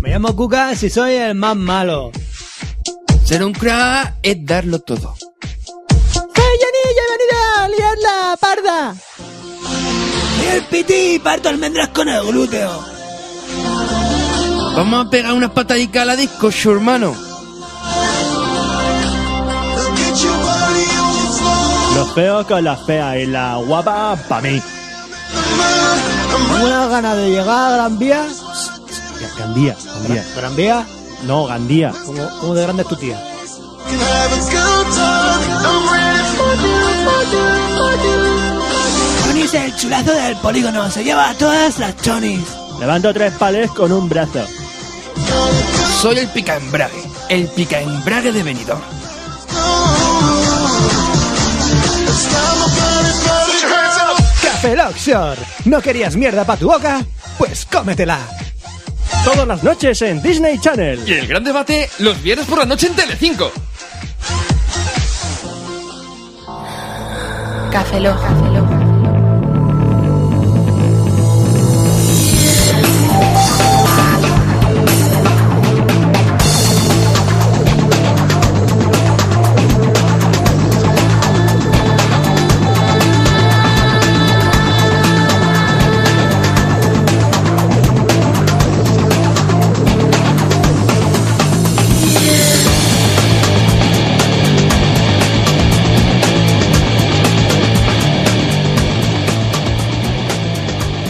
Me llamo Cuca si soy el más malo. Ser un crack es darlo todo. ¡Hey, Yanilla, venid a liarla, parda! Y el pití parto almendras con el glúteo. Vamos a pegar unas patadicas a la disco, su hermano. Los feos con las feas y la guapa pa' mí. ¿Alguna ganas de llegar a Gran Vía? Gandía, Gandía. ¿Gran Vía? No, Gandía. ¿Cómo, cómo de grande es tu tía? Tony es el chulazo del polígono, se lleva a todas las Tonys. Levanto tres palés con un brazo. Soy el picaembrague. El picaembrague de Benidorm. Café Luxor, ¿no querías mierda pa' tu boca? Pues cómetela. Todas las noches en Disney Channel. Y el gran debate los viernes por la noche en Telecinco. Café Lock. Café Lock.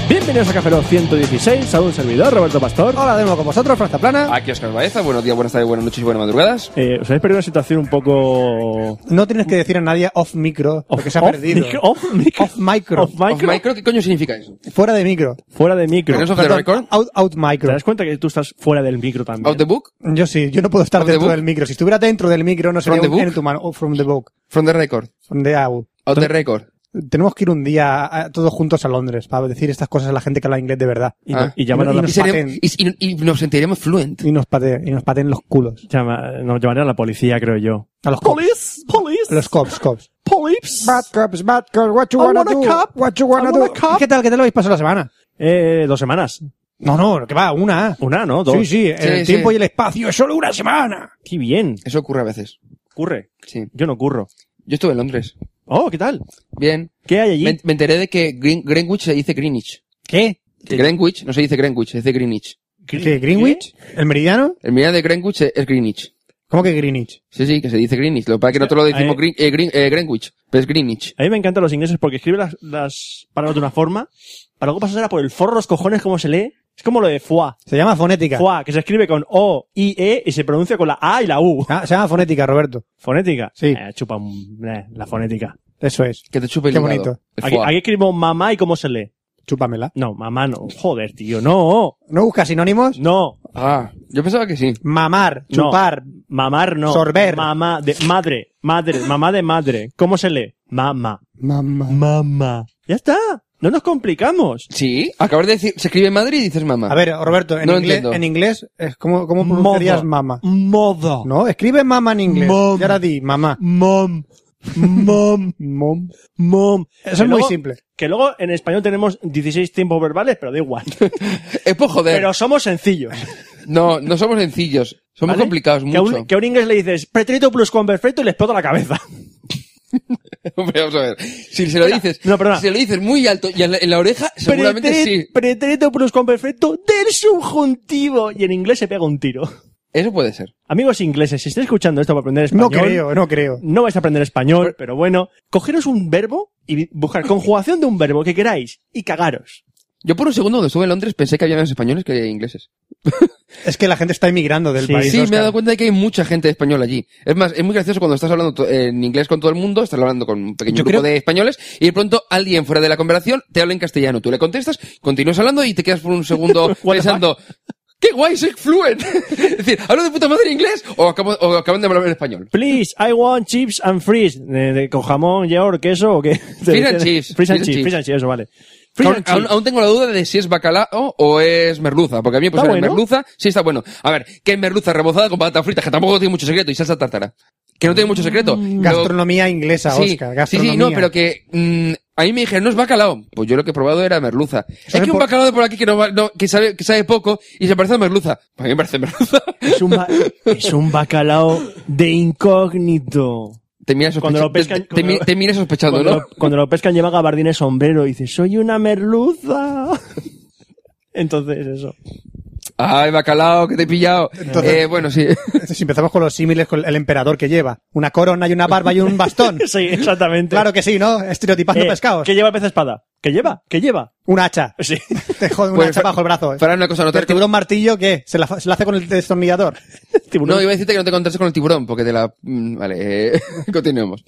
Bienvenidos a Café Lock 116, a un servidor, Roberto Pastor. Hola de nuevo con vosotros, Franza Plana. Aquí Oscar Baeza. Buenos días, buenas tardes, buenas noches y buenas madrugadas. Eh, os habéis perdido una situación un poco... No tienes que decir a nadie off micro, porque se ha off perdido. micro- off micro. Off micro. Off micro. Off micro, ¿qué coño significa eso? Fuera de micro. Fuera de micro. ¿Pero eso ¿Te ¿Off the Perdón, record? Out, out micro. das cuenta que tú estás fuera del micro también? ¿Out the book? Yo sí, yo no puedo estar From the dentro book. del micro. Si estuviera dentro del micro, no sería the un book. en tu mano. Oh, from the book. ¿From the record? From the out. ¿Out the record? Tenemos que ir un día a- todos juntos a Londres para decir estas cosas a la gente que habla inglés de verdad. Y, no- Ah. y llaman a Y la- nos- Y, seremos- paten. y- y- y nos sentiremos fluent. Y nos pateen, y nos pateen los culos. llama- nos llamarían a la policía, creo yo. A los cops. Police, police, A los cops, cops. police. Bad cops, bad cops, what you I wanna want a do? cop. What you wanna I want do? a cop. ¿Qué tal, qué tal lo habéis pasado la semana? Eh, dos semanas. No, no, que va, una. Una, ¿no? Dos. Sí, sí, el Sí, tiempo sí. y el espacio es solo una semana. Qué bien. Eso ocurre a veces. Ocurre. Sí. Yo no curro. Yo estuve en Londres. Oh, ¿qué tal? Bien. ¿Qué hay allí? Me, me enteré de que Green- Greenwich se dice Greenwich. ¿Qué? Que Greenwich no se dice Greenwich, se dice Greenwich. ¿Qué, ¿Greenwich? ¿El meridiano? El meridiano de Greenwich es es Greenwich. ¿Cómo que Greenwich? Sí, sí, que se dice Greenwich. Lo que pasa es que nosotros lo decimos Green- eh, Green- eh, Greenwich, pero es Greenwich. A mí me encantan los ingleses porque escriben las, las palabras de una forma, para luego pasarla por el forro los cojones como se lee. Es como lo de foie. Se llama fonética. Foie, que se escribe con O, I, E y se pronuncia con la A y la U. Ah, se llama fonética, Roberto. Fonética. Sí. Eh, chupa un- eh, la fonética. Eso es. Que te chupe el Qué hígado. bonito. El Aquí, foie. aquí escribimos mamá y cómo se lee. Chúpamela. No, mamá no. Joder, tío, no. ¿No buscas sinónimos? No. Ah, yo pensaba que sí. Mamar, No. chupar. Mamar no. Sorber. Mamá de madre, madre, mamá de madre. ¿Cómo se lee? Mamá. Mamá. Mamá. Ya está. No nos complicamos. Sí, acabas de decir, se escribe en Madrid y dices mamá. A ver, Roberto, en Ah. No lo inglés, entiendo. en inglés es como, ¿cómo pronunciarías mamá? Modo. No, escribe mamá en inglés. Mom. Y ahora di mamá. Mom. Mom. Mom. Mom. Eso Que es muy luego- simple. Que luego en español tenemos 16 tiempos verbales, pero da igual. Es por joder. Pero somos sencillos. No, no somos sencillos. Somos ¿vale? complicados Que a un- mucho. que a un inglés le dices pretérito plus perfecto y le explota la cabeza. Hombre, vamos a ver. Si se lo dices, no, perdona. si se lo dices muy alto y en la, en la oreja, seguramente Pretere- sí. Pretérito plus perfecto del subjuntivo. Y en inglés se pega un tiro. Eso puede ser. Amigos ingleses, si estáis escuchando esto para aprender No español, creo, no creo. no vais a aprender español, pero bueno, cogeros un verbo y vi- buscar conjugación de un verbo que queráis y cagaros. Yo por un segundo cuando estuve en Londres pensé que había más españoles que ingleses. Es que la gente está emigrando del Sí. país. Sí, me he Óscar. dado cuenta de que hay mucha gente de español allí. Es más, es muy gracioso cuando estás hablando to- en inglés con todo el mundo, estás hablando con un pequeño Yo grupo creo- de españoles, y de pronto alguien fuera de la conversación te habla en castellano. Tú le contestas, continúas hablando y te quedas por un segundo pensando, ¡qué guay, soy fluent! es decir, ¿hablo de puta madre inglés o, acabo- o acaban de hablar en español? Please, I want chips and fries. Eh, de- ¿Con jamón, york, queso o qué? Fish and chips, Fish and fish and chips, chips. fish and chips, eso vale. Fish Aún, and aún- chips. aún tengo la duda de si es bacalao o es merluza, porque a mí me ¿Está pusieron bueno? merluza, sí está bueno. A ver, que es merluza rebozada con patatas fritas, que tampoco tiene mucho secreto, y salsa Mm. tártara. Que no tiene mucho secreto. pero- Gastronomía inglesa, Sí, Oscar. sí, Gastronomía. sí, no, pero que mm, a mí me dijeron, no es bacalao. Pues yo lo que he probado era merluza. Es Sabe que un por- bacalao de por aquí que, no, va- no- que, sabe, que sabe poco y se parece a merluza. A mí me parece merluza. Es un, ba- es un bacalao de incógnito. Te miras sospecha- Cuando lo pescan- te- te- te mi- cuando- te miras sospechando, Cuando, ¿no? lo, cuando lo pescan lleva gabardines sombrero y dice, soy una merluza. Entonces eso. Ay, bacalao, que te he pillado. Entonces- Eh, bueno, sí. Si empezamos con los símiles con el emperador que lleva. Una corona y una barba y un bastón. Sí, exactamente. Claro que sí, ¿no? Estereotipando Eh, pescados. ¿Qué lleva el pez espada? ¿Qué lleva? ¿Qué lleva? Una hacha. Sí. Te jode una Pues, hacha Fra- bajo el brazo. Para una cosa, notar ¿El que... tiburón martillo qué? ¿Se la, fa- se la hace con el destornillador? Tiburón. No, iba a decirte que no te encontraste con el tiburón, porque te la... mm, Vale, eh, continuemos.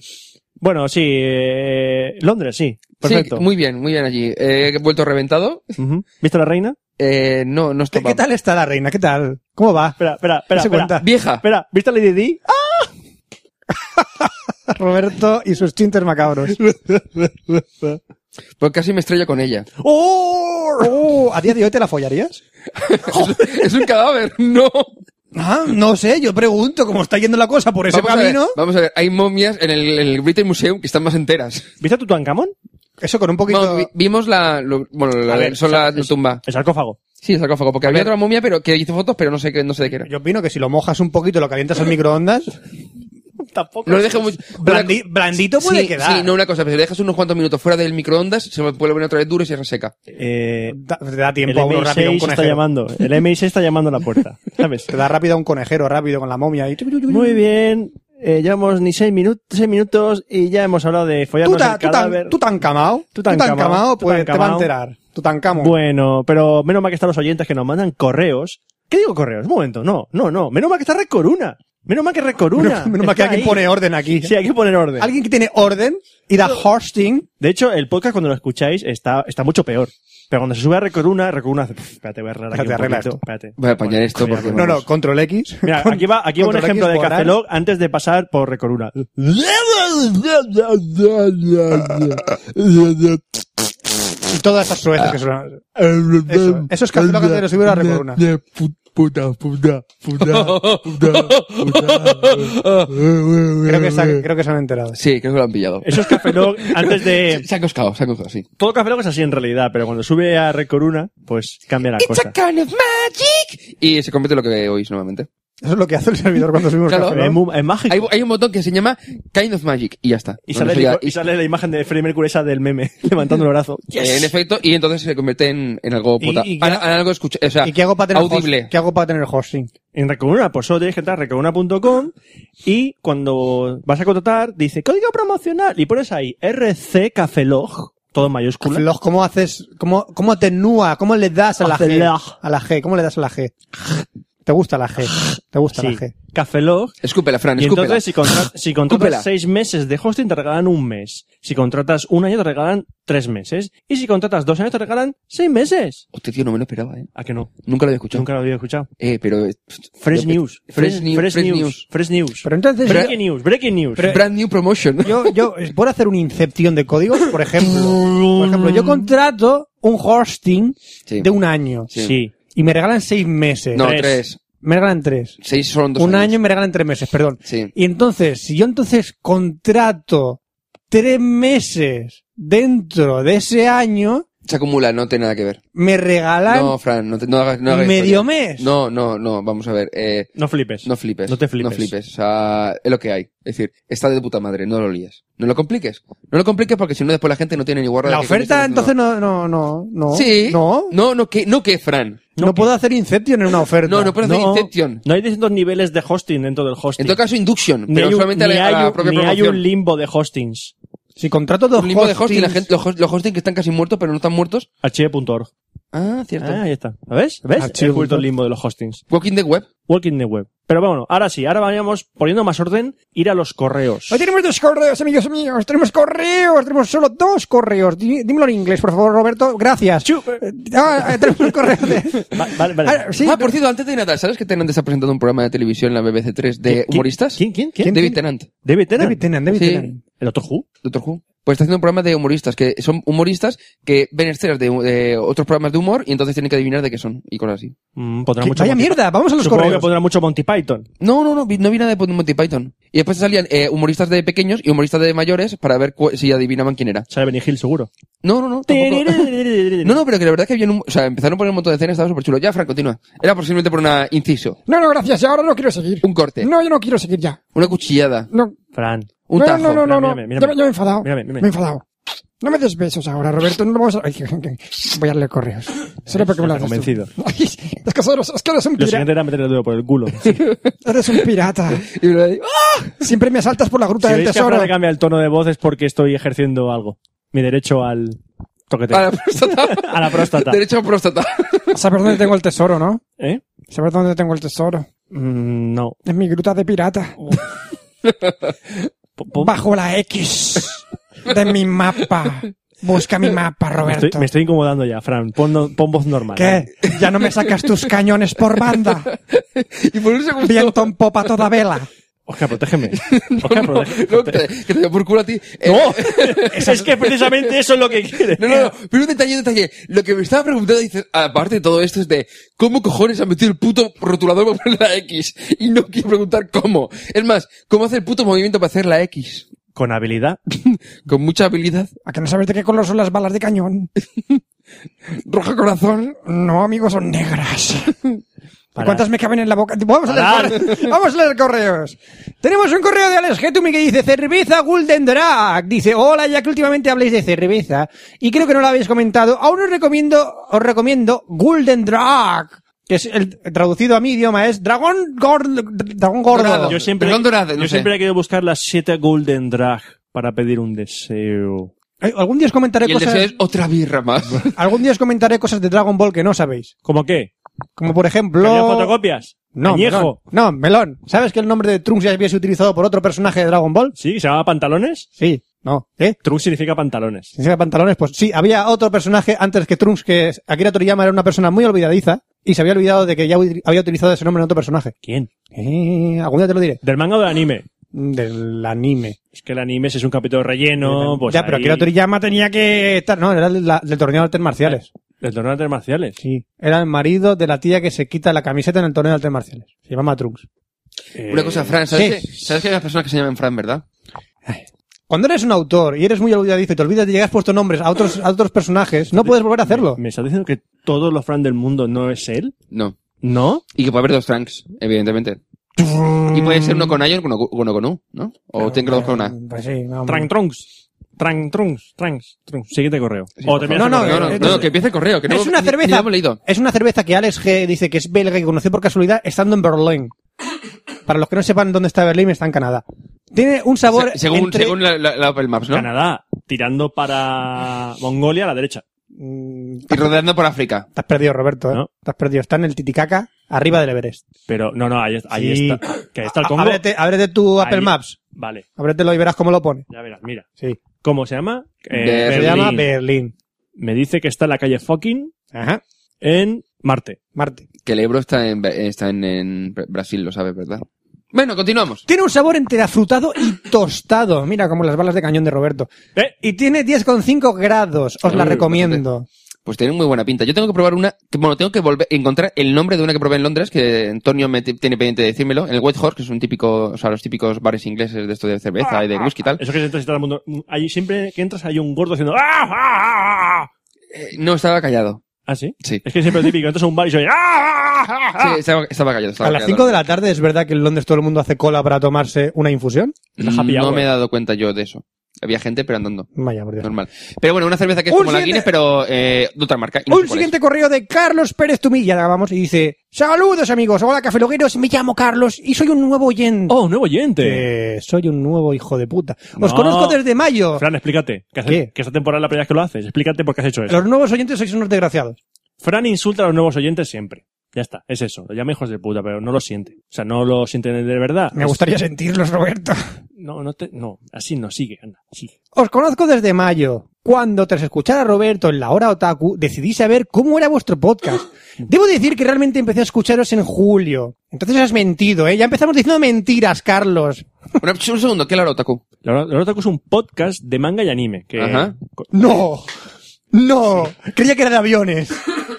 Bueno, sí. eh, Londres, sí. Perfecto. Sí, muy bien, muy bien allí. Eh, vuelto reventado. Ujú. ¿Viste la reina? Eh, no, no ¿Qué, estaba. qué tal está la reina? ¿Qué tal? ¿Cómo va? Espera, espera, No espera. se espera. cuenta. Vieja. Espera, ¿viste a Lady Di? ¡Ah! Roberto y sus chintes macabros. Porque pues casi me estrello con ella. ¡Oh! ¿A día de hoy te la follarías? ¡Oh! es un cadáver, no. Ah, no sé, yo pregunto cómo está yendo la cosa por ese vamos, a camino. ver, vamos a ver, hay momias en el, en el British Museum que están más enteras. ¿Viste a Tutankamón? Eso con un poquito... No, vi- vimos la, lo- bueno, la, A ver, son la, sa- es- tumba. El sarcófago. Sí, el sarcófago, porque había otra momia pero que hizo fotos, pero no sé qué, no sé de qué era. Yo opino que si lo mojas un poquito, lo calientas al microondas, Tampoco. No le dejo mucho. blandi- blandito puede sí, quedar. sí, no una cosa, pero si le dejas unos cuantos minutos fuera del microondas, se puede poner otra vez duro y se reseca. Eh, Da- te da el tiempo a uno rápido a un MI6 está conejero. llamando. El MI6 está llamando a la puerta. ¿Sabes? Te da rápido a un conejero, rápido con la momia. Y... Muy bien. eh, llevamos ni seis minutos, seis minutos y ya hemos hablado de Tú, follarnos ta, el tú, cadáver. tan, tú tan camao. Tú tan Tutankamao, camao, pues te va a Tutankamao. enterar. Tú tan camo. Bueno, pero menos mal que están los oyentes que nos mandan correos. ¿Qué digo correos? Un momento, no, no, no. Menos mal que está Red Coruna. Menos mal que Red Coruna. Menos mal que Está alguien ahí. pone orden aquí. Sí, hay que poner orden. Alguien que tiene orden y da hosting. De hecho, el podcast cuando lo escucháis está, está mucho peor. Pero cuando se sube a Red Coruna, Red Coruna hace... "Pff, Espérate, voy a arreglar aquí Espérate, un arregla poquito. esto. Espérate. Voy a apañar Bueno, esto mira, porque- No, mira, no, control X. Mira, Con- aquí va, aquí va un control ejemplo X de borrar. Café Lock antes de pasar por Red Coruna. Y todas esas suezas que son. Eso, eso es Café Lock antes de subir a Record Una. Creo que, se- creo que se han enterado. Sí, creo que lo han pillado. Eso es Café Lock antes Eh, de... Se han coscado, se han coscado, sí. Todo Café Lock es así en realidad, pero cuando sube a Red Coruna, pues cambia la cosa. kind of magic. Y se convierte en lo que oís nuevamente. Eso es lo que hace el servidor cuando subimos Claro. Café Em, Pero es, Lock. mu- es mágico. Hay, hay un botón que se llama Kind of Magic y ya está. Y, No, sale eso el- ya- y sale la imagen de Freddie Mercury esa del meme, levantando el brazo. Eh, En efecto, y entonces se convierte en, en algo ¿Y- puta. y en, qué ha- en algo escucha, o sea, ¿Y qué hago para tener audible. host- ¿Qué hago para tener hosting? En Recoguna, pues solo tienes que entrar a recoguna.com y cuando vas a contratar, dice código promocional y pones ahí RC Cafelog, todo en mayúscula. Los, ¿Cómo haces? ¿Cómo, cómo atenúa? ¿Cómo le das a la G? Café Lock. A la G. ¿Cómo le das a la G? ¿Te gusta la G? ¿Te gusta la Sí, G? Cafelog. Escúpela, Fran, Y escúpela. entonces, si, contra- si Escúpela. contratas seis meses de hosting, te regalan un mes. Si contratas un año, te regalan tres meses. Y si contratas dos años, te regalan seis meses. Hostia, tío, no me lo esperaba, eh. ¿A que no? Nunca lo había escuchado. Nunca lo había escuchado. Eh, pero... eh, Fresh yo- News. Fresh, New- Fresh Fresh News. Fresh News. Pero entonces, Pero- Breaking News. Breaking News. News. Brand New Promotion. yo, yo, ¿puedo hacer una incepción de códigos? Por ejemplo, por ejemplo, yo contrato un hosting Sí. de un año Sí. Sí. y me regalan seis meses. No, tres. tres. Me regalan tres. Seis son dos Un años. año y me regalan tres meses, perdón. Sí. Y entonces, si yo entonces contrato tres meses dentro de ese año, Se acumula, no tiene nada que ver. me regalan No, Fran, no, te, no hagas... No hagas medio historia. mes. No, no, no, vamos a ver. Eh, No flipes. no flipes. No te flipes. No flipes. O sea, es lo que hay. Es decir, está de puta madre, no lo líes. No lo compliques. No lo compliques porque si no después la gente no tiene ni guarda La de que coño oferta, estamos haciendo. entonces, no, no, no, no. Sí. No, no, No, no, que, no que, Fran. puedo hacer Inception en una oferta. No, no puedes hacer No. Inception. No hay distintos niveles de hosting dentro del hosting. En todo caso, Induction, ni pero hay, un, solamente a ni la, a la hay un- propia ni hay promoción. un limbo de hostings. Si contrato dos Un limbo de hosting, la hostings- gente- los, host- los hosting que están casi muertos, pero no están muertos. Archive.org. Ah, cierto. Ah, ahí está. ¿Ves? ¿Ves? Archive He punto vuelto org. el limbo de los hostings. Walking the web. Walking the web. Pero bueno, ahora sí, ahora vayamos poniendo más orden, ir a los correos. Hoy tenemos dos correos, amigos míos. Tenemos correos, tenemos solo dos correos. Di- Dímelo en inglés, por favor, Roberto. Gracias. Eh, ah, eh, tenemos un correo de... Va- vale, vale. Ah, sí, ah, por cierto, antes de nada, ¿sabes que Tenant está presentando un programa de televisión en la BBC3 de ¿Quién- humoristas? ¿Quién? ¿Quién? ¿Quién? David Tennant. David Tennant. David Tennant, David Sí. Tennant. ¿El otro Who? Doctor Who. pues está haciendo un programa de humoristas, que son humoristas que ven escenas de, de otros programas de humor y entonces tienen que adivinar de qué son y cosas así. Mm, pondrá Que- mucho Vaya Monty- mierda, vamos a los Supongo que correos. pondrá mucho Monty Python. No, no, no, vi- no vi nada de Monty Python. Y después salían eh, humoristas de pequeños y humoristas de mayores para ver cu- si adivinaban quién era. Sale Benny Hill, seguro. No, no, no. Tampoco. No, No, no, pero que la verdad es que había un, o sea, empezaron a poner un montón de escenas, estaba súper chulo. Ya, Fran, continúa. Era posiblemente por una inciso, No, no, gracias, ya, ahora no quiero seguir. un corte, No, yo no quiero seguir ya. una cuchillada, No, Fran. un no, tajo. no, no, no, no. Mírame, mírame. Yo, yo me he enfadado. Mírame, mírame. Me he enfadado. No me des besos ahora, Roberto. No lo vamos a... Ay, voy a leer correos. Solo porque me lo Está haces tú. convencido. Ay, es, que eres, es que eres un Lo pirata. siguiente era meter el dedo por el culo. Eres un pirata. Y uno ahí, ¡ah! Siempre me asaltas por la gruta Si del veis que a tesoro. Fran le cambia el tono de voz es porque estoy ejerciendo algo. Mi derecho al toqueteo. A la próstata. A la próstata. Derecho a próstata. Saber dónde tengo el tesoro, ¿no? ¿Eh? Saber dónde tengo el tesoro. Mm, no. Es mi gruta de pirata. Po- po- Bajo la X de mi mapa. Busca mi mapa, Me Roberto. estoy, me estoy incomodando ya, Fran. Pon, no- pon voz normal. ¿Qué? Ya no me sacas tus cañones por banda. Y por un segundo. Viento en popa a toda vela. Oscar, protégeme. Oscar, No, protégeme. no, que, te- que te doy por culo a ti. Eh, ¡No! es que precisamente eso es lo que quiere. No, no, no, pero un detalle, un detalle. Lo que me estaba preguntando, dices, aparte de todo esto, es de cómo cojones ha metido el puto rotulador para poner la X. Y no quiero preguntar cómo. Es más, cómo hace el puto movimiento para hacer la X. Con habilidad. Con mucha habilidad. ¿A que no sabes de qué color son las balas de cañón? Roja corazón. No, amigos, son negras. Parad. ¿Cuántas me caben en la boca? Vamos a, leer Parad. correos. Vamos a leer correos. Tenemos un correo de Alex Getumi que dice cerveza Golden Drag. Dice, hola, ya que últimamente habléis de cerveza y creo que no lo habéis comentado, aún os recomiendo, os recomiendo Golden Drag. Que es el traducido a mi idioma es dragón gordo. Dragón gordo. Dorado. Yo siempre, Perdón, Dorado, no yo sé. siempre he querido buscar las 7 Golden Drag para pedir un deseo. Eh, Algún día os comentaré Y el cosas. deseo es otra birra más. Algún día os comentaré cosas de Dragon Ball que no sabéis. ¿Cómo qué? Como por ejemplo. ¿Que había fotocopias? No, Añejo. melón. No, melón. ¿Sabes que el nombre de Trunks ya había sido utilizado por otro personaje de Dragon Ball? ¿Sí? ¿Se llamaba pantalones? Sí. No. ¿Eh? Trunk significa pantalones. Si se llama pantalones, pues sí, había otro personaje antes que Trunks, que es- Akira Toriyama era una persona muy olvidadiza y se había olvidado de que ya hu- había utilizado ese nombre en otro personaje. ¿Quién? Eh, algún día te lo diré. ¿Del manga o del anime? Del anime. Es que el anime si es un capítulo relleno, pues ya, pero ahí- Akira Toriyama tenía que estar... No, era del, la- del torneo de artes marciales. Del torneo de artes marciales. Sí. Era el marido de la tía que se quita la camiseta en el torneo de artes marciales. Se llamaba Trunks. Eh, Una cosa, Fran, ¿sabes, sí. que, ¿sabes que hay unas personas que se llaman Fran, verdad? Cuando eres un autor y eres muy olvidadizo y te olvidas de llegar puesto nombres a otros, a otros personajes, no puedes volver a hacerlo. ¿Me estás diciendo que todos los Fran del mundo no es él? No. ¿No? Y que puede haber dos Franks, evidentemente. Y puede ser uno con A y uno con uno con U, ¿no? O tengo dos con A. Pues sí, vamos. Trang Trunks. Trang Trunks. Trunks. Trunks. Siguiente correo. o terminas No, el no, correo. No, no, no, que empiece el correo. Que no, es una ni- ni cerveza. lo hemos leído. Es una cerveza que Alex G dice que es belga y que conoció por casualidad estando en Berlín. Para los que no sepan dónde está Berlín, está en Canadá. Tiene un sabor Se- según entre- según la, la- la Apple Maps, ¿no? Canadá, tirando para Mongolia a la derecha. Mm, Y rodeando por África. Te has perdido, Roberto. ¿eh? No. Te has perdido. Está en el Titicaca, arriba del Everest. Pero no, no, ahí, ahí Sí. está. Que ahí está el A- Congo. Ábrete, ábrete tu Apple Ahí. Maps. Vale, Ábretelo y verás cómo lo pone. ya verás, mira. Sí. ¿Cómo se llama? Se Se Eh, Berlín. llama Berlín. Me dice que está en la calle fucking Ajá. en Marte. Marte. Que el Ebro está en, está en, en Brasil, lo sabes, ¿verdad? Bueno, continuamos. Tiene un sabor entre afrutado y tostado. Mira, como las balas de cañón de Roberto. Eh, Y tiene 10,5 grados. Os la Uy, recomiendo. Pues tiene muy buena pinta. Yo tengo que probar una, que, bueno, tengo que volver, encontrar el nombre de una que probé en Londres, que Antonio me t- tiene pendiente de decírmelo, en el White Horse, que es un típico, o sea, los típicos bares ingleses de esto de cerveza y Ah. de whisky y tal. Eso que se entra todo el mundo. Ahí siempre que entras hay un gordo haciendo. ¡Ah! ¡Ah! ¡Ah! Eh, No, estaba callado. ¿Ah, sí? Sí. Es que siempre es típico. Entras a un bar y se oye. ¡Ah! ¡Ah! ¡Ah! ¡Ah! Sí, estaba, estaba callado. estaba A las callado. 5 de la tarde es verdad que en Londres todo el mundo hace cola para tomarse una infusión. la happy Mm, No hour. me he dado cuenta yo de eso. Había gente, pero andando. Vaya, por Dios. Normal. Pero bueno, una cerveza que es Un como la siguiente- Guinness, pero eh, de otra marca. y no sé Un cuál es. siguiente correo de Carlos Pérez Tumilla, vamos, y dice, saludos amigos, hola cafelogueros, me llamo Carlos y soy un nuevo oyente. ¡Oh, nuevo oyente! Eh, soy un nuevo hijo de puta. Os No. conozco desde mayo. Fran, explícate. Que, hace- ¿Qué? que esta temporada es la primera pues. vez que lo haces. Explícate por qué has hecho eso. Los nuevos oyentes sois unos desgraciados. Fran insulta a los nuevos oyentes siempre. Ya está, es eso. Lo llama hijos de puta, pero no lo sienten. O sea, no lo sienten de verdad. Me gustaría sentirlos, Roberto. No, no te, no. Así no, sigue, anda, sigue. Os conozco desde mayo, cuando tras escuchar a Roberto en la hora otaku decidí saber cómo era vuestro podcast. Debo decir que realmente empecé a escucharos en julio. Entonces has mentido, ¿eh? Ya empezamos diciendo mentiras, Carlos. Bueno, pues un segundo, ¿qué la Otaku? La verdad- la verdad que es un podcast de manga y anime. Que Ajá. co- No. No. Creía que era de aviones.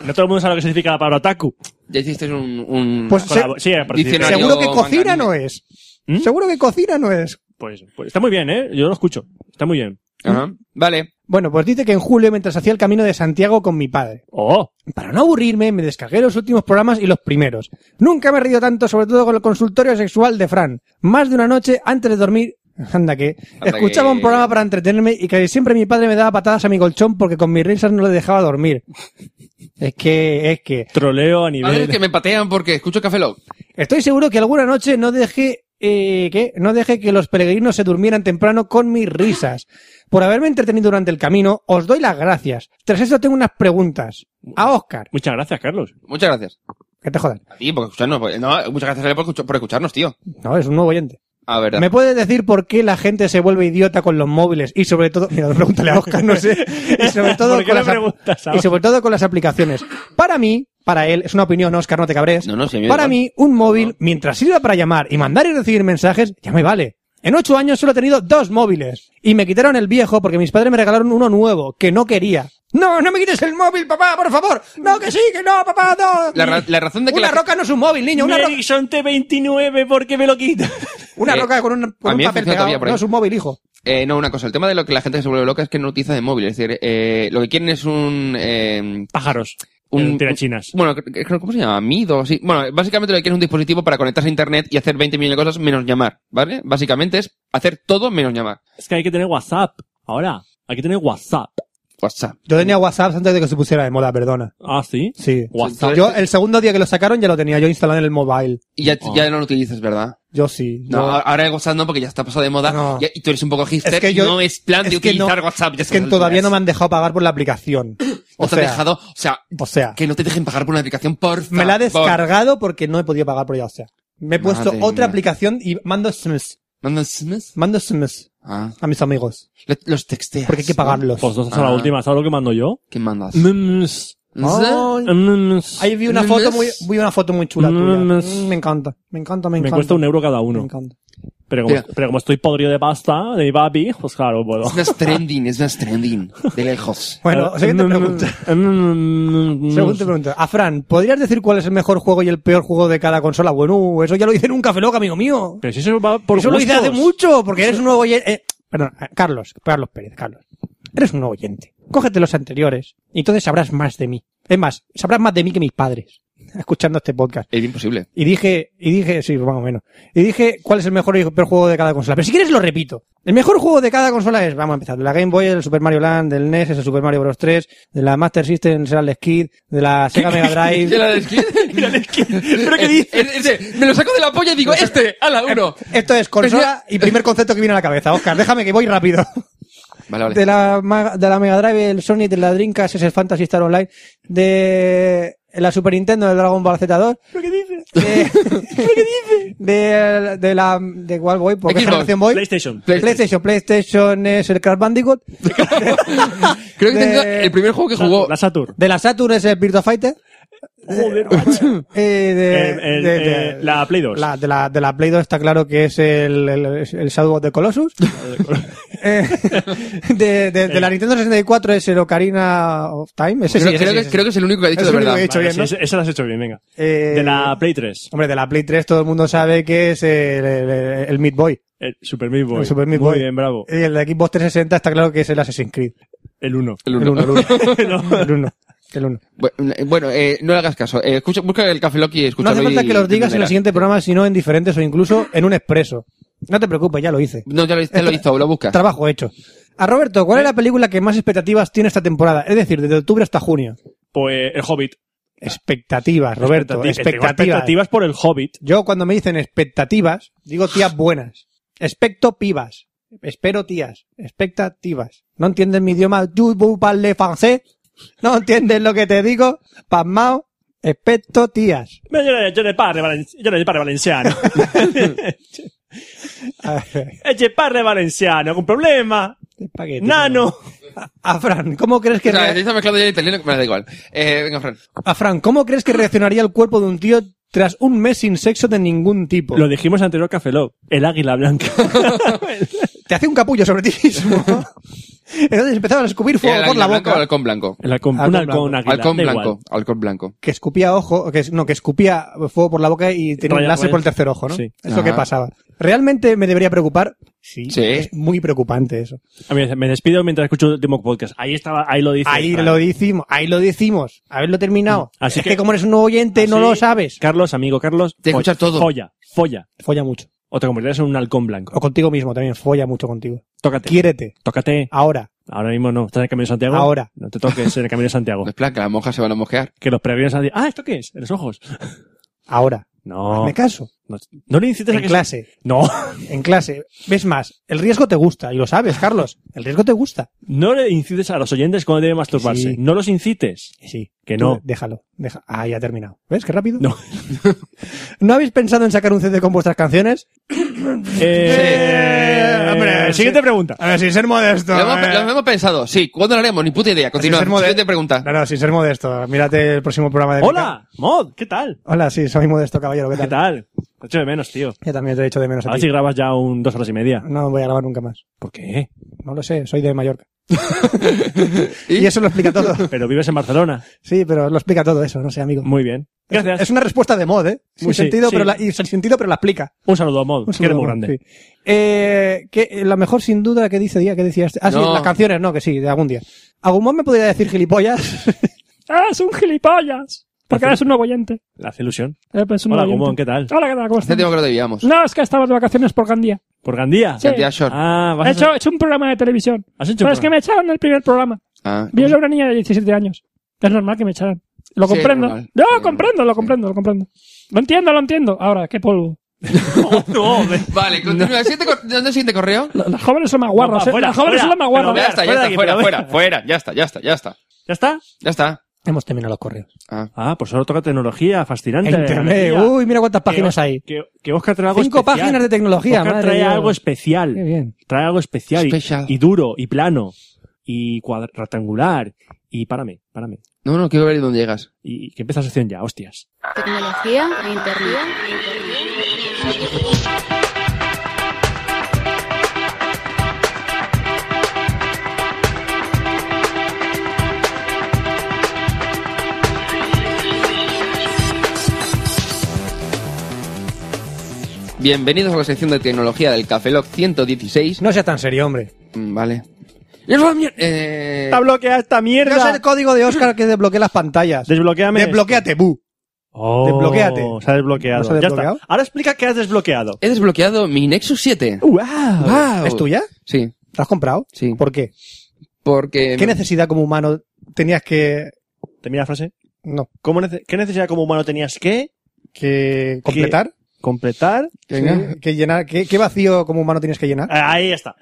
no todo el mundo sabe lo que significa la palabra otaku. Ya hiciste un... un- Pues Con la se- bo- sí, a partir de- Diccionario. seguro que manga cocina anime. no es. ¿Mm? Seguro que cocina no es. Pues, pues está muy bien, ¿eh? Yo lo escucho. Está muy bien. Ajá. Vale. Bueno, pues dice que en julio, mientras hacía el camino de Santiago con mi padre. ¡Oh! Para no aburrirme, me descargué los últimos programas y los primeros. Nunca me he reído tanto, sobre todo con el consultorio sexual de Fran. Más de una noche antes de dormir, anda que, Anda escuchaba que- un programa para entretenerme y casi siempre mi padre me daba patadas a mi colchón porque con mis risas no le dejaba dormir. Es que, es que, Troleo a Padres nivel... que me patean porque escucho Café Lock. estoy seguro que alguna noche no dejé, eh, ¿qué? No dejé que los peregrinos se durmieran temprano con mis risas. Por haberme entretenido durante el camino, os doy las gracias. Tras esto tengo unas preguntas. A Oscar, Muchas gracias, Carlos. Muchas gracias. que te jodan. A ti, por escucharnos. por- No, muchas gracias Ale, por, escuch- por escucharnos, tío. No, es un nuevo oyente. A ver. ¿Me puedes decir por qué la gente se vuelve idiota con los móviles? Y sobre todo, mira, pregúntale a Oscar, no sé. Y sobre todo, ¿Por qué con, le las, ap- preguntas a y sobre todo con las aplicaciones. Para mí, para él, es una opinión, Oscar, no te cabres. No, no, sí, a mí me para da mí, un móvil, mientras sirva para llamar y mandar y recibir mensajes, ya me vale. En ocho años solo he tenido dos móviles. Y me quitaron el viejo porque mis padres me regalaron uno nuevo, que no quería. No, no me quites el móvil, papá, por favor. No, que sí, que no, papá, no. La ra- la razón de que Una la- roca no es un móvil, niño. Una, roca Ericsson T29, ¿por qué me lo quita? una Eh, roca con un, con a un mí me papel funciona todavía pegado. por ahí. No es un móvil, hijo. Eh, no, una cosa. El tema de lo que la gente se vuelve loca es que no utiliza de móvil. Es decir, eh, lo que quieren es un... eh, Pájaros. Eh, un Un... Tirachinas. Bueno, creo- creo- ¿cómo se llama? Mido, así. Bueno, básicamente lo que quieres es un dispositivo para conectarse a internet y hacer 20 millones de cosas menos llamar, ¿vale? Básicamente es hacer todo menos llamar. Es que hay que tener WhatsApp. Ahora, hay que tener WhatsApp. WhatsApp. Yo tenía WhatsApp antes de que se pusiera de moda, perdona. Ah, ¿sí? Sí. WhatsApp. Yo, el segundo día que lo sacaron ya lo tenía yo instalado en el mobile. Y ya, Ah. Oh. ya no lo utilizas, ¿verdad? Yo sí. No, Yo- ahora el WhatsApp no, porque ya está pasado de moda. No. Ya- y tú eres un poco hipster. Es que y yo- no es plan de es que no- utilizar WhatsApp. ya es que sabes, todavía no ¿verdad? me han dejado pagar por la aplicación. No O te sea, han dejado, o sea, o sea, que no te dejen pagar por una aplicación, por favor. me la he descargado porque no he podido pagar por ella, o sea. Me he puesto Madre otra mía. aplicación y mando SMS, ¿Manda SMS? mando SMS Ah, a mis amigos. lo- los texteas. Porque hay que pagarlos. Pues dos a la Ah. última. ¿Sabes lo que mando yo? Mm, ¿Qué mandas? Mems. Oh, Mems. ahí vi una foto muy, vi una foto muy chula tuya. Mm, es- Mm, Me encanta, me encanta, me Me encanta. cuesta un euro cada Me uno. encanta. Pero como, Mira. pero como estoy podrido de pasta de mi papi, pues claro, puedo. Eh, Es más trending, es más trending. De lejos. Bueno, mm, siguiente pregunta. Segunda pregunta. A Fran, ¿podrías decir cuál es el mejor juego y el peor juego de cada consola? Bueno, eso ya lo hice en un café loco, amigo mío. Pero si eso va por Eso lo hice gustos. hace mucho, porque eres un nuevo oyente. eh, perdón, eh, Carlos, Carlos Pérez, Carlos. Eres un nuevo oyente. Cógete los anteriores y entonces sabrás más de mí. Es más, sabrás más de mí que mis padres escuchando este podcast. Es imposible. Y dije, y dije, sí, más o menos. Y dije cuál es el mejor y el peor juego de cada consola. Pero si quieres lo repito. El mejor juego de cada consola es, vamos a empezar, de la Game Boy, el Super Mario Land, del NES, es el Super Mario Bros. 3, de la Master System será el Skid, de la Sega Mega ¿Y Drive. la del skin? Mira, es que- ¿Pero qué Eh, dices? eh, eh, me lo saco de la polla y digo, este, a la uno. Esto es consola Pero y primer concepto que viene a la cabeza. Oscar, déjame que voy rápido. Vale, vale. de la, ma- de la Mega Drive, el Sony, de la Dreamcast, es el Fantasy Star Online, de la Super Nintendo, de Dragon Ball Z2, ¿Pero qué dices? de, de, de la, de cuál voy, por qué Xbox, generación voy? PlayStation. PlayStation, PlayStation es el Crash Bandicoot, Creo que de- tengo el primer juego que jugó. La Saturn. de la Saturn es el Virtua Fighter, Joder, macho. eh, de, Eh, el- de- eh, de- la Play 2. la- de la, de la Play 2 está claro que es el, el, el Shadow of the Colossus, Eh, de, de, Eh. de la Nintendo 64 es el Ocarina of Time, ese creo, sí, ese creo sí, que, ese sí. creo que es el único que ha dicho Es de el único verdad. que he dicho. Vale, bien, sí, ¿no? esa- Esa la has hecho bien, venga. Eh, De la Play 3. Hombre, de la Play 3 todo el mundo sabe que es el, el, el Meat Boy. El Super Meat Boy. El Super Meat Muy Boy. Eh, bien, bravo. Y el de Xbox 360 está claro que es el Assassin's Creed. El 1. El El 1, uno. el 1. El 1. El 1. Bueno, eh, Bueno, eh, no le hagas caso. Eh, escucha, busca el Café Lock y No escúchalo. hace falta y- que los digas y en el verás. siguiente programa, sino en diferentes o incluso en un expreso. No te preocupes, ya lo hice. No, ya lo, ya lo hizo, lo busca. Trabajo hecho. A Roberto, ¿cuál es la película que más expectativas tiene esta temporada? Es decir, desde octubre hasta junio. Pues el Hobbit. Expectativas, Roberto. Expectati- tengo Expectativas. expectativas por el Hobbit. Yo cuando me dicen expectativas, digo tías buenas. Expecto pibas. Espero tías. Expectativas. ¿No entiendes mi idioma? Tu, bu, parle français. ¿No entiendes lo que te digo? Pasmao. Expeto tías. Mira, Yo era- yo era el padre, valen- yo era el padre valenciano. A ver, Eche padre valenciano, algún problema. espagueti. Nano. A Fran, ¿cómo crees que O sea, rea- ya está mezclando ya el italiano, me da igual. Eh, venga, Fran. a Fran, ¿cómo crees que reaccionaría el cuerpo de un tío tras un mes sin sexo de ningún tipo? Lo dijimos anterior Café Lock, el águila blanca. Te hace un capullo sobre ti mismo. Entonces empezaba a escupir ¿Era fuego el por la águila blanca o el boca. halcón blanco? El halcón, Halcón un halcón blanco. águila. Halcón da igual. blanco, halcón blanco. Que escupía ojo, que es- no, que escupía fuego por la boca y tenía un Raya- láser por el rayas. tercer ojo, ¿no? Sí. Es lo que Ajá. pasaba. ¿Realmente me debería preocupar? Sí. Sí. Es muy preocupante eso. A mí me despido mientras escucho el último podcast. Ahí estaba, ahí lo dice. Ahí Fran. lo decimos, ahí lo decimos. Haberlo terminado. Mm. Así es que, que- ¿Ah, como eres un nuevo oyente, no Así- lo sabes. Carlos, amigo Carlos. Te fo- escuchas todo. Folla, folla. Folla mucho. O te convertirás en un halcón blanco. O contigo mismo también, folla mucho contigo. Tócate. Quiérete. Tócate. Ahora. Ahora mismo no. ¿Estás en el camino de Santiago? Ahora. No te toques en el camino de Santiago. No es plan que las monjas se van a mosquear. Que los peregrinos han dicho, ah, ¿esto qué es? En los ojos. Ahora. No. Ah, Me caso. No, no le incites a En que... clase. No. En clase. Ves más, el riesgo te gusta. Y lo sabes, Carlos. El riesgo te gusta. No le incites a los oyentes cuando deben masturbarse. Sí. No los incites. Sí. Que Tú, no. Déjalo. Deja. Ah, ya ha terminado. ¿Ves qué rápido? No. ¿No habéis pensado en sacar un CD con vuestras canciones? Eh, hombre, siguiente sí. pregunta. A ver, sin ser modesto. eh. Lo hemos, lo hemos pensado, sí. ¿Cuándo lo haremos? Ni puta idea. Continúa. Siguiente pregunta. No, no, sin ser modesto. Mírate el próximo programa de... Hola, Mod, ¿qué tal? Hola, sí, soy modesto, caballero. ¿Qué ¿Qué tal? tal? Ah, Te echo de menos, tío. Yo también te he hecho de menos A a ver ti. si grabas ya un dos horas y media. No voy a grabar nunca más. ¿Por qué? No lo sé, soy de Mallorca. ¿Y? Y eso lo explica todo. Pero vives en Barcelona. Sí, pero lo explica todo eso, no sé, amigo. Muy bien. Gracias. Es una respuesta de mod, ¿eh? Sin, Muy sí, sentido, sí. Pero la, y sin sentido, pero la explica. Un saludo a Mod, Un Pues que eres saludo, muy grande. sí. Eh, que, eh, la mejor, sin duda, que dice día, que decías. Ah, sí, No. las canciones, no, que sí, de algún día. ¿Algún mod me podría decir gilipollas? Ah, es un gilipollas. Porque Hace- eres un nuevo oyente. La hace ilusión. Eres Eh, pues, un Hola, nuevo Gumón, oyente. ¿qué tal? Hola, ¿qué tal? ¿Cómo Este estás? tema que lo debíamos. No, es que estabas de vacaciones por Gandía. ¿Por Gandía? Sí. Cantidad short. Ah, vas He a hecho, he hecho un programa de televisión. ¿Has hecho Pero un es que programa? me echaron del primer programa. Ah. Yo era una niña de 17 años. Es normal que me echaran. Lo Sí, comprendo. normal. no, Sí, comprendo, lo sí. comprendo, lo comprendo. Lo entiendo, lo entiendo. Ahora, qué polvo. No, ve- Vale, continúa. Siguiente cor- ¿Dónde es el siguiente correo? La- Las jóvenes son más guarras. No, eh. fuera, Las jóvenes fuera. son las más guarras. Pero Ya está, ya fuera de está, aquí, fuera, pero fuera, ve- fuera. Ya está, ya está, ya está. ¿Ya está? Ya está. Hemos terminado los correos. Ah. Ah, pues ahora toca tecnología, fascinante. Internet. alegría. Uy, mira cuántas páginas Que- hay. Que, que Oscar trae algo Cinco especial. páginas de tecnología, Oscar madre trae mía. algo especial. Qué bien. Trae algo especial. y- Especial. Y, duro, y plano, y cuadra- rectangular. Y párame, párame. No, no, quiero ver dónde llegas. Y, y que empieza la sección ya, hostias. Tecnología, e internet. Bienvenidos a la sección de tecnología del Café Lock 116. No seas tan serio, hombre. Mm, Vale. ¡Es la mier- eh, ¡Está bloqueada esta No es mierda! el código de Oscar que desbloquea las pantallas. Desbloqueame. Desbloqueate, bu. Oh, Desbloquéate. Se ha desbloqueado. ¿No se ha ya desbloqueado? está. Ahora explica qué has desbloqueado. He desbloqueado mi Nexus 7. ¡Wow! Guau. ¿Es tuya? Sí, ¿La has comprado? sí. ¿Por qué? Porque... ¿Qué necesidad como humano tenías que... Termina la frase. No, ¿Cómo nece- ¿Qué necesidad como humano tenías que que completar? completar? Venga. Sí, que llenar, ¿qué, qué vacío como humano tenías que llenar? Ahí está.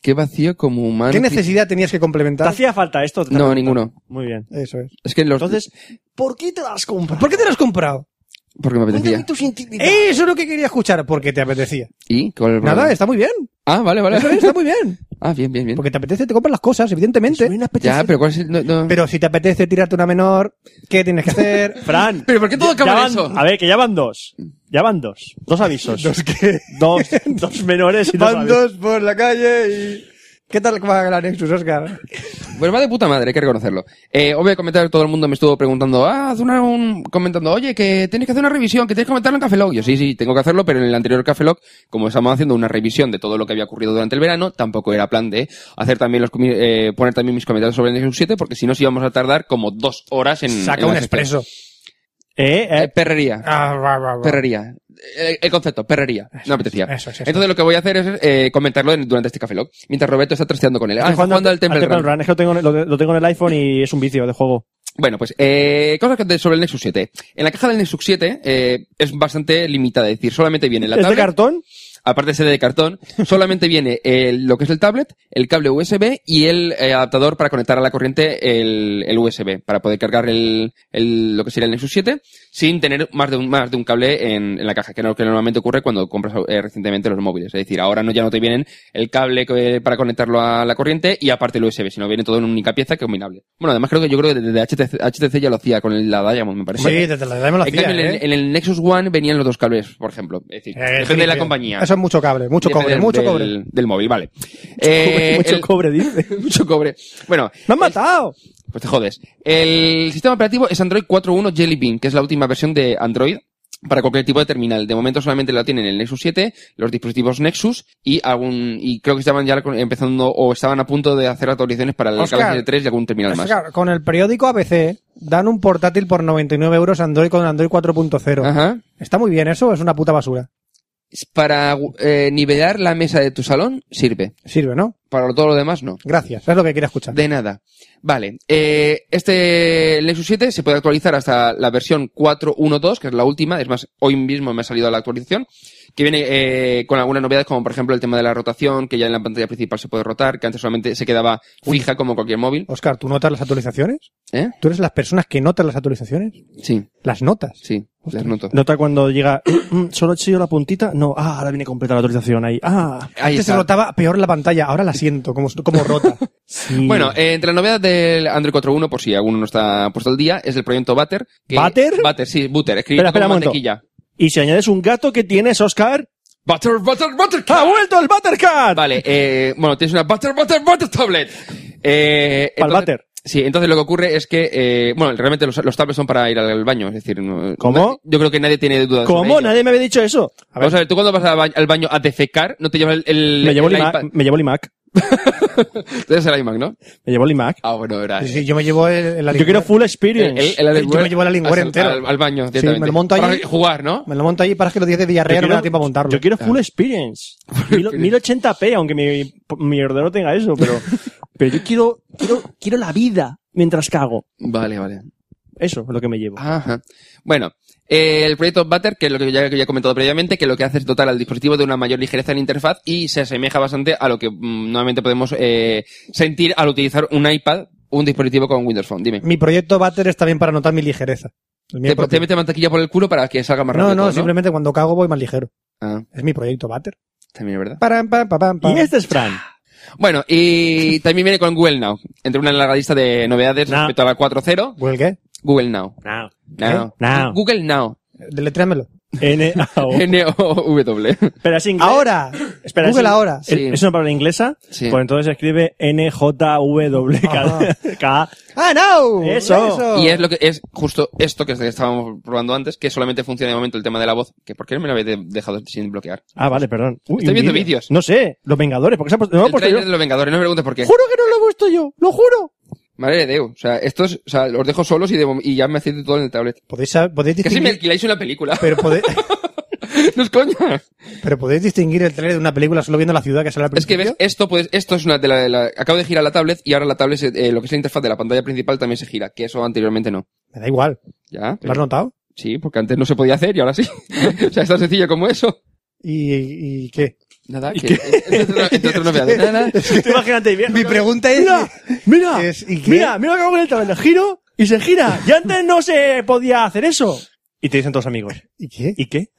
Qué vacío como humano. ¿Qué necesidad tenías que ¿Te complementar? hacía falta esto? No, ninguno. Muy bien. Eso es. Es que los... Entonces, ¿por qué te las compras? ¿Por qué te lo has comprado? Porque me apetecía. Eso es lo que quería escuchar, porque te apetecía. ¿Y? ¿Cuál es el Nada, problema? está muy bien. Ah, vale, vale. Eso es, está muy bien. Ah, bien, bien, bien. Porque te apetece, te compras las cosas, evidentemente. Ya, pero ¿cuál es el...? no, no. Pero si te apetece tirarte una menor, ¿qué tienes que hacer? Fran. Pero ¿por qué todo ya acaba en van- eso? A ver, que ya van dos. Ya van dos. Dos avisos. Los que dos, dos menores y dos van avisos. dos por la calle y... ¿Qué tal va la Nexus, Oscar? Pues va de puta madre, hay que reconocerlo. Eh, obvio comentar, todo el mundo me estuvo preguntando, ah, haz una, un, comentando, oye, que tienes que hacer una revisión, que tienes que comentarlo en Café Lock. Yo, sí, sí, tengo que hacerlo, pero en el anterior Café Lock, como estábamos haciendo una revisión de todo lo que había ocurrido durante el verano, tampoco era plan de hacer también los, comi- eh, poner también mis comentarios sobre el Nexus 7, porque si no, sí íbamos a tardar como dos horas en... Saca en un las esperas. expreso. Eh, eh, Eh, perrería. Ah, va, va, va. Perrería. Eh, El concepto, perrería. No apetecía. eso es, eso Entonces lo que voy a hacer es eh, comentarlo en- durante este Café Lock, mientras Roberto está trasteando con él. Ah, está jugando al Temple Run. Es que lo tengo, en- lo, lo tengo en el iPhone y es un vicio de juego. Bueno, pues eh, cosas que- de- sobre el Nexus 7. En la caja del Nexus 7 eh, es bastante limitada, es decir, solamente viene la ¿Es de tablet. cartón? aparte de ser de cartón, solamente viene el- lo que es el tablet, el cable USB y el eh, adaptador para conectar a la corriente el, el USB, para poder cargar el, el- lo que sería el Nexus 7 sin tener más de un, más de un cable en, en la caja, que es lo que normalmente ocurre cuando compras eh, recientemente los móviles. Es decir, ahora no, ya no te vienen el cable que- para conectarlo a la corriente y aparte el USB, sino viene todo en una única pieza que es combinable. Bueno, además creo que yo creo que desde HTC, HTC ya lo hacía con el- la Diamond, me parece. Sí, desde la edad me lo En hacía, cambio, en, el, ¿eh? en el Nexus One venían los dos cables, por ejemplo. Es decir, Eh, depende de la sí, compañía. Eso es mucho cable, mucho Depende cobre, del- mucho del, cobre. Del móvil, vale. Eh, Mucho el- cobre, dice. mucho cobre. Bueno, ¡Me han matado! pues te jodes. El sistema operativo es Android 4.1 Jelly Bean, que es la última versión de Android para cualquier tipo de terminal. De momento solamente la tienen el Nexus 7, los dispositivos Nexus y algún, y creo que estaban ya con- empezando o estaban a punto de hacer actualizaciones para el Oscar. Galaxy 3 y algún terminal más. Oscar, Pues con el periódico ABC dan un portátil por 99 euros Android con Android 4.0. Ajá. Está muy bien eso, es una puta basura. Para eh, nivelar la mesa de tu salón sirve. Sirve, ¿no? Para todo lo demás no. Gracias, es lo que quería escuchar. De nada. Vale. Eh, este Nexus 7 se puede actualizar hasta la versión 4.1.2, que es la última. Es más, hoy mismo me ha salido la actualización. Que viene eh, con algunas novedades, como por ejemplo el tema de la rotación, que ya en la pantalla principal se puede rotar, que antes solamente se quedaba fija como cualquier móvil. Oscar, ¿tú notas las actualizaciones? ¿Eh? ¿Tú eres las personas que notan las actualizaciones? Sí, Las notas. sí, las noto. Nota cuando llega, mm, solo he hecho la puntita. No, ah, ahora viene completa la autorización ahí. Ah, Ahí Antes se está. notaba peor la pantalla, ahora la siento como, como rota. sí. Bueno, eh, entre las novedades del Android 4.1, por si alguno no está puesto al día, es el proyecto Butter. que- ¿Butter? Butter, sí, Butter. Escrito Espera, espera como un momento. mantequilla. Y si añades un gato que tienes, Oscar, Butter, butter, butter. ¡ha vuelto el Buttercat! Ah. Vale, eh, bueno, tienes una Butter, Butter, Butter Tablet. Eh, Pa'l entonces- váter. Sí, entonces lo que ocurre es que, eh, bueno, realmente los, los tablets son para ir al baño, es decir... no- ¿Cómo? Yo creo que nadie tiene dudas. ¿Cómo? Nadie me había dicho eso. A ver. Vamos a ver, tú cuando vas al ba- al baño a defecar, no te llevas el, Pues el- Me llevo el el iMac. iPad. Me llevo el iMac. Te llevas el iMac, ¿no? Me llevo el iMac. Ah, bueno, era... Sí, sí, yo me llevo el, el Yo quiero full experience. Alienware Yo me llevo el Alienware al- entero. Al, al baño, Sí, directamente. me lo monto Para ahí. jugar, ¿no? Me lo monto ahí para que los días de diarrea Yo no me da quiero- tiempo a montarlo. Yo quiero full experience. Mil- 1080p, aunque mi, mi ordenador tenga eso, pero, pero yo quiero, quiero, quiero la vida mientras cago. Vale, vale. Eso es lo que me llevo. Ajá. Bueno, eh, el proyecto Butter, que es lo que ya, que ya he comentado previamente, que lo que hace es dotar al dispositivo de una mayor ligereza en la interfaz y se asemeja bastante a lo que mm, normalmente podemos eh, sentir al utilizar un iPad, un dispositivo con Windows Phone. Dime. Mi proyecto Butter está bien para notar mi ligereza. El mío Te, propio. te mete mantequilla por el culo para que salga más no, rápido. no, todo, simplemente cuando cago voy más ligero. Ah, Es mi proyecto Butter. también es verdad. Param, pam, pam, pam, pam. Y este es Fran. Bueno, y también viene con Google Now. Entre una larga lista de novedades No. respecto a la 4.0, ¿Google qué? Google Now. No. Now. Now. Google Now. Deletréamelo. N ah, N-O-W. Espera, es inglés. Ahora. Espera, es Google in- ahora. Sí. ¿Es una palabra inglesa? Sí. Pues entonces escribe Ajá. NJWK. Ah, no. Eso. Y es lo que es justo esto que estábamos probando antes, que solamente funciona de momento el tema de la voz. Que ¿Por qué no me lo habéis de- dejado sin bloquear? Ah, vale, perdón. Uy, Estoy un viendo vídeo. vídeos. No sé, Los Vengadores, porque se ha puesto, no lo he el puesto yo. trailer de los Vengadores, no me preguntes por qué. Juro que no lo he puesto yo, lo juro. Madre de Dios, o sea, estos, o sea, los dejo solos y, de mom- y ya me hacéis de todo en el tablet. Podéis, saber- podéis Casi me distinguir. alquiláis una película. Pero podéis, no es coña. pero podéis distinguir el trailer de una película solo viendo la ciudad que sale al Es que principio. ves, esto pues, esto es una de la, de la- acabo de girar la tablet y ahora la tablet, se- eh, lo que es la interfaz de la pantalla principal también se gira, que eso anteriormente no. Me da igual. ¿Ya? ¿Lo has notado? Sí, porque antes no se podía hacer y ahora sí. o sea, es tan sencillo como eso. ¿Y, y qué? Nada, que, entre otras- entre otras novedades. Nada. Tú imagínate, mira, Mi pregunta es- Mira, mira, es, ¿y qué? mira, mira lo que hago con el tablet, giro y se gira. Y antes no se podía hacer eso. Y te dicen todos amigos, ¿Y qué? ¿y qué?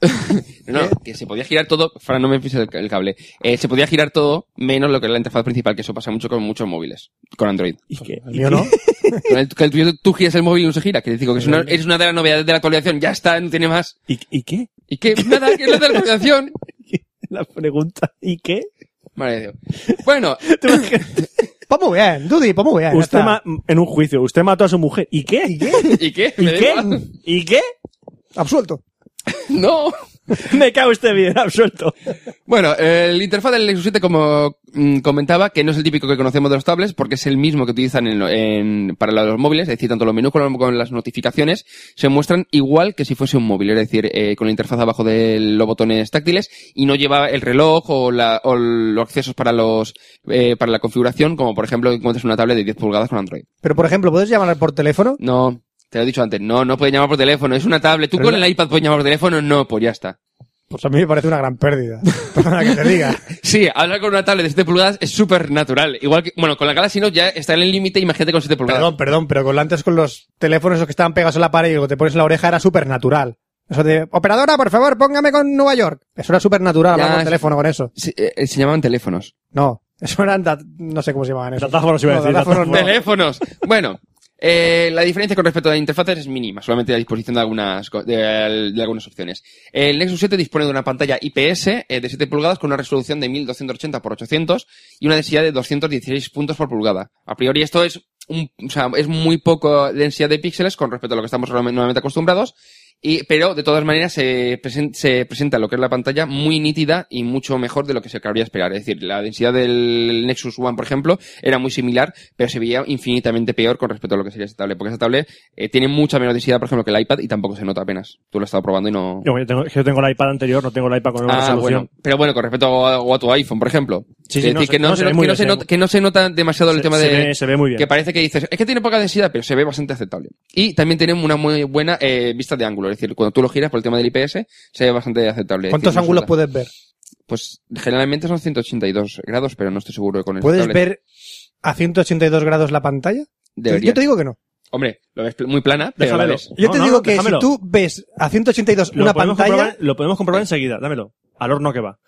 No, ¿Eh? no, que se podía girar todo. Fran, no me pises el, ca- el cable. Eh, se podía girar todo menos lo que es la interfaz principal, que eso pasa mucho con muchos móviles. Con Android. ¿Y qué? El mío no. Con el, con el tuyo tú giras el móvil y no se gira. Que digo que es una, es una de las novedades de la actualización. Ya está, no tiene más. ¿Y, y qué? ¿Y qué? Nada, que es la de la actualización. La pregunta, ¿y qué? Madre de Dios. Bueno, Tú imagínate, Pues muy bien, Dudy, pues muy bien. ya usted está. ma- en un juicio, usted mató a su mujer. ¿Y qué? ¿Y qué? ¿y qué? ¿Y Me da qué? igual. ¿Y qué? Absuelto. No. Me cago este bien, absuelto. Bueno, el interfaz del Nexus 7, como mm, comentaba, que no es el típico que conocemos de los tablets, porque es el mismo que utilizan en lo- en- para los móviles, es decir, tanto los menús como, como las notificaciones se muestran igual que si fuese un móvil, es decir, eh, con la interfaz abajo de los botones táctiles y no lleva el reloj o, la- o los accesos para los eh, para la configuración, como por ejemplo encuentras una tablet de 10 pulgadas con Android. Pero, por ejemplo, ¿puedes llamar por teléfono? No, te lo he dicho antes, no, no puedes llamar por teléfono, es una tablet. Tú Pero con la- el iPad puedes llamar por teléfono, no, pues ya está. Pues a mí me parece una gran pérdida. Perdona que te diga. Sí, hablar con una tablet de 7 pulgadas es súper natural. Igual que, bueno, con la Galaxy Note ya está en el límite, imagínate con 7 pulgadas. Perdón, perdón, pero con antes con los teléfonos esos que estaban pegados a la pared y luego te pones en la oreja era súper natural. Eso de, operadora, por favor, póngame con Nueva York. Eso era súper natural, Ya, hablar con sí. teléfono con eso. Sí, eh, eh, se llamaban teléfonos. No, eso eran, dat- no sé cómo se llamaban eso. Datáfonos iba a No, decir, datáfonos no. ¡Teléfonos! Bueno, eh, la diferencia con respecto a las interfaces es mínima, solamente la disposición de algunas, co- de, de algunas opciones. El Nexus 7 dispone de una pantalla IPS eh, de 7 pulgadas con una resolución de 1280 x 800 y una densidad de 216 puntos por pulgada. A priori esto es un, o sea, es muy poco densidad de píxeles con respecto a lo que estamos realme- normalmente acostumbrados. Y, pero de todas maneras se, presen- se presenta lo que es la pantalla muy nítida y mucho mejor de lo que se cabría esperar. Es decir, la densidad del Nexus One, por ejemplo, era muy similar, pero se veía infinitamente peor con respecto a lo que sería esta tablet. Porque esta tablet eh, tiene mucha menos densidad, por ejemplo, que el iPad y tampoco se nota apenas. Tú lo has estado probando y no... Yo, yo tengo, yo tengo el iPad anterior, no tengo el iPad con nueva Ah, resolución. bueno. Pero bueno, con respecto a, o a tu iPhone, por ejemplo. Sí, es sí, decir, no, se- que, no, no, se, se ve que muy no bien, se se ve nota, muy- que no se nota demasiado el Se- tema se de... ve- se ve muy bien. Que parece que dices, es que tiene poca densidad, pero se ve bastante aceptable. Y también tiene una muy buena eh, vista de ángulo. Es decir, cuando tú lo giras por el tema del IPS, se ve bastante aceptable. Es ¿Cuántos decir, no ángulos se nota. puedes ver? Pues generalmente son 182 grados, pero no estoy seguro con el ¿Puedes ver a 182 grados la pantalla? Yo te digo que no. Hombre, lo ves pl- muy plana, pero Déjamelo. la ves. Yo No, te no, digo no, que déjamelo. si tú ves a 182 Lo una podemos pantalla, comprobar- lo podemos comprobar enseguida, dámelo. Al horno que va.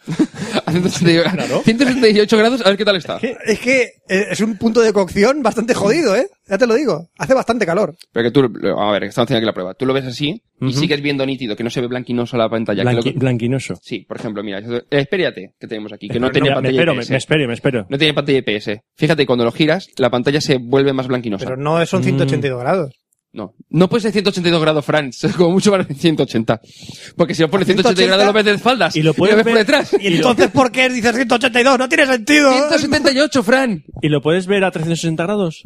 A 178, 178 grados, a ver qué tal está. es que eh, es un punto de cocción bastante jodido, ¿eh? Ya te lo digo. Hace bastante calor. Pero que tú, lo- a ver, estamos haciendo aquí la prueba. Tú lo ves así y Ujú. sigues viendo nítido, que no se ve blanquinoso la pantalla. que Blanqui- lo que- Blanquinoso. Sí, por ejemplo, mira, eso- eh, espérate, que tenemos aquí, que no Espero, tenía me- pantalla me espero, IPS. me, me espero, me espero. No tiene pantalla IPS. Fíjate, cuando lo giras, la pantalla se vuelve más blanquinosa. Pero no Mm. son 182 grados. No, no puede ser 182 grados, Franz. Como mucho van a ser 180. Porque si lo pones 180 grados, lo ves de espaldas. Y lo puedes ves por ver- detrás. Y lo- Entonces, ¿por qué dices 182? No tiene sentido. 178, Fran. ¿Y lo puedes ver a 360 grados?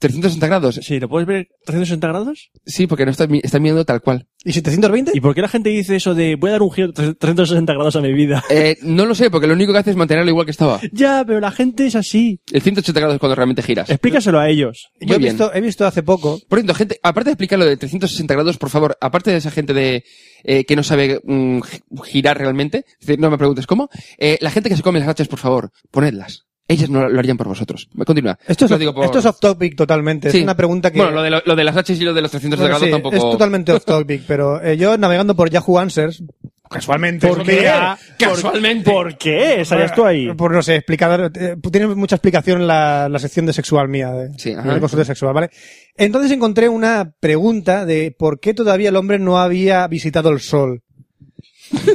360 grados. Sí, ¿lo puedes ver a 360 grados? Sí, porque no estás, mi- estás mirando tal cual. ¿Y 720? ¿Y por qué la gente dice eso de voy a dar un giro de 360 grados a mi vida? Eh, no lo sé, porque lo único que hace es mantenerlo igual que estaba. Ya, pero la gente es así. El 180 grados es cuando realmente giras. Explícaselo a ellos. Yo he Muy bien. visto, he visto hace poco. Por cierto, gente, aparte de explicar lo de 360 grados, por favor, aparte de esa gente de eh, que no sabe mm, gi- girar realmente, es decir, no me preguntes cómo, eh, la gente que se come las hachas, por favor, ponedlas. Ellas no lo harían por vosotros. Continúa. Esto es, Lo digo por- esto es off topic totalmente. Sí. Es una pregunta que. Bueno, lo de, lo, lo de las hachas y lo de los 360 Bueno, grados sí, tampoco... Es totalmente off topic, pero eh, yo navegando por Yahoo Answers. Casualmente. ¿Por un qué? día- Casualmente. ¿Por qué? ¿Salías tú ahí? Por Pues no sé, explicador. eh, tiene mucha explicación la, la sección de sexual mía, de, Sí, ajá. de consulta sexual, ¿vale? Entonces encontré una pregunta de por qué todavía el hombre no había visitado el sol.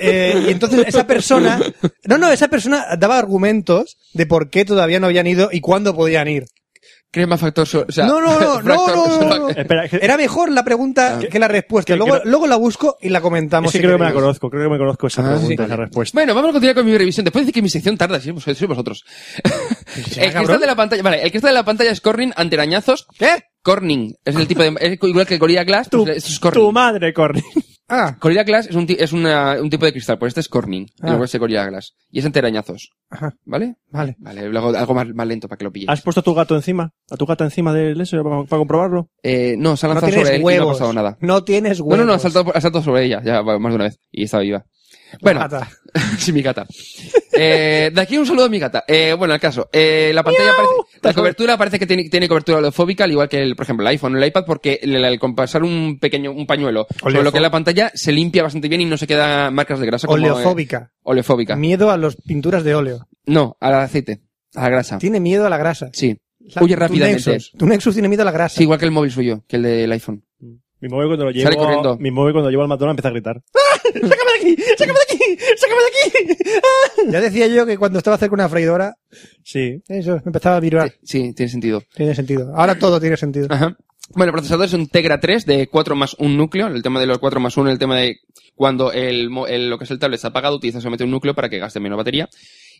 Eh, y entonces esa persona, no, no, esa persona daba argumentos de por qué todavía no habían ido y cuándo podían ir. Crema factor... so- o sea, No, no, no, no, no, factor- no, no. Espera, es que- Era mejor la pregunta Ah. que la respuesta. Que- Luego, que luego la busco y la es comentamos. que si creo que me la queréis. conozco, creo que me conozco esa Ah, sí, pregunta, vale. esa respuesta. Bueno, vamos a continuar con mi revisión. Después dice que mi sección tarda, sí, sois vosotros. el cristal de la pantalla, vale, el cristal de la pantalla es Corning ante arañazos. ¿Qué? Corning. Es el tipo de, es igual que el Gorilla Glass, Tu, pues es tu Corning. madre, Corny. Ah, Gorilla Glass es un, ti- es una- un tipo de cristal, pues este es Corning. Ah. Y luego este Gorilla Glass. Y es ante arañazos. Ajá. ¿Vale? vale. Vale, luego algo más, más lento para que lo pille. ¿Has puesto a tu gato encima? ¿A tu gato encima del eso para, para comprobarlo? Eh, no, se ha No lanzado sobre tienes él y no ha huevos. pasado nada. No tienes No, huevos. no, no, ha saltado, ha saltado sobre ella, ya más de una vez. Y estaba viva. Bueno, Ata. sí, mi gata. Eh, de aquí un saludo a mi gata. Eh, bueno, el caso. Eh, la pantalla parece, la cobertura parece que tiene, tiene cobertura oleofóbica, al igual que el, por ejemplo, el iPhone o el iPad, porque el- al compasar un pequeño, un pañuelo sobre lo que es la pantalla, se limpia bastante bien y no se queda marcas de grasa como, eh, Oleofóbica. oleofóbica. Miedo a las pinturas de óleo. No, al aceite, a la grasa. Tiene miedo a la grasa. Sí. La- Huye tu Ah. rápidamente. Nexus. Tu Nexus tiene miedo a la grasa. Sí, igual que el móvil suyo, que el del iPhone. Mi móvil cuando lo Sale corriendo. llevo, mi móvil cuando lo llevo al McDonald's empieza a gritar. Ya decía yo que cuando estaba cerca de una freidora, Sí. eso, me empezaba a virar. Sí, Ah, tiene sentido. Tiene sentido. Ahora todo tiene sentido. Ajá. Bueno, el procesador es un Tegra 3 de 4 más 1 núcleo. El tema de los 4 más 1, el tema de cuando el, mo- el- lo que es el tablet está apagado, utiliza solamente un núcleo para que gaste menos batería.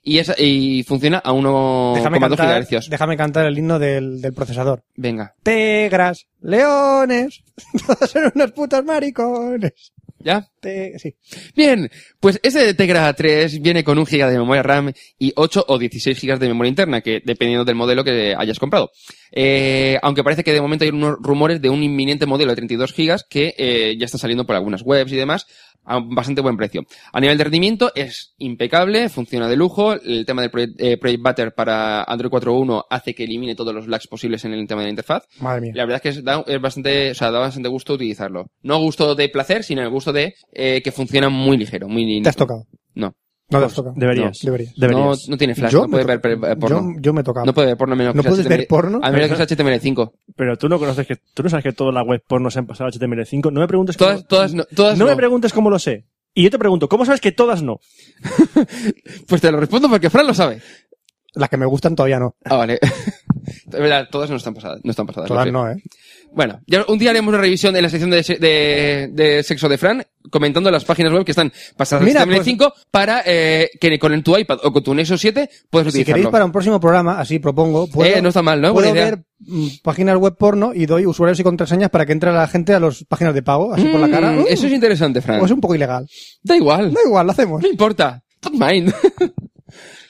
Y, esa- y funciona a déjame, 1,2 cantar, GHz. déjame cantar el himno del, del procesador. Venga. Tegras, leones, todos son unos putos maricones. ¿Ya? Te- sí. Bien, pues este Tegra 3 viene con 1 GB de memoria RAM y 8 o 16 GB de memoria interna, que dependiendo del modelo que hayas comprado. Eh, aunque parece que de momento hay unos rumores de un inminente modelo de 32 GB que eh, ya está saliendo por algunas webs y demás, a un bastante buen precio. A nivel de rendimiento es impecable, funciona de lujo. El tema del Project, eh, Project Butter para Android 4.1 hace que elimine todos los lags posibles en el tema de la interfaz. Madre mía. La verdad es que es- da, es bastante, o sea, da bastante gusto utilizarlo. No gusto de placer, sino el gusto de eh, que funciona muy ligero, muy Te has lindo. tocado. No. No te has tocado. Deberías. Deberías. No, Deberías. no tiene flash, Yo no me puede to- ver eh, porno. Yo, yo me he tocado. no pues puede ver porno a menos ¿No que puedes sea ver porno? A menos que sea HTML5. Pero tú no conoces que, tú no sabes que todas las webs porno se han pasado a HTML5. No me preguntes Todas, cómo, todas, no, todas no, no. me preguntes cómo lo sé. Y yo te pregunto, ¿cómo sabes que todas no? Pues te lo respondo porque Fran lo sabe. Las que me gustan todavía no. Ah, vale. Es verdad, todas no están pasadas. No están pasadas. Todas lo no, ¿eh? sé. Bueno, ya un día haremos una revisión de la sección de, se- de, de sexo de Fran, comentando las páginas web que están pasadas Mira, pues a HTML5 para eh, que con tu iPad o con tu Nexo 7 puedas Si utilizarlo. queréis para un próximo programa, así propongo, puedo, Eh, no está mal, ¿no? puedo Buena idea. ver mm, páginas web porno y doy usuarios y contraseñas para que entre la gente a las páginas de pago, así por la cara. Mm, Uh, Eso es interesante, Fran. o es un poco ilegal. Da igual. Da igual, lo hacemos. No importa. Don't mind.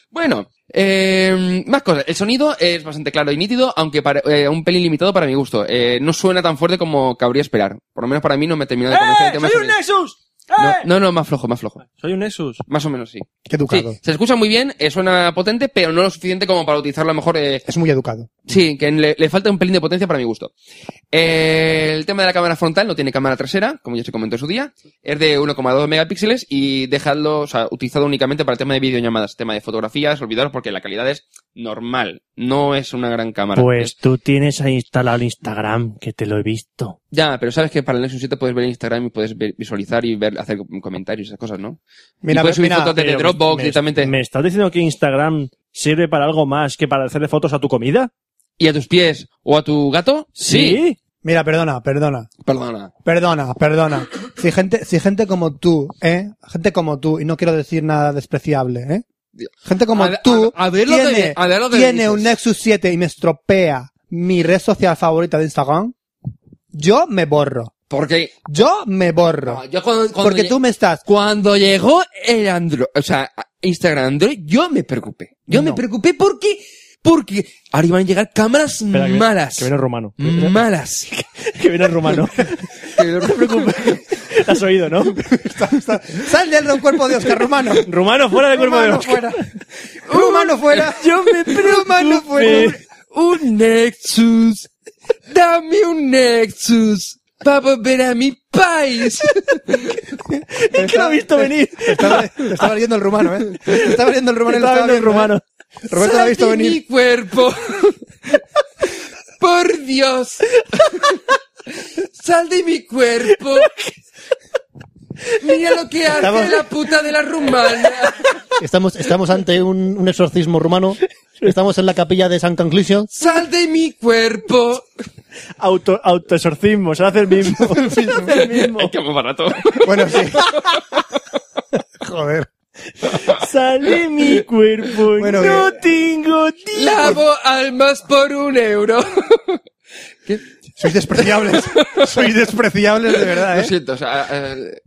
bueno, eh, más cosas. El sonido es bastante claro y nítido, aunque para, eh, un pelín limitado para mi gusto. Eh, no suena tan fuerte como cabría esperar. Por lo menos para mí no me terminó de convencer el tema de sonido. Nexus! no, no, no, más flojo, más flojo. Soy un Nexus. Más o menos sí. Qué Sí, educado. se escucha muy bien, eh, suena potente, pero no lo suficiente como para utilizarlo a lo mejor eh, Es muy educado. Sí, que le, le falta un pelín de potencia para mi gusto. Eh, el tema de la cámara frontal no tiene cámara trasera, como ya se comentó en su día. Es de 1,2 megapíxeles y dejadlo, o sea, utilizado únicamente para el tema de videollamadas, tema de fotografías, olvidaros porque la calidad es normal. No es una gran cámara. Pues Es- tú tienes ahí instalado Instagram, que te lo he visto. ya, pero sabes que para el Nexus 7 puedes ver Instagram y puedes ver- visualizar y ver, hacer comentarios y esas cosas, ¿no? Mira, y puedes subir mira, eh, fotos desde pero Dropbox me- directamente ¿Me estás diciendo que Instagram sirve para algo más que para hacerle fotos a tu comida? y a tus pies o a tu gato. mira, perdona, perdona, Perdona. perdona, perdona. Si gente, si gente como tú, ¿eh? Gente como tú, y no quiero decir nada despreciable, ¿eh? Gente como A ver- tú a- a ver lo que- tiene, a ver lo que tiene dices. un Nexus 7 y me estropea mi red social favorita de Instagram, yo me borro. Porque Yo me borro. no, yo cuando, cuando Ah. porque lle- tú me estás... Cuando llegó el Android, o sea, Instagram Android, yo me preocupé. Yo me No. preocupé porque, porque ahora iban a llegar cámaras Espera, que- malas. Que viene el romano. malas. Que viene el romano. no te preocupes. Te has oído, ¿no? Sal del cuerpo de Oscar Rumano. Rumano fuera del cuerpo de Rumano Oscar. fuera. Rumano fuera. Yo me Rumano fuera. Un Nexus. Dame un Nexus. Para volver a mi país. que lo he visto venir. Te estaba, te estaba leyendo el rumano, ¿eh? Te estaba leyendo el rumano y lo Estaba estaba viendo el viendo, rumano. ¿eh? Roberto lo ha visto Sal de venir. mi cuerpo. Por Dios. Sal de mi cuerpo. Mira lo que hace Estamos- la puta de la rumana. Estamos, estamos ante un, un exorcismo rumano. Estamos en la capilla de San Conclusio. Sal de mi cuerpo. Auto, autoexorcismo, se lo hace el mismo. Se lo hace el mismo. muy barato. Bueno, sí. Joder. Sale mi cuerpo, Bueno, eh, no que- tengo tiempo. Lavo almas por un euro. Sois despreciables. Sois despreciables de verdad, Lo ¿eh? siento, o sea, eh,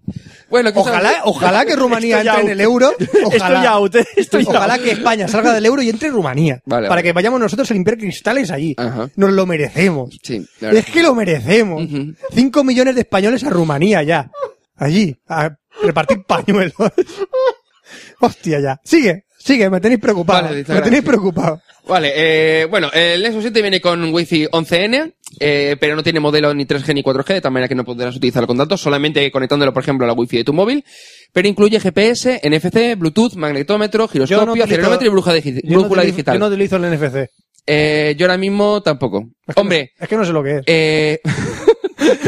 bueno, que- Ojalá, ojalá que Rumanía Esto ya entre en out. el euro. Estoy Ojalá. out, eh, estoy Ojalá out. que España salga del euro y entre Rumanía. Vale, para vale. que vayamos nosotros a limpiar cristales allí. Ajá. Nos lo merecemos. Sí, la verdad. es que lo merecemos. Ujú. Cinco millones de españoles a Rumanía ya. Allí, a repartir pañuelos. Hostia ya. Sigue, sigue, me tenéis preocupado. Vale, me Instagram. tenéis preocupado. Vale, eh, bueno, el Nexus 7 viene con Wi-Fi 11N, eh, pero no tiene modelo ni 3G ni 4G, de tal manera que no podrás utilizarlo con datos, solamente conectándolo, por ejemplo, a la Wi-Fi de tu móvil, pero incluye GPS, NFC, Bluetooth, magnetómetro, giroscopio, utilizo- acelerómetro y bruja digi- Yo no brújula utilizo- digital. Yo no utilizo el NFC. Eh, yo ahora mismo tampoco. Hombre, Es que no sé lo que es. eh...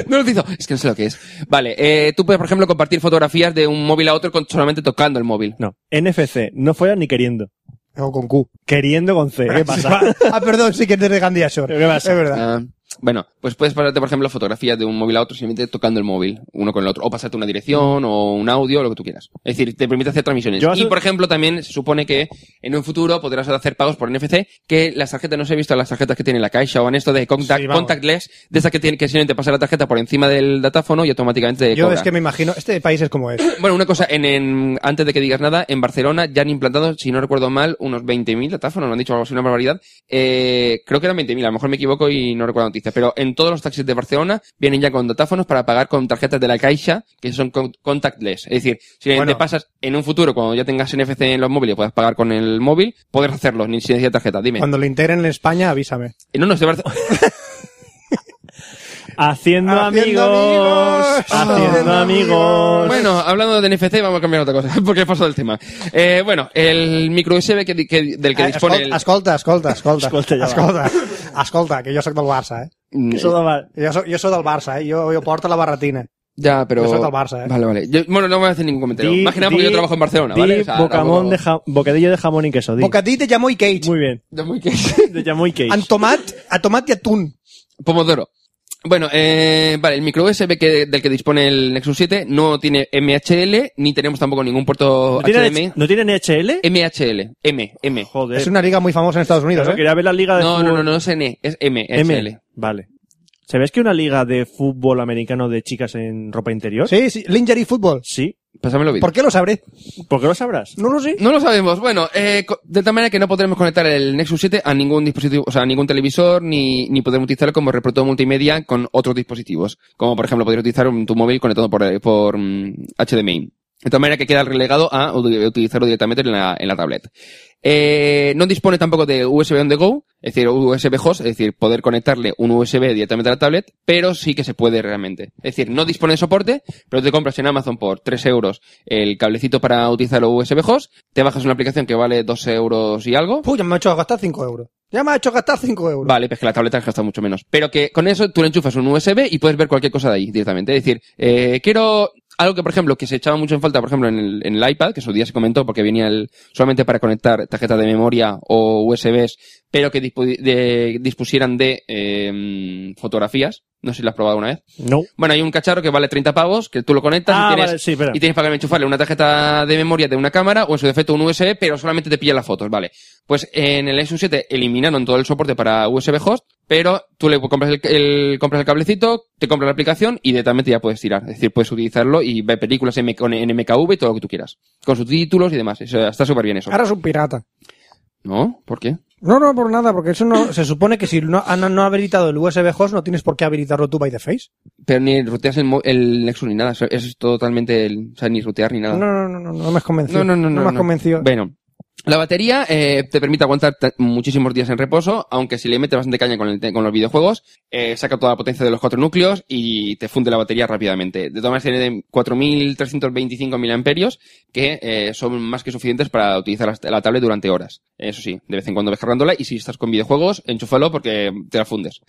no lo utilizo, es que no sé lo que es. Vale, eh, tú puedes, por ejemplo, compartir fotografías de un móvil a otro con- solamente tocando el móvil. No, NFC, no fuera ni queriendo. O con Q. Queriendo con C, ¿qué pasa? ah, perdón, sí que es de Gandía Shore. ¿Qué pasa? Es verdad. Ah, bueno, pues puedes pasarte, por ejemplo, fotografías de un móvil a otro simplemente tocando el móvil, uno con el otro, o pasarte una dirección o un audio, lo que tú quieras. Es decir, te permite hacer transmisiones. Yo Y, hace- por ejemplo, también se supone que en un futuro podrás hacer pagos por NFC, que las tarjetas, no se he visto las tarjetas que tiene la caixa o en esto de contact, Sí, vamos. contactless, de esas que tienen que simplemente pasar la tarjeta por encima del datáfono y automáticamente te Yo cobra. es que me imagino, este país es como es. Bueno, una cosa, en, en- antes de que digas nada, en Barcelona ya han implantado, si no recuerdo mal, unos 20.000 datáfonos, me han dicho algo así, una barbaridad. Eh, creo que eran 20.000, a lo mejor me equivoco y no recuerdo la Galicia, pero en todos los taxis de Barcelona vienen ya con datáfonos para pagar con tarjetas de la Caixa, que son con- contactless. Es decir, si te Bueno. pasas en un futuro, cuando ya tengas NFC en los móviles y puedas pagar con el móvil, podrás hacerlo, ni siquiera tarjeta. Dime. Cuando lo integren en España, avísame. Eh, No, no, es de Barcelona. Haciendo, Haciendo amigos. amigos. Haciendo Haciendo amigos. amigos. Bueno, hablando de NFC, vamos a cambiar otra cosa, porque he pasado el tema. Eh, bueno, el micro USB que, di- que- del que Eh, dispone escol- el... Escolta, escolta, escolta. Escolta, ja va. escolta, escolta, que jo sóc del Barça, eh? Mm, Eso da mal. Jo sóc, jo sóc del Barça, eh? Jo, jo porto la barretina. Ya, pero... Yo soy del Barça, ¿eh? Vale, vale. Yo- bueno, no voy a hacer ningún comentario. Di- Más que nada porque di- yo trabajo en Barcelona, di ¿vale? O sea, tampoco- bocamón de ja- bocadillo de jamón y queso. di. Bocadí te llamó i Cage. Muy bien. Yo muy que- De jamón y queso. En tomat, a tomat i atún. Pomodoro. Bueno, eh, vale, el micro USB que, del que dispone el Nexus 7 no tiene MHL, ni tenemos tampoco ningún puerto ¿No tiene, HDMI. ¿No tiene NHL? MHL, M, M. Joder. Eh, Es una liga muy famosa en Estados Unidos, Claro, eh? Quería ver la liga de No, fútbol. no, no, no es N, es MHL. Ah, M. Vale. ¿Sabes que una liga de fútbol americano de chicas en ropa interior? Sí, sí, lingerie fútbol. Sí. Pásamelo bien. ¿Por qué lo sabré? ¿Por qué lo sabrás? No lo sé. No lo sabemos. Bueno, eh, co- de tal manera que no podremos conectar el Nexus 7 a ningún dispositivo, o sea, a ningún televisor, ni, ni podremos utilizarlo como reproductor multimedia con otros dispositivos. Como, por ejemplo, podrías utilizar un- tu móvil conectado por, eh, por mm, HDMI. De tal manera que queda relegado a u- utilizarlo directamente en la, en la tablet. Eh, no dispone tampoco de USB on the go, es decir, USB host, es decir, poder conectarle un USB directamente a la tablet, pero sí que se puede realmente. Es decir, no dispone de soporte, pero te compras en Amazon por 3 euros el cablecito para utilizar el USB host, te bajas una aplicación que vale 2 euros y algo. Puy, ya me ha hecho gastar 5 euros. Ya me ha hecho gastar 5 euros. Vale, pues que la tableta gasta mucho menos. Pero que con eso tú le enchufas un USB y puedes ver cualquier cosa de ahí directamente. Es decir, eh, quiero algo que, por ejemplo, que se echaba mucho en falta, por ejemplo, en el, en el iPad, que su día se comentó porque venía el, solamente para conectar tarjetas de memoria o USBs, pero que dispu- de- dispusieran de em, fotografías. No sé si lo has probado una vez. No. Bueno, hay un cacharro que vale 30 pavos, que tú lo conectas Ah, y tienes... vale, sí, espera. Y tienes para enchufarle una tarjeta de memoria de una cámara o en su defecto un USB, pero solamente te pilla las fotos, vale. Pues en el Nexus 7 eliminaron todo el soporte para USB host, pero tú le compras el, el- compras el cablecito, te compras la aplicación y directamente ya puedes tirar. Es decir, puedes utilizarlo y ver películas en, M- con- en MKV y todo lo que tú quieras. Con subtítulos y demás. Eso, está súper bien eso. Ahora es un pirata. ¿No? ¿Por qué? No, no, por nada, porque eso no. Se supone que si no han no ha habilitado el USB host, no tienes por qué habilitarlo tú by the face. Pero ni ruteas el, mo- el Nexus ni nada. Eso, eso es totalmente... el- o sea, ni rutear ni nada. No, no, no, no, no me has convencido. No, no, no, no. me has no. convencido. Bueno. La batería eh, te permite aguantar ta- muchísimos días en reposo, aunque si le metes bastante caña con, el te- con los videojuegos, eh, saca toda la potencia de los cuatro núcleos y te funde la batería rápidamente. De todas maneras, tiene 4.325 mil amperios, que eh, son más que suficientes para utilizar las- la, tablet durante horas. Eso sí, de vez en cuando ves cargándola y si estás con videojuegos, enchúfalo porque te la fundes.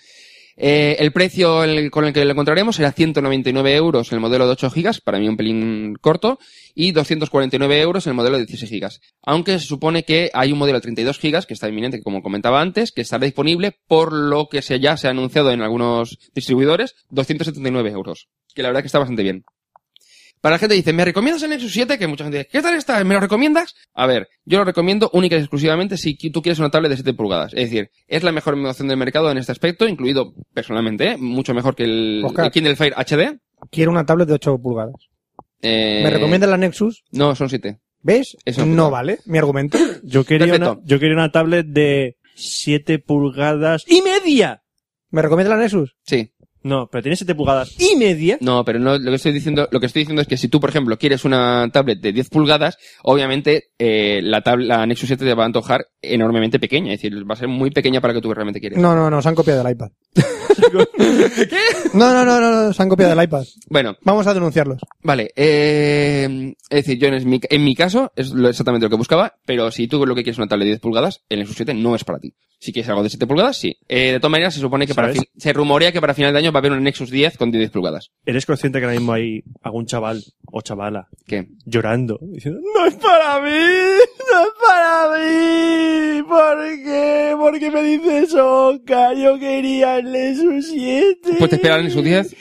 Eh, el precio el- con el que lo encontraremos será 199 euros el modelo de 8 gigas, para mí un pelín corto, y 249 euros el modelo de 16 gigas. Aunque se supone que hay un modelo de 32 gigas, que está inminente, como comentaba antes, que estará disponible, por lo que se, ya se ha anunciado en algunos distribuidores, 279 euros. Que la verdad que está bastante bien. Para la gente que dice, ¿me recomiendas el Nexus 7? Que mucha gente dice, ¿qué tal está? ¿Me lo recomiendas? A ver, yo lo recomiendo única y exclusivamente si qui- tú quieres una tablet de 7 pulgadas. Es decir, es la mejor innovación del mercado en este aspecto, incluido personalmente, ¿eh? mucho mejor que el, Oscar. el Kindle Fire HD. Quiero una tablet de 8 pulgadas. Eh, ¿Me recomienda la Nexus? No, son 7. ¿Ves? Eso es no verdad. vale mi argumento. Yo quería, Perfecto. una, yo quería una tablet de 7 pulgadas y media. ¿Me recomienda la Nexus? Sí. No, pero tiene 7 pulgadas y media. No, pero no, lo que estoy diciendo, lo que estoy diciendo es que si tú, por ejemplo, quieres una tablet de 10 pulgadas, obviamente eh, la, tab- la Nexus 7 te va a antojar enormemente pequeña, es decir, va a ser muy pequeña para lo que tú realmente quieres. No, no, no, se han copiado del iPad. No, no, no, no, no, se han copiado del iPad. Bueno, Vamos a denunciarlos. vale, eh, es decir, yo en mi, en mi caso es lo- exactamente lo que buscaba, pero si tú lo que quieres es una tablet de 10 pulgadas, el Nexus 7 no es para ti. Si quieres algo de 7 pulgadas, sí. Eh, de todas maneras, se supone que para ¿Sabes? fin- se rumorea que para final de año va a haber un Nexus 10 con 10 pulgadas. ¿Eres consciente que ahora mismo hay algún chaval o chavala ¿Qué? llorando, diciendo, no es para mí, no es para mí, ¿por qué? ¿Por qué me dices Oca? Yo quería el Nexus 7. Pues te espera el Nexus 10.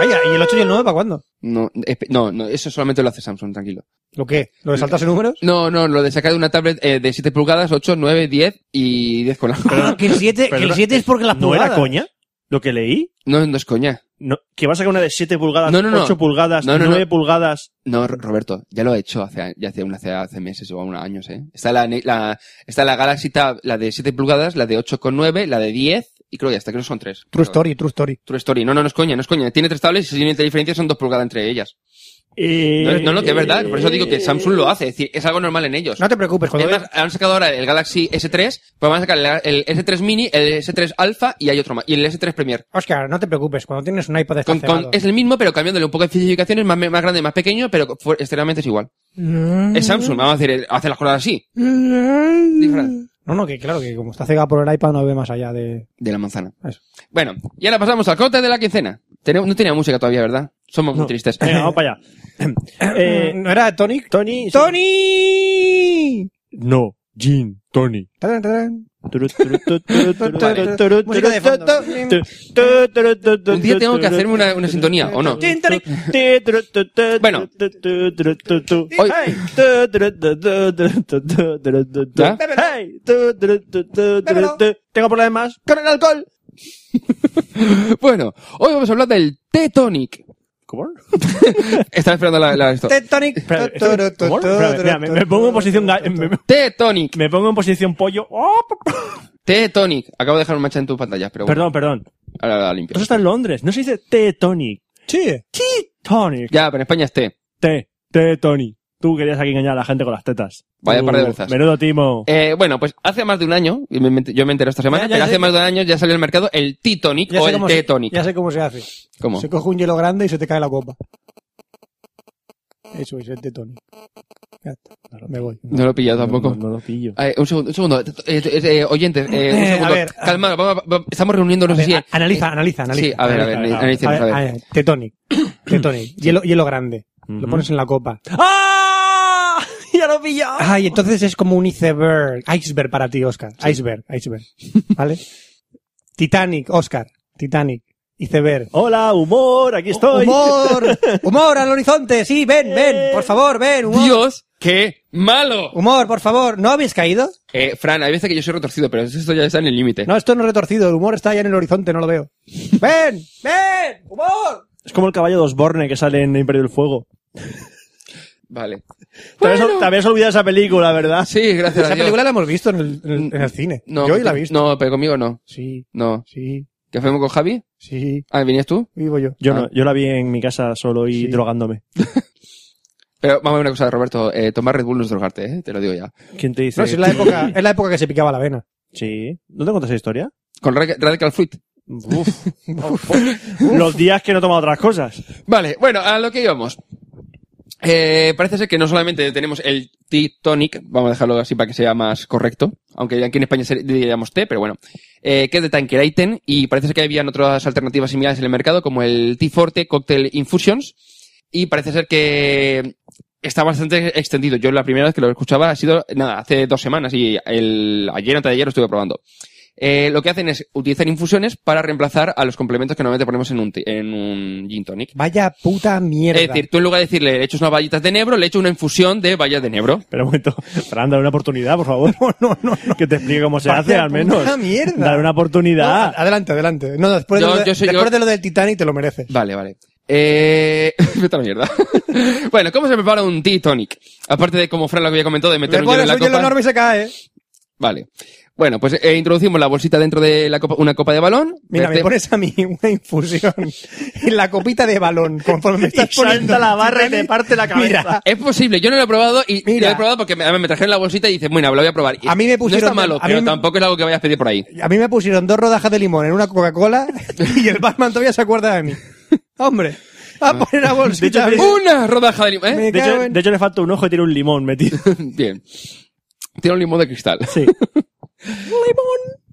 Ay, ¿y el 8 y el 9 para cuándo? No, espe- no, no, eso solamente lo hace Samsung, tranquilo. ¿Lo qué? ¿Lo de saltarse números? No, no, lo de sacar de una tablet eh, de 7 pulgadas, 8, 9, 10 y 10 con la... Pero- que el 7, Pero era- es porque las ¿No era pulgadas. coña lo que leí? No, no es coña. No, que va a sacar una de 7 pulgadas, No, no, no. 8 pulgadas, No, no, 9 no. pulgadas. No, Ro- Roberto, ya lo he hecho hace, ya hace, un- hace, hace meses o unos años, ¿eh? Está la, ne- la- está la Galaxy Tab, la de 7 pulgadas, la de 8,9, la de 10 y creo que ya está, creo que son tres. True story, true story. True Story. No, no, no es coña, no es coña. Tiene tres tablets y si la diferencia son dos pulgadas entre ellas. Eh, No, no, no, que es verdad. Por eso digo que Samsung lo hace. Es decir, es algo normal en ellos. No te preocupes, cuando Además, han sacado ahora el Galaxy S3, pues van a sacar el, el S3 Mini, el S3 Alpha y hay otro más. Y el S3 Premier. Oscar, no te preocupes, cuando tienes un iPad Con- con- descancelado. es el mismo, pero cambiándole un poco de especificaciones, más, más grande, más pequeño, pero fu- externamente es igual. Mm. Es Samsung, vamos a decir, hace las cosas así. Disfraz. No, no, que claro, que como está cegado por el iPad no ve más allá de... De la manzana. Eso. Bueno, y ahora pasamos al corte de la quincena. Tenemos- no tenía música todavía, ¿verdad? Somos muy tristes. Venga, vamos para allá. Eh, Mm, ¿No era Tony? Tony. sí. ¡Tony! No, Jean, Tony. Tarán, tarán. Turu, turu, turu, turu, turu, Vale. turu, Música de turu, fondo. turu, turu, turu, turu, turu, Un día tengo que turu, hacerme una- una sintonía, ¿o no? Turu, turu, turu, turu, turu, Bueno. turu, turu, turu, turu. Hoy- Hey, turu, turu, turu, turu, turu, turu, turu, ¿Ya? turu. Hey, turu, turu, turu, turu, Bébelo. turu. Tengo problemas con el alcohol. Bueno, hoy vamos a hablar del T-Tonic. ¿Cómo? Estaba esperando la, la- esto. Tectonic. Espera, espera, ¿cómo? Espera, espera, me- me pongo en posición ga- me- T-Tonic. me pongo en posición pollo. Oh, T-Tonic. Acabo de dejar un mancha en tus pantallas, pero bueno. Perdón, perdón. Ahora la limpio. Eso está en Londres. No se dice T-Tonic. Sí. Tonic. Ya, pero en España es T. T. T-Tonic. Tú querías aquí engañar a la gente con las tetas. Vaya Tú, par de versas. Menudo timo. Eh, bueno, pues hace más de un año, y me- me- yo me entero esta semana, Ya, ya pero sé hace que- más de un año ya salió al mercado el T-Tonic o el se, T-Tonic. ya sé cómo se hace. ¿Cómo? Se coge un hielo grande y se te cae la copa. Eso es el Tectonic. Ya está, me voy. No lo he pillado tampoco. No, no, no lo pillo. Ay, un segundo, un segundo. Eh, eh, eh, oyentes, eh, un Eh, a segundo. ver. Calma, vamos a- vamos- estamos reuniendo, no sé si... A- ah, analiza, analiza, analiza. Sí, a ver, a ver, analiza, analicemos, a ver. A ver, Tectonic. Tectonic. Hielo, hielo grande. Lo pones en la copa. ¡Ah! ¡Ya lo pillo! Ay, Ah, entonces es como un iceberg. Iceberg para ti, Oscar. Iceberg, iceberg. ¿Vale? Titanic, Oscar. Titanic. Iceberg. Hola, humor, Oh, aquí estoy. ¡Humor! ¡Humor al horizonte! Sí, ven, ven, por favor, ven, humor. ¡Dios, qué malo! Humor, por favor. ¿No habéis caído? Eh, Fran, hay veces que yo soy retorcido, pero esto ya está en el límite. No, esto no es retorcido. El humor está allá en el horizonte, no lo veo. ¡Ven! ¡Ven! ¡Humor! Es como el caballo de Osborne que sale en Imperio del Fuego. Vale. Te habías- Te habías olvidado esa película, ¿verdad? Sí, gracias a Esa Dios. película la hemos visto en el, en el- en el cine. No, Yo hoy la he contigo- visto. No, pero conmigo no. Sí, No. sí, ¿Qué fuimos con Javi? sí. Ah, ¿venías tú? Vivo yo. Yo Ah. no, yo la vi en mi casa solo y Sí. drogándome. Pero vamos a ver una cosa, Roberto. Eh, tomar Red Bull no es drogarte, ¿eh? Te lo digo ya. ¿Quién te dice? No, si es la época, es la época que se picaba la vena. Sí. ¿No te contas esa historia? Con Ra- Radical Fruit. Uf. Uf. Los días que no he tomado otras cosas. Vale, bueno, a lo que íbamos. Eh, parece ser que no solamente tenemos el T-Tonic, vamos a dejarlo así para que sea más correcto, aunque aquí en España se- diríamos T, pero bueno, eh, que es de Tanqueraiten y parece ser que habían otras alternativas similares en el mercado como el T-Forte Cocktail Infusions y parece ser que está bastante extendido. Yo la primera vez que lo escuchaba ha sido, nada, hace dos semanas y el, ayer, antes de ayer lo estuve probando. Eh, lo que hacen es utilizar infusiones para reemplazar a los complementos que normalmente ponemos en un, ti- en un gin tonic. Vaya puta mierda. Es decir, tú en lugar de decirle, le echas unas vallitas de nebro, le echas una infusión de vallas de nebro. Pero un momento, Fran, dale una oportunidad, por favor. No, no, no. Que te explique cómo se Vaya hace, al menos. puta mierda. Dale una No, oportunidad. adelante, adelante. No, después, Yo- de, lo de- yo soy- después yo- de lo del Titanic te lo mereces. Vale, vale. Eh... Vete a la mierda. bueno, ¿cómo se prepara un tea tonic? Aparte de, como Fran lo había comentado, de meter Le un hielo en pones la un hielo copa. enorme y se cae. ¿eh? Vale. Bueno, pues eh, introducimos la bolsita dentro de la copa, una copa de balón. Este, Mira, Verte- me pones a mí una infusión en la copita de balón, conforme me estás Y poniendo. salta la barra y te parte la cabeza. Mira, Es posible, yo no lo he probado y Mira. lo he probado porque me, me trajeron la bolsita y dices, bueno, lo voy a probar. Y A mí me pusieron- No está malo, a mí pero me- tampoco es algo que vayas a pedir por ahí. a mí me pusieron dos rodajas de limón en una Coca-Cola y el Batman todavía se acuerda de mí. Hombre, Ah. va a poner la bolsita. De hecho, Una rodaja de limón, ¿eh? Me De cago hecho, en- de hecho, le falta un ojo y tiene un limón metido. Bien. Tiene un limón de cristal. Sí.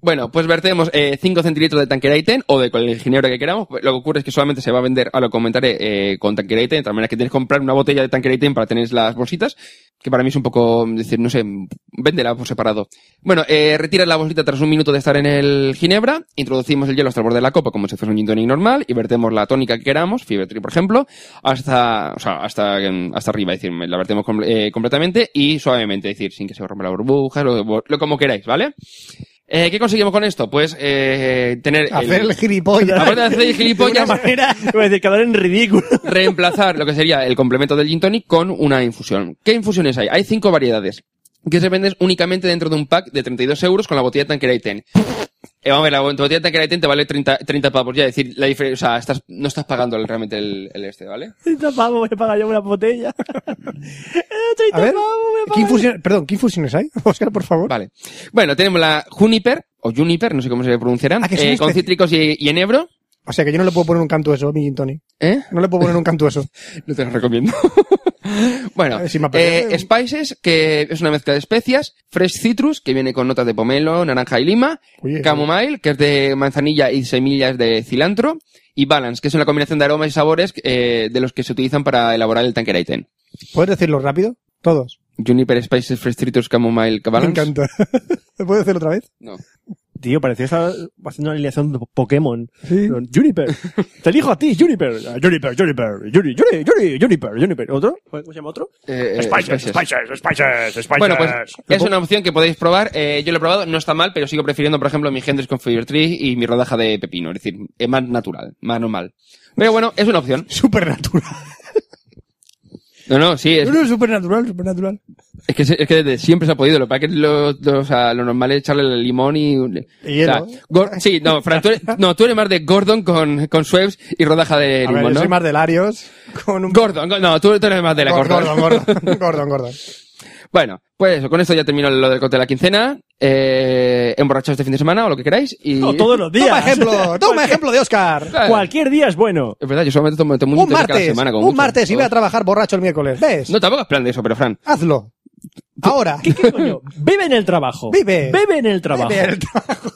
Bueno, pues vertemos 5 centilitros de Tanqueraiten o de cualquier ginebra que queramos. Lo que ocurre es que solamente se va a vender, a lo comentaré, eh, con Tanqueraiten. De tal manera que tienes que comprar una botella de Tanqueraiten para tener las bolsitas, que para mí es un poco, mm, decir, no sé, mm, véndela por separado. Bueno, eh, retiras la bolsita tras un minuto de estar en el ginebra, introducimos el hielo hasta el borde de la copa como si fuese un gin tonic normal y vertemos la tónica que queramos, Fever Tree, por ejemplo, hasta, o sea, hasta, mm, hasta arriba, es decir, la vertemos com- eh, completamente y suavemente, es decir, sin que se rompa la burbuja, lo, lo como queráis, ¿vale? Eh, ¿Qué conseguimos con esto? Pues eh, tener... Hacer el Aparte gilipollas. de hacer el gilipollas, Iba a decir, quedar en ridículo. reemplazar lo que sería el complemento del gin tonic con una infusión. ¿Qué infusiones hay? Hay cinco variedades que se venden únicamente dentro de un pack de 32 euros con la botella Tanqueray 10. Eh, vamos a ver, la botella de Tanqueray Ten te vale 30, 30 pavos ya. Es decir, la diferencia, o sea, estás, no estás pagando el- realmente el, el este, ¿vale? 30 pavos voy a pagar yo una botella. Eh, 30 A ver, pavos voy a ¿qué pagar. infusiones, perdón, ¿qué infusiones hay? Oscar, por favor. Vale. Bueno, tenemos la Juniper, o Juniper, no sé cómo se pronunciarán, Ah, que es una eh, con especie- cítricos y, y enebro, O sea que yo no le puedo poner un canto a eso a mi gin tonic. ¿eh? No le puedo poner un canto a eso. No te lo recomiendo. bueno, A ver si me apetece. eh, Spices, que es una mezcla de especias, Fresh Citrus, que viene con notas de pomelo, naranja y lima, Oye, Camomile, que es de manzanilla y semillas de cilantro, y Balance, que es una combinación de aromas y sabores eh, de los que se utilizan para elaborar el Tanqueray Ten. ¿Puedes decirlo rápido? Todos. Juniper, Spices, Fresh Citrus, Camomile, Me Balance. encanta. ¿Me puedes decirlo otra vez? No. Tío, parecía estar haciendo una alineación de Pokémon. Sí. Pero, Juniper. Te elijo a ti, Juniper. Ah, Juniper, Juniper. Juni, Juni, Juni, Juniper, Juniper. ¿Otro? ¿Cómo se llama otro? Eh, eh, Spices, Spices. Spices, Spices, Spices. Bueno, pues es una opción que podéis probar. Eh, yo lo he probado, no está mal, pero sigo prefiriendo, por ejemplo, mi Hendrix con Fever Tree y mi rodaja de pepino. Es decir, es más natural, más normal. Pero bueno, es una opción. Supernatural. No, no, sí, es, No, no, supernatural, supernatural. es que, se- es que desde siempre se ha podido. Lo que pasa es que lo, lo- o sea, lo normal es echarle el limón y... hielo. gor- sí, no, Fran, tú eres, no, tú eres más de Gordon con, con Schweppes y rodaja de A ver, limón, yo ¿no? soy más de Larios con un... Gordon, go- no, tú, tú eres más de la Gordon. Gordon, Gordon, Gordon, Gordon. Bueno, pues eso, con esto ya termino lo del cóctel de la quincena. Eh, emborrachaos este fin de semana o lo que queráis. Y... O todos los días. Toma ejemplo, toma ejemplo de Oscar. Claro. Cualquier día es bueno. Es verdad, yo solamente tomo, tomo Un litro cada martes, semana. como un mucho. martes y ve a Todos. trabajar borracho el miércoles. ¿Ves? No, tampoco es plan de eso, pero Fran. Hazlo. Ahora. ¿Qué, qué coño? Vive en el trabajo. Vive. Vive en el trabajo. Bebe el trabajo.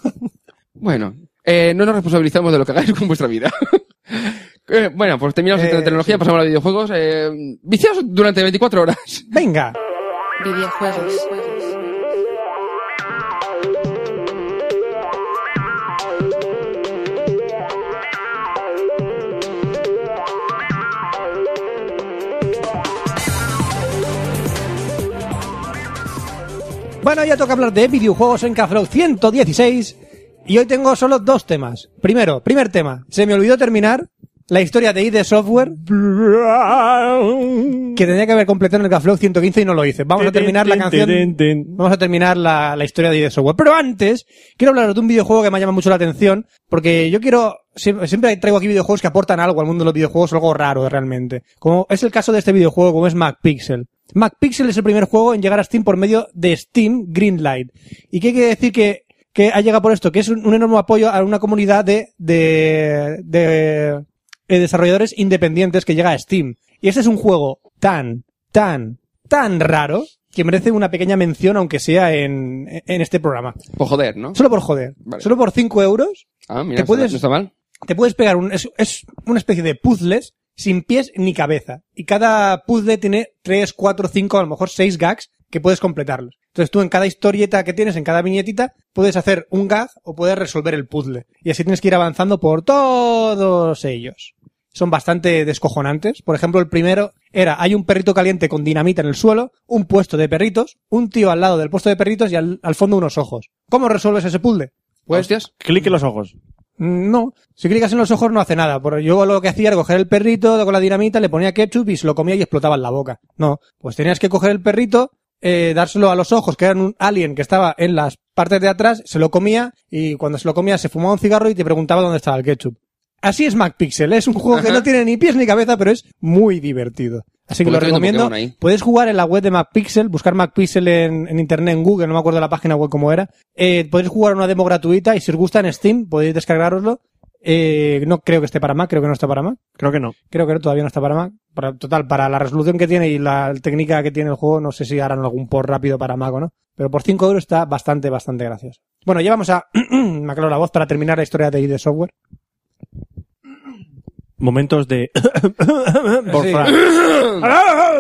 Bueno, eh, no nos responsabilizamos de lo que hagáis con vuestra vida. Eh, bueno, pues terminamos Eh, esta tecnología, pasamos a los videojuegos. Eh, viciaos durante 24 horas. Venga. Videojuegos. Bueno, ya toca hablar de videojuegos en Café Lock 116 y hoy tengo solo dos temas. Primero, primer tema, se me olvidó terminar la historia de ID Software que tenía que haber completado en el Café Lock 115 y no lo hice. Vamos a terminar la Tin, tin, tin, canción tin. Vamos a terminar la, la historia de ID Software. Pero antes, quiero hablaros de un videojuego que me llama mucho la atención, porque yo quiero, sie- siempre traigo aquí videojuegos que aportan algo al mundo de los videojuegos, algo raro realmente. Como es el caso de este videojuego, como es MacPixel. MacPixel es el primer juego en llegar a Steam por medio de Steam Greenlight. ¿Y qué quiere decir que, que ha llegado por esto? Que es un, un enorme apoyo a una comunidad de, de, de, eh, desarrolladores independientes que llega a Steam. Y este es un juego tan, tan, tan raro que merece una pequeña mención, aunque sea en, en este programa. Pues joder, ¿no? Solo por joder. Vale. Solo por 5 euros Ah, mira, ¿Te no puedes- está- no está mal. te puedes pegar un, es, es una especie de puzzles sin pies ni cabeza. Y cada puzzle tiene 3, 4, 5, a lo mejor 6 gags que puedes completarlos. Entonces tú en cada historieta que tienes, en cada viñetita, puedes hacer un gag o puedes resolver el puzzle. Y así tienes que ir avanzando por todos ellos. Son bastante descojonantes. Por ejemplo, el primero era, hay un perrito caliente con dinamita en el suelo, un puesto de perritos, un tío al lado del puesto de perritos y al, al fondo unos ojos. ¿Cómo resuelves ese puzzle? Pues, Hostias. Clic en los ojos. No, si clicas en los ojos no hace nada. Pero yo lo que hacía era coger el perrito con la dinamita, le ponía ketchup y se lo comía y explotaba en la boca. No, pues tenías que coger el perrito, eh, dárselo a los ojos, que eran un alien que estaba en las partes de atrás, se lo comía y cuando se lo comía se fumaba un cigarro y te preguntaba dónde estaba el ketchup. Así es MacPixel, es un juego que Ajá. no tiene ni pies ni cabeza, pero es muy divertido. Así que Porque lo estoy viendo recomiendo. Pokémon ahí. Puedes jugar en la web de MacPixel, buscar MacPixel en, en internet, en Google, no me acuerdo la página web cómo era. Eh, podéis jugar una demo gratuita y si os gusta en Steam podéis descargaroslo. Eh, no creo que esté para Mac, creo que no está para Mac. Creo que no. Creo que no, todavía no está para Mac. Para- total, para la resolución que tiene y la técnica que tiene el juego, no sé si harán algún por rápido para Mac o no. Pero por 5 euros está bastante, bastante gracioso. Bueno, ya vamos a... me aclaro la voz para terminar la historia de ID Software. Momentos de... Por Sí. Fran.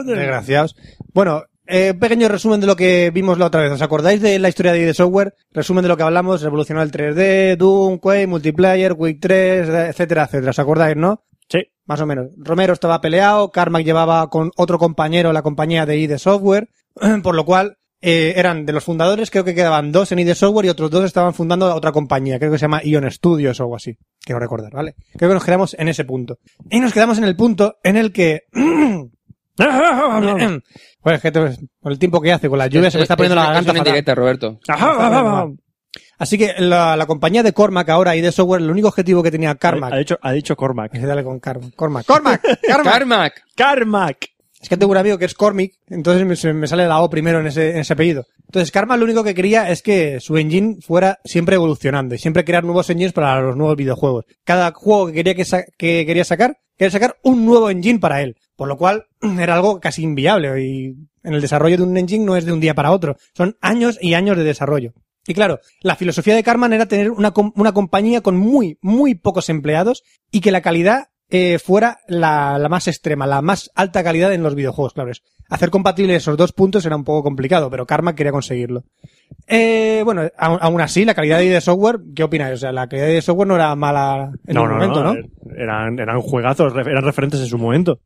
Desgraciados. Bueno, eh, pequeño resumen de lo que vimos la otra vez. ¿Os acordáis de la historia de ID Software? Resumen de lo que hablamos, revolucionó el 3D, Doom, Quake, Multiplayer, Quake 3, etcétera, etcétera. ¿Os acordáis, no? Sí. Más o menos. Romero estaba peleado, Carmack llevaba con otro compañero la compañía de ID Software, por lo cual eh, eran de los fundadores, creo que quedaban dos en ID Software y otros dos estaban fundando otra compañía, creo que se llama Ion Studios o algo así. Quiero recordar, ¿vale? Creo que nos quedamos en ese punto. Y nos quedamos en el punto en el que... bueno, es que te- con el tiempo que hace, con la lluvia se me está poniendo Es- la es- Es garganta una fatal. indirecta, Roberto. Está fatal, Así que la, la compañía de Cormac ahora y de software, el único objetivo que tenía Ha Carmack. dicho, ha dicho Cormac. Es darle con Carmack. Cormac. Cormac. Cormac. Carmack. ¡Carmac! Es que tengo un amigo que es Cormic, entonces me, se me sale la O primero en ese, en ese apellido. Entonces, Karma lo único que quería es que su engine fuera siempre evolucionando y siempre crear nuevos engines para los nuevos videojuegos. Cada juego que quería, que sa- que quería sacar, quería sacar un nuevo engine para él. Por lo cual, era algo casi inviable y en el desarrollo de un engine no es de un día para otro. Son años y años de desarrollo. Y claro, la filosofía de Carman era tener una, com- una compañía con muy, muy pocos empleados y que la calidad eh, fuera la, la más extrema, la más alta calidad en los videojuegos, claro. es- Hacer compatibles esos dos puntos era un poco complicado, pero Karma quería conseguirlo. Eh, bueno, aún, aún así, la calidad de software, ¿qué opináis? O sea, la calidad de software no era mala en ningún momento, ¿no? eh, Eran, eran juegazos, ref- eran referentes en su momento.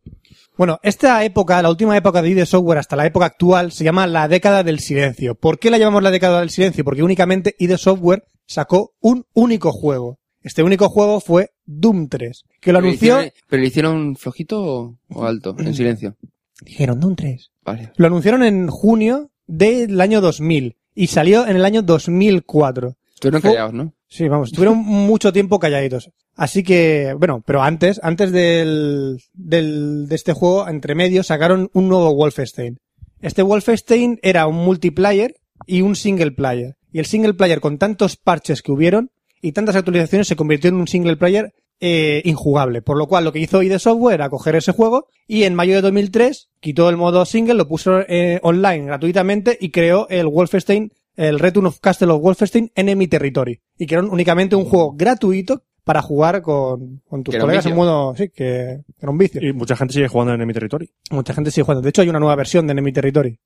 Bueno, esta época, la última época de ID Software hasta la época actual, se llama la década del silencio. ¿Por qué la llamamos la década del silencio? Porque únicamente ID Software sacó un único juego. Este único juego fue Doom 3, que lo Pero anunció... hicieron- ¿Pero le hicieron flojito o, o alto? En silencio. Dijeron Doom 3. Vale. Lo anunciaron en junio del año 2000 y salió en el año 2004. Estuvieron Fue- callados, ¿no? Sí, vamos, tuvieron mucho tiempo calladitos. Así que, bueno, pero antes, antes del, del, de este juego, entre medio, sacaron un nuevo Wolfenstein. Este Wolfenstein era un multiplayer y un single player. Y el single player, con tantos parches que hubieron y tantas actualizaciones, se convirtió en un single player eh, injugable. Por lo cual, lo que hizo ID Software era coger ese juego y en mayo de 2003 quitó el modo single, lo puso eh, online gratuitamente y creó el Wolfenstein, el Return of Castle of Wolfenstein Enemy Territory. Y crearon únicamente un juego gratuito para jugar con, con tus Que era un colegas en vicio. modo... Sí, que era un vicio. Y mucha gente sigue jugando en mi territorio. Mucha gente sigue jugando. De hecho, hay una nueva versión de Enemy Territory.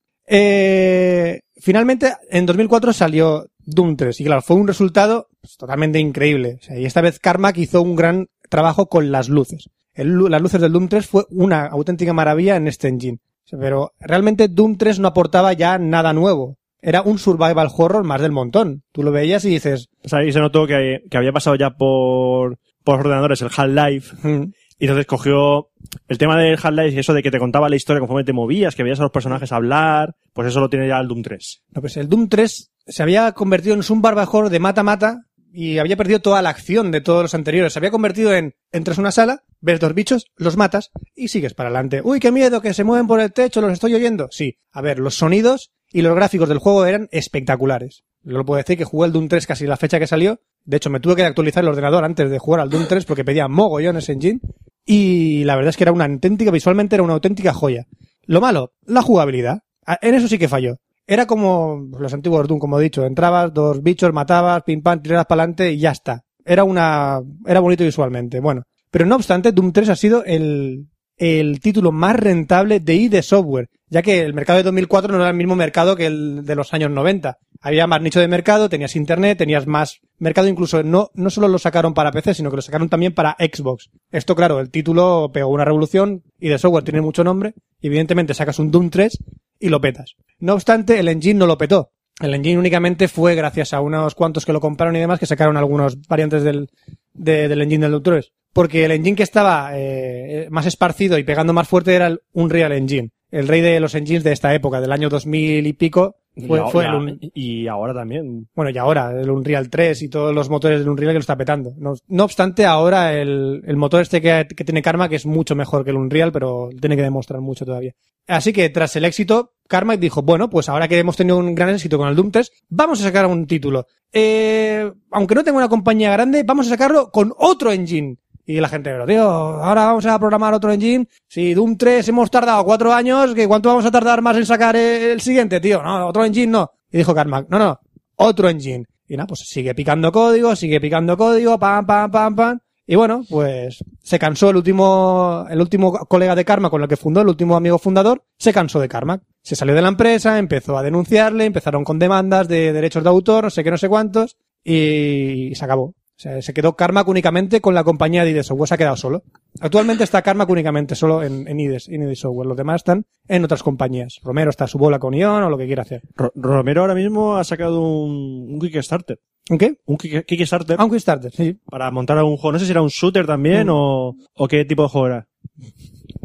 Eh, finalmente, en 2004 salió Doom 3. Y claro, fue un resultado pues, totalmente increíble. O sea, y esta vez Carmack hizo un gran trabajo con las luces. El lu- las luces del Doom 3 fue una auténtica maravilla en este engine. O sea, Pero realmente Doom 3 no aportaba ya nada nuevo. Era un survival horror más del montón. Tú lo veías y dices, O sea, ahí se notó que, que había pasado ya por, por los ordenadores el Half-Life. "Mm, Y entonces cogió el tema del Half-Life y eso de que te contaba la historia conforme te movías, que veías a los personajes hablar. Pues eso lo tiene ya el Doom 3. No, pues el Doom 3 se había convertido en un barbajor de mata-mata y había perdido toda la acción de todos los anteriores. Se había convertido en entras a una sala, ves dos bichos, los matas y sigues para adelante. Uy, qué miedo, que se mueven por el techo, los estoy oyendo. Sí, a ver, los sonidos y los gráficos del juego eran espectaculares. Lo puedo decir que jugué el Doom 3 casi la fecha que salió. De hecho, me tuve que actualizar el ordenador antes de jugar al Doom 3 porque pedía mogollones en engine. Y la verdad es que era una auténtica, visualmente era una auténtica joya. Lo malo, la jugabilidad. A- En eso sí que falló. Era como los antiguos Doom, como he dicho. Entrabas, dos bichos, matabas, pim pam, tirabas para adelante y ya está. Era una, era bonito visualmente. Bueno. Pero no obstante, Doom 3 ha sido el, el título más rentable de ID Software, ya que el mercado de 2004 no era el mismo mercado que el de los años 90. Había más nicho de mercado, tenías internet, tenías más mercado, incluso no, no solo lo sacaron para PC, sino que lo sacaron también para Xbox. Esto, claro, el título pegó una revolución y de software tiene mucho nombre, y evidentemente sacas un Doom 3 y lo petas. No obstante, el engine no lo petó. El engine únicamente fue gracias a unos cuantos que lo compraron y demás que sacaron algunos variantes del, de- del engine del Doom 3. Porque el engine que estaba eh, eh, más esparcido y pegando más fuerte era el Unreal Engine. El rey de los engines de esta época, del año 2000 y pico, fue, y, fue el, ahora, Un- y ahora también. bueno, y ahora, el Unreal 3 y todos los motores del Unreal que lo está petando. No, no obstante, ahora el, el motor este que, que tiene Karma, que es mucho mejor que el Unreal, pero tiene que demostrar mucho todavía. Así que tras el éxito, Karma dijo, bueno, pues ahora que hemos tenido un gran éxito con el Doom 3, vamos a sacar un título. Eh, aunque no tenga una compañía grande, vamos a sacarlo con otro engine. Y la gente, pero tío, ahora vamos a programar otro engine. Si Doom 3 hemos tardado cuatro años, ¿qué ¿cuánto vamos a tardar más en sacar eh, el siguiente, tío? No, otro engine no. Y dijo Carmack, no, no, otro engine. Y nada, pues sigue picando código, sigue picando código, pam, pam, pam, pam. Y bueno, pues se cansó el último, el último colega de Karma con el que fundó, el último amigo fundador, se cansó de Karma. Se salió de la empresa, empezó a denunciarle, empezaron con demandas de derechos de autor, no sé qué, no sé cuántos, y se acabó. O sea, se quedó Karma únicamente con la compañía de ID Software, se ha quedado solo. Actualmente está Karma únicamente solo en, en IDES, en ID Software. Los demás están en otras compañías. Romero está a su bola con Ion o lo que quiera hacer. Ro- Romero ahora mismo ha sacado un, un Kickstarter. ¿En qué? Un Kick- Kickstarter Ah, Mm. un Kickstarter, sí. para montar algún juego. No sé si era un shooter también Mm. o, o qué tipo de juego era.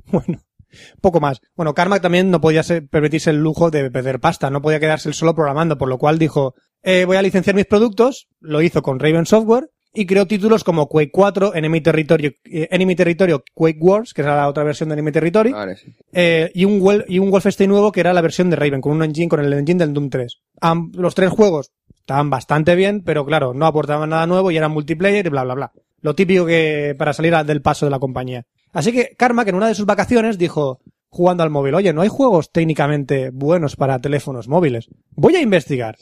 Bueno. Poco más. Bueno, Carmack también no podía ser- permitirse el lujo de perder pasta, no podía quedarse él solo programando, por lo cual dijo, eh, voy a licenciar mis productos, lo hizo con Raven Software, y creó títulos como Quake 4, Enemy Territory, eh, Enemy Territory Quake Wars, que era la otra versión de Enemy Territory, Ahora sí. eh, y, un Wel- y un Wolfenstein nuevo que era la versión de Raven, con un engine, con el engine del Doom 3. Am- los tres juegos estaban bastante bien, pero claro, no aportaban nada nuevo y eran multiplayer y bla, bla, bla. Lo típico que para salir a- del paso de la compañía. Así que Karma, que en una de sus vacaciones dijo, jugando al móvil, oye, no hay juegos técnicamente buenos para teléfonos móviles. Voy a investigar.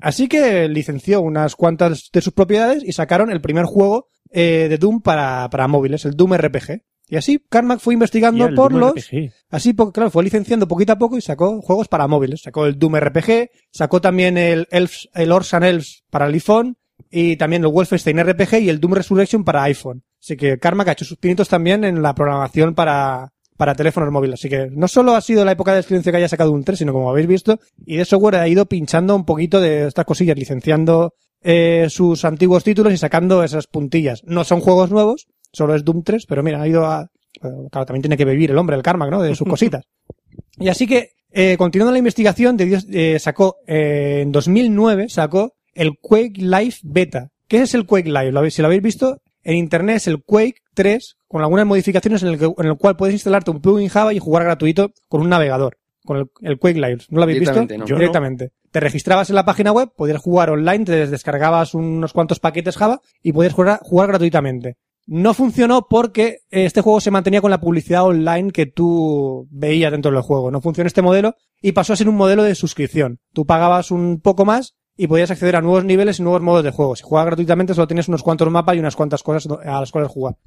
Así que licenció unas cuantas de sus propiedades y sacaron el primer juego eh, de Doom para, para móviles, el Doom RPG. Y así Carmack fue investigando Y el por Doom los... RPG. Así, po- claro, fue licenciando poquito a poco y sacó juegos para móviles. Sacó el Doom RPG, sacó también el Elves, el Orcs and Elves para el iPhone y también el Wolfenstein RPG y el Doom Resurrection para iPhone. Así que Carmack ha hecho sus pinitos también en la programación para, para teléfonos móviles. Así que no solo ha sido la época de excelencia que haya sacado un 3, sino como habéis visto, y de software ha ido pinchando un poquito de estas cosillas, licenciando eh, sus antiguos títulos y sacando esas puntillas. No son juegos nuevos, solo es Doom 3, pero mira, ha ido a, pero, claro, también tiene que vivir el hombre, el karma, ¿no? De sus cositas. Y así que, eh, continuando la investigación, de Dios, eh, sacó, eh, en 2009 sacó el Quake Live Beta. ¿Qué es el Quake Live? Lo habéis- si lo habéis visto, en internet es el Quake 3, con algunas modificaciones en el, que- en el cual puedes instalarte un plugin Java y jugar gratuito con un navegador. Con el, el Quake Live. ¿No lo habéis visto? Directamente, no. Yo no. Directamente. Te registrabas en la página web, podías jugar online, te descargabas unos cuantos paquetes Java y podías jugar, jugar gratuitamente no funcionó porque este juego se mantenía con la publicidad online que tú veías dentro del juego. No funcionó este modelo y pasó a ser un modelo de suscripción. Tú pagabas un poco más y podías acceder a nuevos niveles y nuevos modos de juego. Si jugabas gratuitamente solo tenías unos cuantos mapas y unas cuantas cosas do- a las cuales jugar.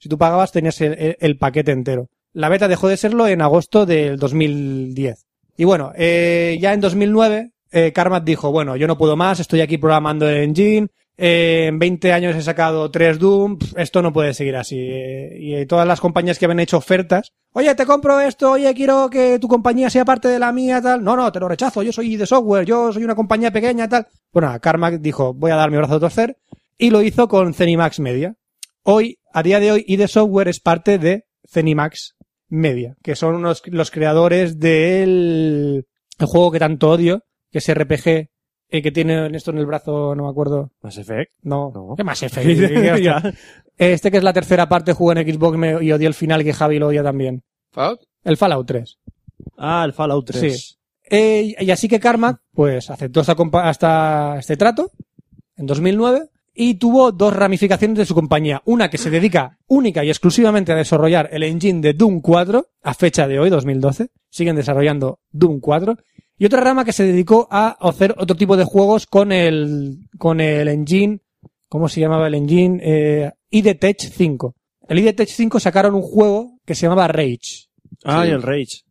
Si tú pagabas tenías el, el- el paquete entero. La beta dejó de serlo en agosto del 2010. Y bueno, eh, ya en 2009 eh, Karmat dijo, bueno, yo no puedo más, estoy aquí programando el engine, eh, en 20 años he sacado 3 Doom, pf, esto no puede seguir así. Eh, y eh, todas las compañías que habían hecho ofertas, oye, te compro esto, oye, quiero que tu compañía sea parte de la mía, tal. No, no, te lo rechazo, yo soy de software, yo soy una compañía pequeña, tal. Bueno, nada, Carmack dijo, voy a dar mi brazo a torcer, y lo hizo con Zenimax Media. Hoy, a día de hoy, ID Software es parte de Zenimax Media, que son unos, los creadores del el juego que tanto odio, que es RPG, eh, que tiene esto en el brazo, no me acuerdo. Mass Effect. No. No. ¿Qué más Effect? Ya. este que es la tercera parte jugué en Xbox y me- y odié el final que Javi lo odia también. Fallout. El Fallout 3. Ah, el Fallout 3. Sí. Eh, y y así que Karma, pues aceptó esta compa- hasta este trato en 2009 y tuvo dos ramificaciones de su compañía. Una que se dedica única y exclusivamente a desarrollar el engine de Doom 4 a fecha de hoy, 2012. Siguen desarrollando Doom 4. Y otra rama que se dedicó a hacer otro tipo de juegos con el, con el engine, ¿cómo se llamaba el engine? Eh, IDTech 5. El IDTech 5 sacaron un juego que se llamaba Rage. Ah, Sí. y el Rage.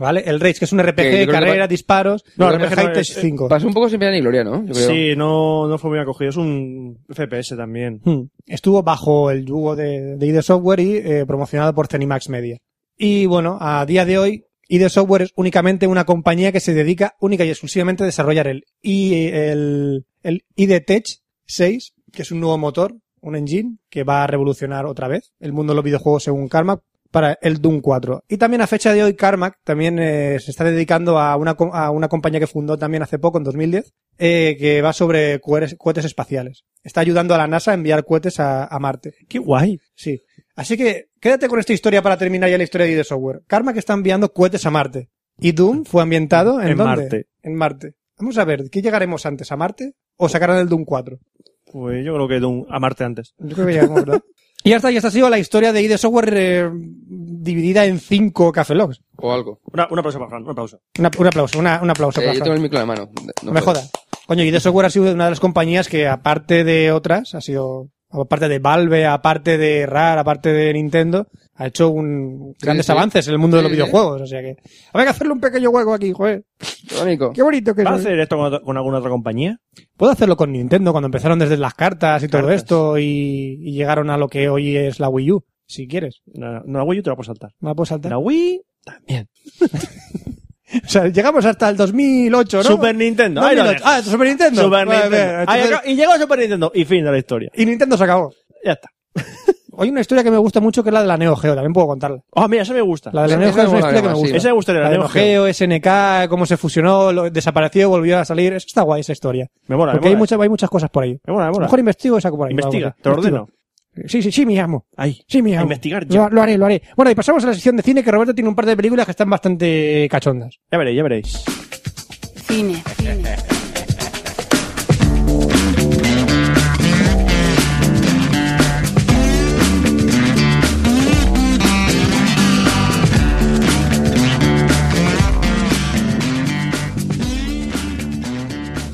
¿Vale? El Rage, que es un Que yo creo RPG, que carrera, va- disparos. No, el RPG High no, Tech es- 5. Pasó un poco sin pena ni gloria, ¿no? Yo creo. Sí, no, no fue muy acogido. Es un FPS también. Hmm. Estuvo bajo el yugo de, de ID Software y eh, promocionado por Zenimax Media. Y bueno, a día de hoy, ID Software es únicamente una compañía que se dedica única y exclusivamente a desarrollar el, I- el, el ID Tech 6, que es un nuevo motor, un engine, que va a revolucionar otra vez el mundo de los videojuegos según Karma para el Doom 4. Y también a fecha de hoy, Carmack también eh, se está dedicando a una, co- a una compañía que fundó también hace poco, en 2010, eh, que va sobre cueres- cohetes espaciales. Está ayudando a la NASA a enviar cohetes a, a Marte. Qué guay. Sí. Así que quédate con esta historia para terminar ya la historia de ID Software. Karma que está enviando cohetes a Marte. Y Doom fue ambientado en, En dónde? Marte. En Marte. Vamos a ver, ¿qué llegaremos antes? ¿A Marte o sacarán el Doom 4? Pues yo creo que de un, a Marte antes. Yo creo que llegamos, ¿verdad? y ya está, y esta ha sido la historia de ID Software eh, dividida en cinco Café Logs. O algo. Una, una pausa para Fran, una pausa. Una- un aplauso, una- un aplauso. Eh, para yo Fran. tengo el micro en la mano. No No me puedo. jodas. Coño, ID Software ha sido una de las compañías que, aparte de otras, ha sido, aparte de Valve, aparte de Rare, aparte de Nintendo, ha hecho un, grandes sí. avances en el mundo de los Sí, sí. videojuegos. O sea que, habrá que hacerle un pequeño hueco aquí, joder. Amigo. Qué bonito que ¿Va a es. hacer esto con, otra- con alguna otra compañía? Puedo hacerlo con Nintendo cuando empezaron desde las cartas y todo Cartas. esto y, y llegaron a lo que hoy es la Wii U. Si quieres, No, no, no, la Wii U te la puedo saltar. me la puedo saltar. La Wii, O sea, llegamos hasta el 2008, ¿no? Super Nintendo. Ahí lo 2008. dejo. Ah, Super Nintendo. Super Vale, Nintendo. vale, Ahí entonces- acaba- y llegó Super Nintendo. Y fin de la historia. Y Nintendo se acabó. Ya está. hay una historia que me gusta mucho que es la de la Neo Geo, también puedo contarla. Ah, mira, esa me gusta. La de la Esa- Neo esa Geo es una mola historia que me más, sí. gusta. Esa me gusta de la Neo Geo. Neo SNK, cómo se fusionó, lo- desapareció, volvió a salir. Eso está guay, esa historia. Me mola, Porque me hay, mola. mucha- hay muchas cosas por ahí. Me mola, me A lo mola. mejor investigo y saco por ahí. Investiga, algo. te lo ordeno. Sí, sí, sí, mi amo. Ahí. Sí, mi A amo. investigar ya. Lo, lo haré, lo haré. Bueno, y pasamos a la sección de cine, que Roberto tiene un par de películas que están bastante cachondas. Ya veréis, ya veréis. Cine. Cine.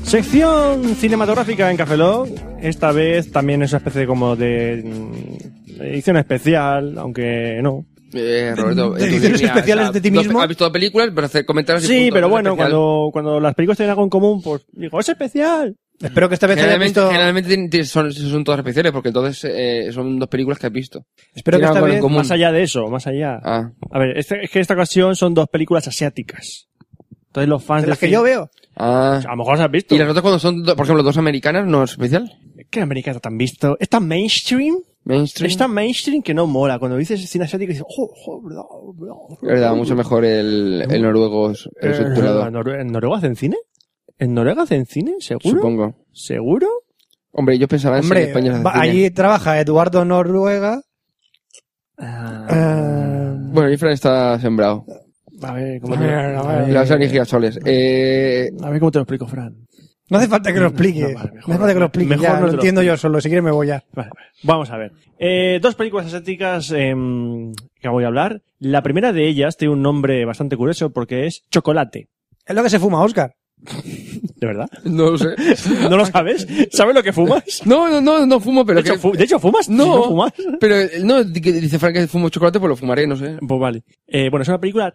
Sección cinematográfica en Cafelog. Esta vez también es una especie como de mm, edición especial, aunque no. Eh, Roberto, de eh, tú ediciones dirías, especiales de ti no, mismo. Has visto películas para hacer comentarios. y Sí, punto, pero es bueno, especial. cuando, cuando las películas tienen algo en común, pues digo, es especial. Mm. Espero que esta vez hayas Generalmente, visto... generalmente tienen- tienen- son, son todas especiales porque entonces eh, son dos películas que has visto. Espero que Tienen esta algo en vez... común. Más allá de eso, más allá. Ah, A ver, este- es que esta ocasión son dos películas asiáticas. Entonces los fans de de las que yo veo. ah. A lo mejor las has visto. ¿Y las otras cuando son, do- por ejemplo, dos americanas, no es especial? ¿Qué americana tan visto? ¿Es tan mainstream? Mainstream. Es tan mainstream que no mola. Cuando dices cine asiático, dices, oh, oh, verdad, verdad. Es verdad, mucho mejor el, el noruego, el Eh, subtitulado, ¿Nor- ¿En Noruega hacen cine? ¿En Noruega hacen cine? ¿Seguro? supongo. ¿Seguro? Hombre, yo pensaba en Hombre, ser español. va- allí trabaja Eduardo Noruega. Eh, Bueno, Ifran está sembrado. a ver, ¿cómo A te... ver, a ver. Las Ani Gigasoles. Eh, a ver cómo te lo explico, Fran. no hace falta que lo explique. No, Mm, No, vale, mejor hace falta que lo no. explique. Mejor ya, no te lo lo entiendo explico. yo solo. Si quieres me voy ya. Vale, vale. Vamos a ver. Eh, dos películas asiáticas em, que voy a hablar. La primera de ellas tiene un nombre bastante curioso porque es Chocolate. Es lo que se fuma, Oscar. ¿De verdad? no lo sé. ¿No lo sabes? ¿Sabes lo que fumas? No, no, no, no fumo, De pero hecho, que... fu- de hecho, ¿fumas? No. ¿No fumas? Pero eh, no, di- que dice Frank que fumo chocolate, pues lo fumaré, no sé. Pues vale. Eh, bueno, es una película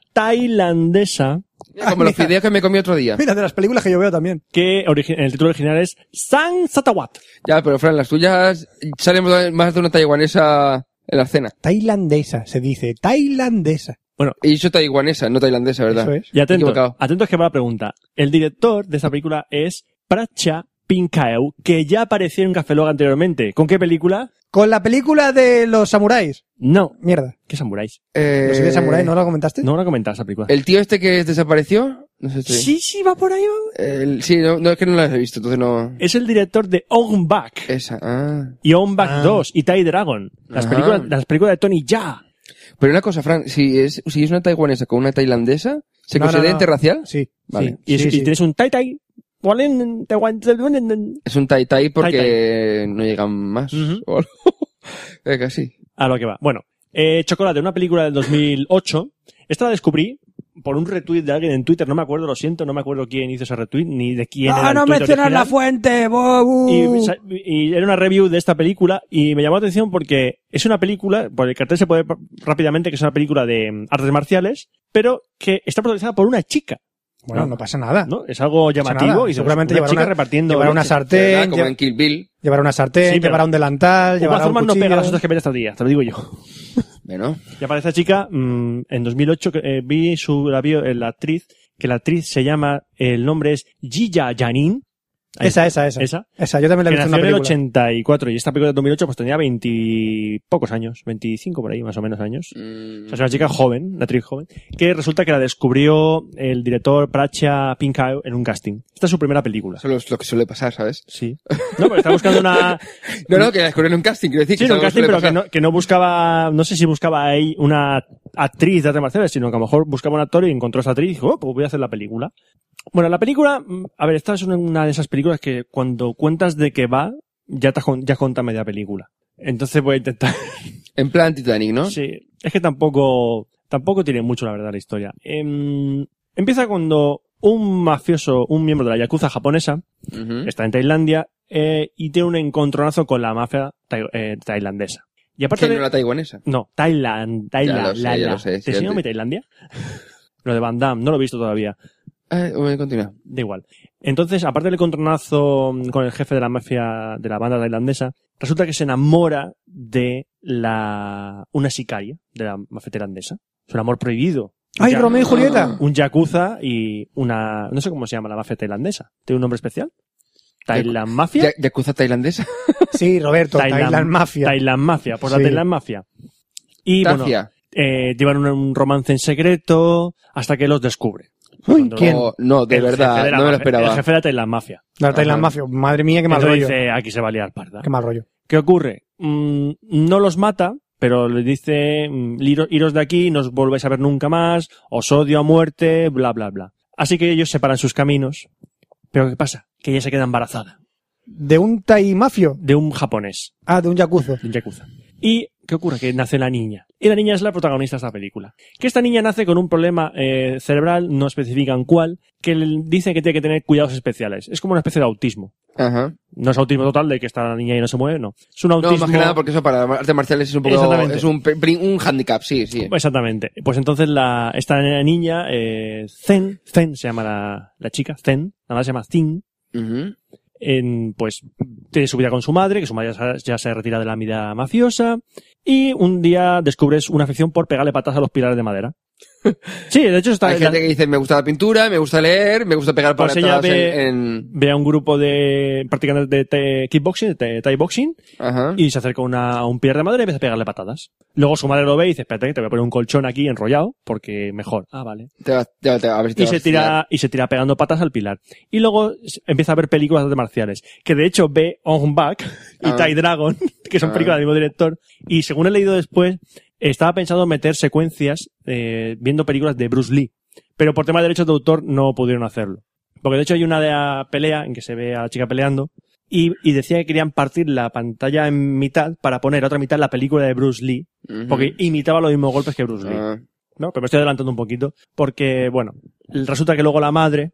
tailandesa Mira, Como los fideos que me comí otro día. Mira, de las películas que yo veo también. que origi- el título original es Sang Satawat. Ya, pero Fran, las tuyas salen más de una taiwanesa en la cena. Tailandesa, se dice. Tailandesa. Y yo taiwanesa, no tailandesa, ¿verdad? Eso es. Y atentos, Equivocado. atentos que va la pregunta. El director de esta película es Pracha Pinkaeu, que ya apareció en Café Lock anteriormente. ¿Con qué película? Con la película de los samuráis. No. Mierda. ¿Qué samuráis? Eh, Los de samuráis, ¿no lo comentaste? No la comentaba esa película. El tío este que desapareció, no sé si... Sí, sí, va por ahí. va. El- sí, no, no, es que no las he visto, entonces no... Es el director de On Back Esa, ah. y On Back Ah. 2 y Tai Dragon. Las Ajá. películas, las películas de Tony Ya. Pero una cosa, Fran, si es, si es una taiwanesa con una tailandesa, ¿se No, no, considera no. interracial? Sí. Vale. Y, es- Sí, y sí. tienes un Tai Tai. Walen, Tai Wan, Tai Wan, Tai Wan. Es un tai tai porque Tai no llegan más. Ujú. o algo. Eh, Casi. A lo que va. Bueno, eh, Chocolate, una película del 2008. Esta la descubrí por un retweet de alguien en Twitter. No me acuerdo, lo siento, no me acuerdo quién hizo ese retweet ni de quién era Ah, el no tuit mencionas original. la fuente, Bobu. Y, sa- y era una review de esta película y me llamó la atención porque es una película, por el cartel se puede ver rápidamente que es una película de mm, artes marciales, pero que está protagonizada por una chica, Bueno, no pasa nada. ¿no? Pues Es algo pasa llamativo nada. y Seguramente una llevará chica una- repartiendo llevará una leche. ¿Verdad? sartén, Como lle- en Kill Bill. llevará una sartén, Sí, pero- llevará un delantal, Uma llevará un Thurman no cuchillo. pega las otras que ven esta día, te lo digo yo. Bueno. Y aparece esta chica, mm, en 2008 que, eh, vi su la, bio- eh, la actriz, que la actriz se llama, el nombre es Gia Janin. Ahí Esa, esa, esa. Esa. Esa, yo también la he Que visto en nació una en el película. 84 y esta película de 2008 pues tenía 20 pocos años, 25 por ahí más o menos años. Mm. O sea, es una chica joven, una actriz joven, que resulta que la descubrió el director Pracha Pinkau en un casting. Esta es su primera película. Eso es lo que suele pasar, ¿sabes? Sí. No, pero está buscando una... No, no, que la descubrí en un casting, quiero decir. Sí, que en un eso casting, suele pero que pasar. no, que no buscaba... No sé si buscaba ahí una actriz de artes marciales, sino que a lo mejor buscaba un actor y encontró a esa actriz y dijo, oh, pues voy a hacer la película. Bueno, la película... mm, A ver, esta es una- una de esas películas que cuando cuentas de qué va, ya, te, has con- ya cuenta media película. Entonces voy a intentar En plan Titanic, ¿no? Sí, es que tampoco, tampoco tiene mucho la verdad la historia. Em, empieza cuando un mafioso, un miembro de la Yakuza japonesa, Ujú. está en Tailandia eh, y tiene un encontronazo con la mafia tai- eh, tailandesa. Y aparte Que no de- la taiwanesa. No, Tailand, Tailand, Ya lo sé, la- ya la- lo sé, ¿Te sí, enseño te- mi Tailandia? lo de Van Damme, no lo he visto todavía. Ah, eh, bueno, continúa. Da igual. Entonces, aparte del encontronazo con el jefe de la mafia de la banda tailandesa, resulta que se enamora de la una sicaria de la mafia tailandesa. Es un amor prohibido. ¡Ay, Ya- Romeo y Julieta! Un yakuza y una... No sé cómo se llama la mafia tailandesa. ¿Tiene un nombre especial? Thailand Mafia. Ya- Yakuza tailandesa. Ah. Sí, Roberto, Thailand, Mafia. Thailand Mafia, por la Sí. Thailand Mafia. Y bueno, Tafia. eh, llevan un, un romance en secreto hasta que los descubre. Cuando- ¿quién? Oh, no, de El verdad, jefe de la no me lo mafia- El esperaba. jefe de la Thailand Mafia. La Thailand Mafia. Madre mía, qué mal Entonces rollo. dice, "Ah, aquí se va a liar parda. Qué mal rollo. ¿Qué ocurre? Mm, no los mata, pero le dice, mm, "Iro- iros de aquí, no os volvéis a ver nunca más, os odio a muerte, bla, bla, bla. Así que ellos separan sus caminos. Pero ¿qué pasa? Que ella se queda embarazada De un Thai Mafio. de un japonés, Ah, de un Yakuzo. de un yakuza. ¿Y qué ocurre? Que nace la niña. Y la niña es la protagonista de esta película. Que esta niña nace con un problema eh, cerebral, no especifican cuál, que le dicen que tiene que tener cuidados especiales. Es como una especie de autismo. Ajá. No es autismo total de que está la niña y no se mueve, no. Es un No, autismo... más que nada porque eso para artes marciales es un poco, Exactamente. es un, pe- prin- un handicap, sí, sí. Exactamente. Pues entonces la, esta niña, eh, Zen, Zen se llama la, la chica, Zen, nada más se llama Zen, Ujú. en, pues tiene su vida con su madre, que su madre ya, se- ya se retira de la vida mafiosa, y un día descubres una afición por pegarle patas a los pilares de madera. Sí, de hecho está... Hay gente que dice, me gusta la pintura, me gusta leer, me gusta pegar Pues patatas ella ve- en, en- Ve a un grupo de practicantes de te- kickboxing, de Thai boxing, Ajá. y se acerca una- a un pilar de madera y empieza a pegarle patadas. Luego su madre lo ve y dice, espérate que te voy a poner un colchón aquí enrollado, porque mejor. Ah, vale. Te va- te va- te va- a ver si te y vas se a suicidar. tira y se tira pegando patas al pilar y luego s- empieza a ver películas de artes marciales que de hecho ve On Back y Ah. Tai Dragon que son Ah. películas del mismo director y según he leído después estaba pensado meter secuencias eh, viendo películas de Bruce Lee pero por tema de derechos de autor no pudieron hacerlo porque de hecho hay una de la pelea en que se ve a la chica peleando y, y decía que querían partir la pantalla en mitad para poner a otra mitad la película de Bruce Lee Ujú. porque imitaba los mismos golpes que Bruce Lee Ah. ¿no? Pero me estoy adelantando un poquito, porque, bueno, resulta que luego la madre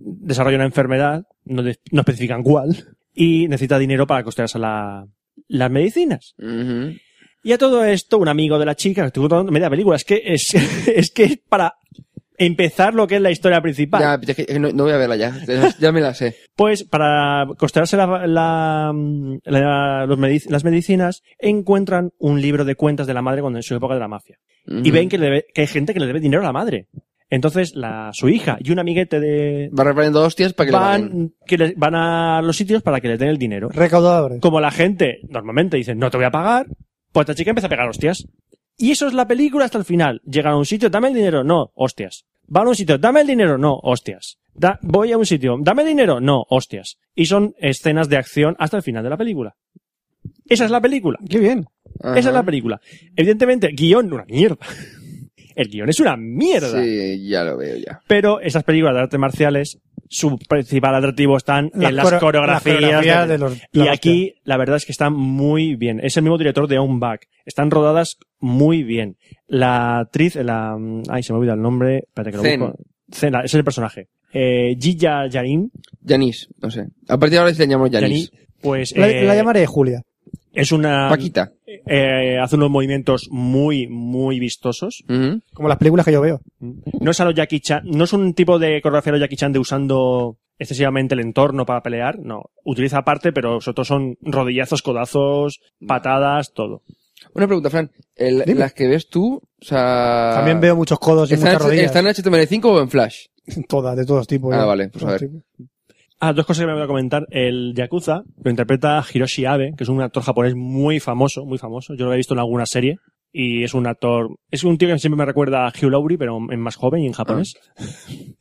desarrolla una enfermedad, no, de- no especifican cuál, y necesita dinero para costearse la- las medicinas. Ujú. Y a todo esto, un amigo de la chica, que estoy contando media película, es que es, es que es para empezar lo que es la historia principal. Ya, es que- es que no, no voy a verla ya. Ya me la sé. Pues para costearse la- la- la- los medic- las medicinas, encuentran un libro de cuentas de la madre cuando en su época de la mafia. y Ujú. ven que, le debe- que hay gente que le debe dinero a la madre. Entonces, la, su hija y un amiguete de Va repartiendo hostias para que le paguen. van, que le- van a los sitios para que le den el dinero. Recaudadores. Como la gente normalmente dice, no te voy a pagar, pues la chica empieza a pegar hostias. Y eso es la película hasta el final. Llegan a un sitio, dame el dinero, no, hostias. Van a un sitio, dame el dinero, no, hostias. Da- voy a un sitio, dame el dinero, no, hostias. Y son escenas de acción hasta el final de la película. Esa es la película. Qué bien. Ajá. Esa es la película. Evidentemente, el guión, una mierda. El guión es una mierda. Sí, ya lo veo ya. Pero esas películas de artes marciales, su principal atractivo están en las core- coreografías. las coreografías de- de los- y la hostia. aquí, la verdad es que están muy bien. Es el mismo director de On Back. Están rodadas muy bien. La actriz, la... mm, Ay, se me olvida el nombre. Espérate que lo Zen. busco. Zen, la- es el personaje. Eh, Gilla Yarin. Yanis, no sé. A partir de ahora se le llamamos Yanis. Yarin, Pues La, eh, la llamaré Julia. es una... Paquita. eh, hace unos movimientos muy, muy vistosos. Ujú. Como las películas que yo veo. No es a los Jackie Chan, no es un tipo de coreografía a los Jackie Chan de usando excesivamente el entorno para pelear, no. Utiliza aparte, pero sobre todo son rodillazos, codazos, patadas, todo. Una pregunta, Fran. El- Dime. las que ves tú, o sea... También veo muchos codos y Ah, ¿Están, muchas rodillas. ¿Están en HTML5 o en Flash? Todas, de todos tipos. Ah, yo. vale, pues a Todos ver. tipos. Ah, dos cosas que me voy a comentar. El Yakuza lo interpreta Hiroshi Abe, que es un actor japonés muy famoso, muy famoso. Yo lo he visto en alguna serie. Y es un actor, es un tío que siempre me recuerda a Hugh Laurie, pero en más joven y en japonés.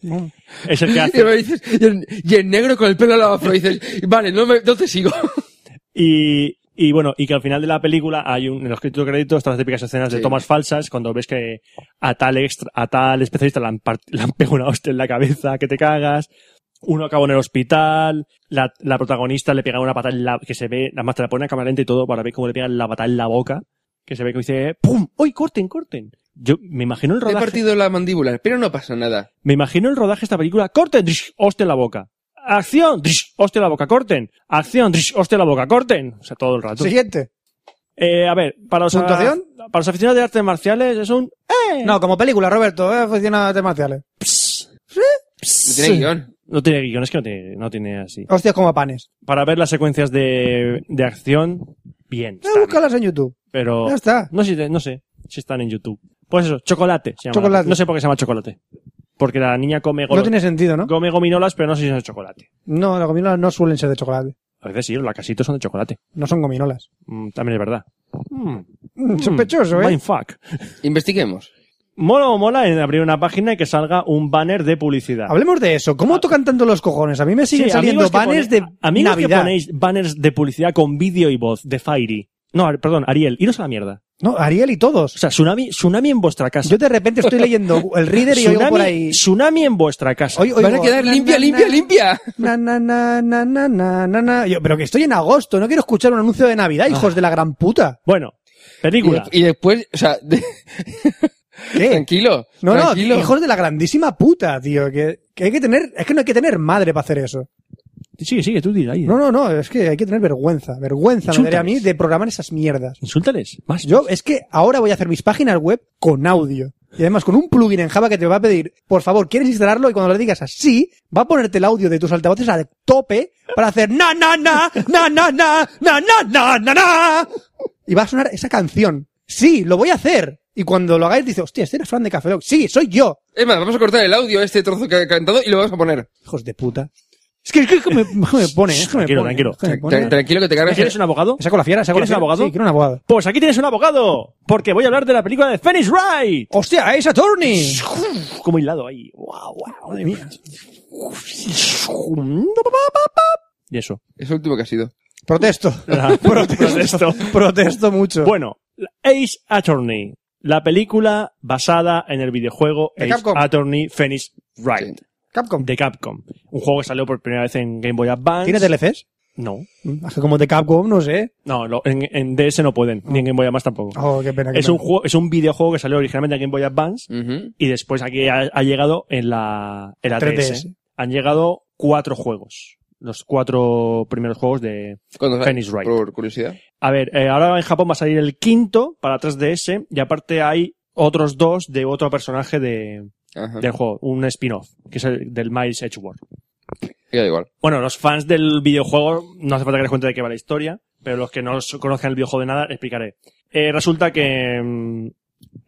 es el que Y, hace. me dices- y en, y en negro con el pelo al afro dices, vale, no, me- no te sigo. Y, y bueno, y que al final de la película hay un, en los créditos créditos están las típicas escenas de Sí. tomas falsas cuando ves que a tal extra- a tal especialista le han, par- le han pegado una hostia en la cabeza que te cagas. Uno acabó en el hospital, la, la protagonista le pega una patada en la, que se ve, nada más te la pone a cámara lenta y todo para ver cómo le pegan la patada en la boca, que se ve que dice, ¡pum! ¡Uy, corten, corten! Yo me imagino el He rodaje. partido la mandíbula, pero no pasa nada. Me imagino el rodaje de esta película. Corten, drish, hostia en la boca. Acción, drish, hostia en la boca, corten. Acción, drish, hostia en la boca, corten. O sea, todo el rato. Siguiente. Eh, a ver, para los, ¿Puntuación? para los aficionados de artes marciales es un... No, como película, Roberto. Eh, funciona artes marciales. No tiene guión. No tiene guión, es que no tiene, no tiene así. Hostias como panes. Para ver las secuencias de, de acción, bien. Oh. Eh, están, búscalas en YouTube. pero Ya está. no, sé, no sé si están en YouTube. Pues eso, chocolate. se llama. Chocolate. No sé por qué se llama chocolate. Porque la niña come, golo- No tiene sentido, ¿no? come gominolas, pero no sé si son de chocolate. No, las gominolas no suelen ser de chocolate. A veces sí, los casitos son de chocolate. No son gominolas. Mm, también es verdad. Mm, Mm, mm, Sospechoso, ¿eh? mindfuck. Investiguemos. Mola o mola en abrir una página y que salga un banner de publicidad. Hablemos de eso. ¿Cómo tocan tanto los cojones? A mí me siguen Ah. Sí, saliendo amigos que banners pone- de amigos que Navidad. ponéis banners de publicidad con vídeo y voz de Fairy. No, Ar- perdón, Ariel, iros a la mierda. No, Ariel y O todos. sea, tsunami, tsunami en vuestra casa. Yo de repente estoy leyendo el reader y oigo tsunami, por ahí... tsunami en vuestra casa. Oigo- Van a oigo, quedar na, limpia, na, limpia, na, limpia. Na, na, na, na, na, na, na, na. Yo, pero que estoy en agosto, no quiero escuchar un anuncio de Navidad, hijos de la gran puta. Bueno, Y, película. eh, de- y después, o sea, de- ¿Qué? tranquilo. No, no, tranquilo. hijos de la grandísima puta, tío. Que, que hay que tener, es que no hay que tener madre para hacer eso. Sigue, sigue, tú dirás. No, no, no, es que hay que tener vergüenza. Vergüenza me daría a mí Insultales. de programar esas mierdas. Insúltales. Más. Yo, es que ahora voy a hacer mis páginas web con audio. Y además con un plugin en Java que te va a pedir, por favor, ¿quieres instalarlo? Y cuando le digas así, va a ponerte el audio de tus altavoces a tope para hacer na na na, na na na, na na na na na. Y va a sonar esa canción. Sí, lo voy a hacer. Y cuando lo hagáis dice, hostia, este era Fran de Café Lock. Sí, soy yo. Es más, vamos a cortar el audio, este trozo que ha cantado, y lo vamos a poner. Hijos de puta. Es que, es que- es que me, me pone, es que me Tranquilo, pone, tranquilo. es que me pone. Tra- Tranquilo que te cargas. ¿Quieres un abogado? ¿Me saco la fiera? ¿Saco ¿Quieres la un fiera? abogado? Sí, quiero un abogado. Pues aquí tienes un abogado. Porque voy a hablar de la película de Phoenix Wright. ¡Hostia, es Attorney! Uf, Como hilado ahí. Guau, guau. Madre mía. Y eso. Es el último que ha sido. Protesto. Protesto. Protesto mucho. Bueno, la- Ace Attorney. La película basada en el videojuego De Ace Capcom. Attorney Phoenix Wright. Capcom. De Capcom. Un juego que salió por primera vez en Game Boy Advance. ¿Tiene DLCs? No. Mm, es que Como de Capcom, no sé. No, lo- en, en DS no pueden. Ni en Game Boy Advance tampoco. Oh, qué pena. qué es, un pena. juego, es un videojuego que salió originalmente en Game Boy Advance. Ujú. y después aquí ha, ha llegado en la, en la 3DS. 3DS. Han llegado cuatro juegos. Los cuatro primeros juegos de... Cuando sale, Phoenix Wright. Por curiosidad. A ver, eh, ahora en Japón va a salir el quinto para 3DS y aparte hay otros dos de otro personaje de, Ajá. del juego, un spin-off, que es el del Miles Edgeworth. Ya da igual. Bueno, los fans del videojuego, no hace falta que les cuente de qué va la historia, pero los que no os conozcan el videojuego de nada, explicaré. Eh, resulta que mm,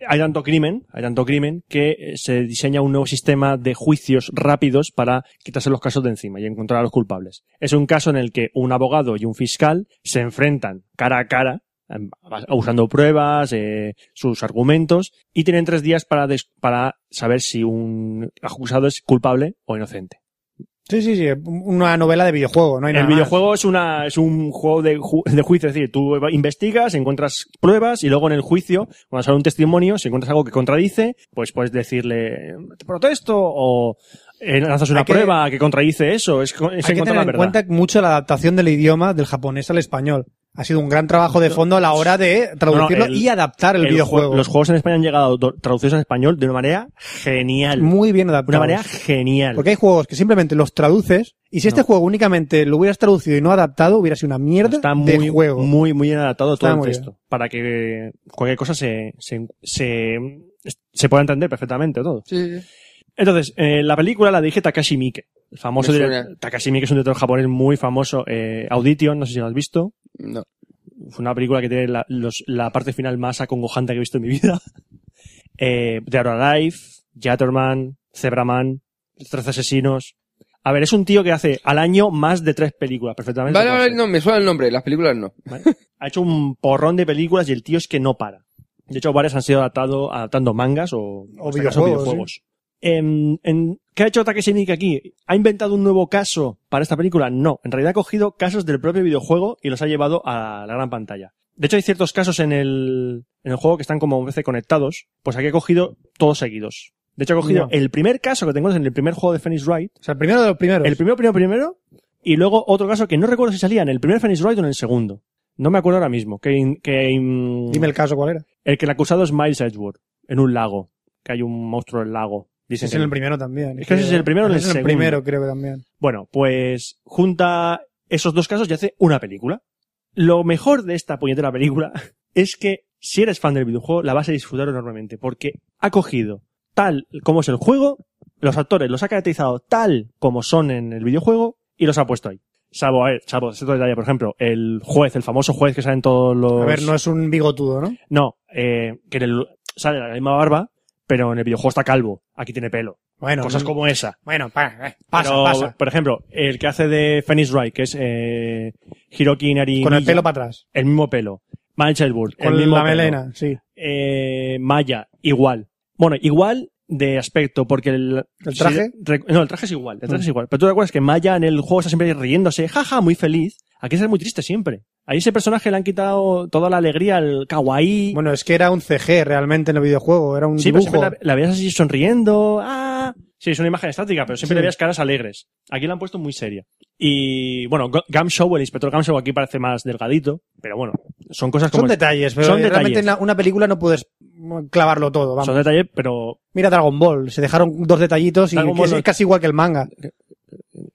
hay tanto crimen, hay tanto crimen, que eh, se diseña un nuevo sistema de juicios rápidos para quitarse los casos de encima y encontrar a los culpables. Es un caso en el que un abogado y un fiscal se enfrentan cara a cara, em, usando pruebas, eh, sus argumentos, y tienen tres días para, des- para saber si un acusado es culpable o inocente Sí, sí, sí. Una novela de videojuego, no hay el nada más. videojuego es una es un juego de, ju- de juicio, es decir, tú investigas, encuentras pruebas y luego en el juicio, cuando sale un testimonio, si encuentras algo que contradice, pues puedes decirle te protesto o eh, lanzas una Hay que- prueba que, contradice eso, es, co- es Hay que encontrar tener la en verdad. cuenta mucho la adaptación del idioma del japonés al español. Ha sido un gran trabajo de fondo a la hora de traducirlo el- y adaptar el, El videojuego. jue- Los juegos en España han llegado do- traducidos al español de una manera genial, Muy bien una adaptados. manera genial. Porque hay juegos que simplemente los traduces y si este juego únicamente lo hubieras traducido y no adaptado, hubiera sido una mierda Está de muy, juego. muy, muy bien adaptado Está todo el muy texto. Para que cualquier cosa se, se, se, se pueda entender perfectamente todo. Sí, sí, sí. Entonces, eh, la película la dirige Takashi Miike. El famoso Me suena. director, Takashi Miike es un director japonés muy famoso. Eh, Audition, no sé si lo has visto. No. Fue una película que tiene la, los- la parte final más acongojante que he visto en mi vida. Eh, The Are Alive, Jatterman, Zebraman, Tres Asesinos. A ver, es un tío que hace al año más de tres películas, perfectamente. Vale, Puede vale, ser. no, me suena el nombre, las películas no. Ha hecho un porrón de películas y el tío es que no para. De hecho, varias han sido adaptado, adaptando mangas o, en este caso, videojuegos, Em, en- ¿Qué ha hecho Takeshi Miike aquí? ¿Ha inventado un nuevo caso para esta película? No. En realidad ha cogido casos del propio videojuego y los ha llevado a la gran pantalla. De hecho, hay ciertos casos en el, en el juego que están como a veces conectados. Pues aquí ha cogido todos seguidos. De hecho, ha cogido Ya. el primer caso que tengo en el primer juego de Phoenix Wright. O sea, el primero de los primeros. El primero, primero, primero. Y luego otro caso que no recuerdo si salía en el primer Phoenix Wright o en el segundo. No me acuerdo ahora mismo. Que, in- que, in- Dime el caso cuál era. el que el acusado es Miles Edgeworth. En un lago. Que hay un monstruo en el lago. Dicen Es que- en el primero también. Es que ese es el primero o el Ese es el segundo. primero, creo que también. Bueno, pues junta esos dos casos y hace una película. Lo mejor de esta puñetera película es que si eres fan del videojuego la vas a disfrutar enormemente porque ha cogido tal como es el juego, los actores los ha caracterizado tal como son en el videojuego y los ha puesto ahí. Salvo, a ver, salvo cierto detalle, por ejemplo, el juez, el famoso juez que sale en todos los... A ver, no es un bigotudo, ¿no? No, eh, que en el- sale la misma barba, pero en el videojuego está calvo. Aquí tiene pelo. Bueno, Cosas mm, pues como esa. Bueno, pa- eh, pasa, Pero, pasa. Por ejemplo, el que hace de Phoenix Wright, que es eh, Hiroki Inari. Con el Miya, pelo para atrás. El mismo pelo. Miles Childbirth, el Con mismo la pelo. melena, sí. Eh, Maya, igual. Bueno, igual de aspecto, porque el... ¿El traje? Mm. si re- no, el traje es igual, el traje es igual. Pero tú te acuerdas que Maya en el juego está siempre riéndose, jaja, muy feliz. Aquí está muy triste siempre. Ahí ese personaje le han quitado toda la alegría al kawaii. Bueno, es que era un CG realmente en el videojuego, era un sí, pero dibujo. siempre la, la veías así sonriendo. Ah, sí, es una imagen estática, pero siempre le veías caras alegres. Aquí la han puesto muy seria. Y bueno, Gu- Gumshoe, el inspector Gumshoe aquí parece más delgadito, pero bueno, son cosas como... Son detalles, pero Son realmente detalles. en la- una película no puedes clavarlo todo, vamos. son detalles, pero... Mira Dragon Ball, se dejaron dos detallitos y Dragon que Ball es no- casi igual que el manga.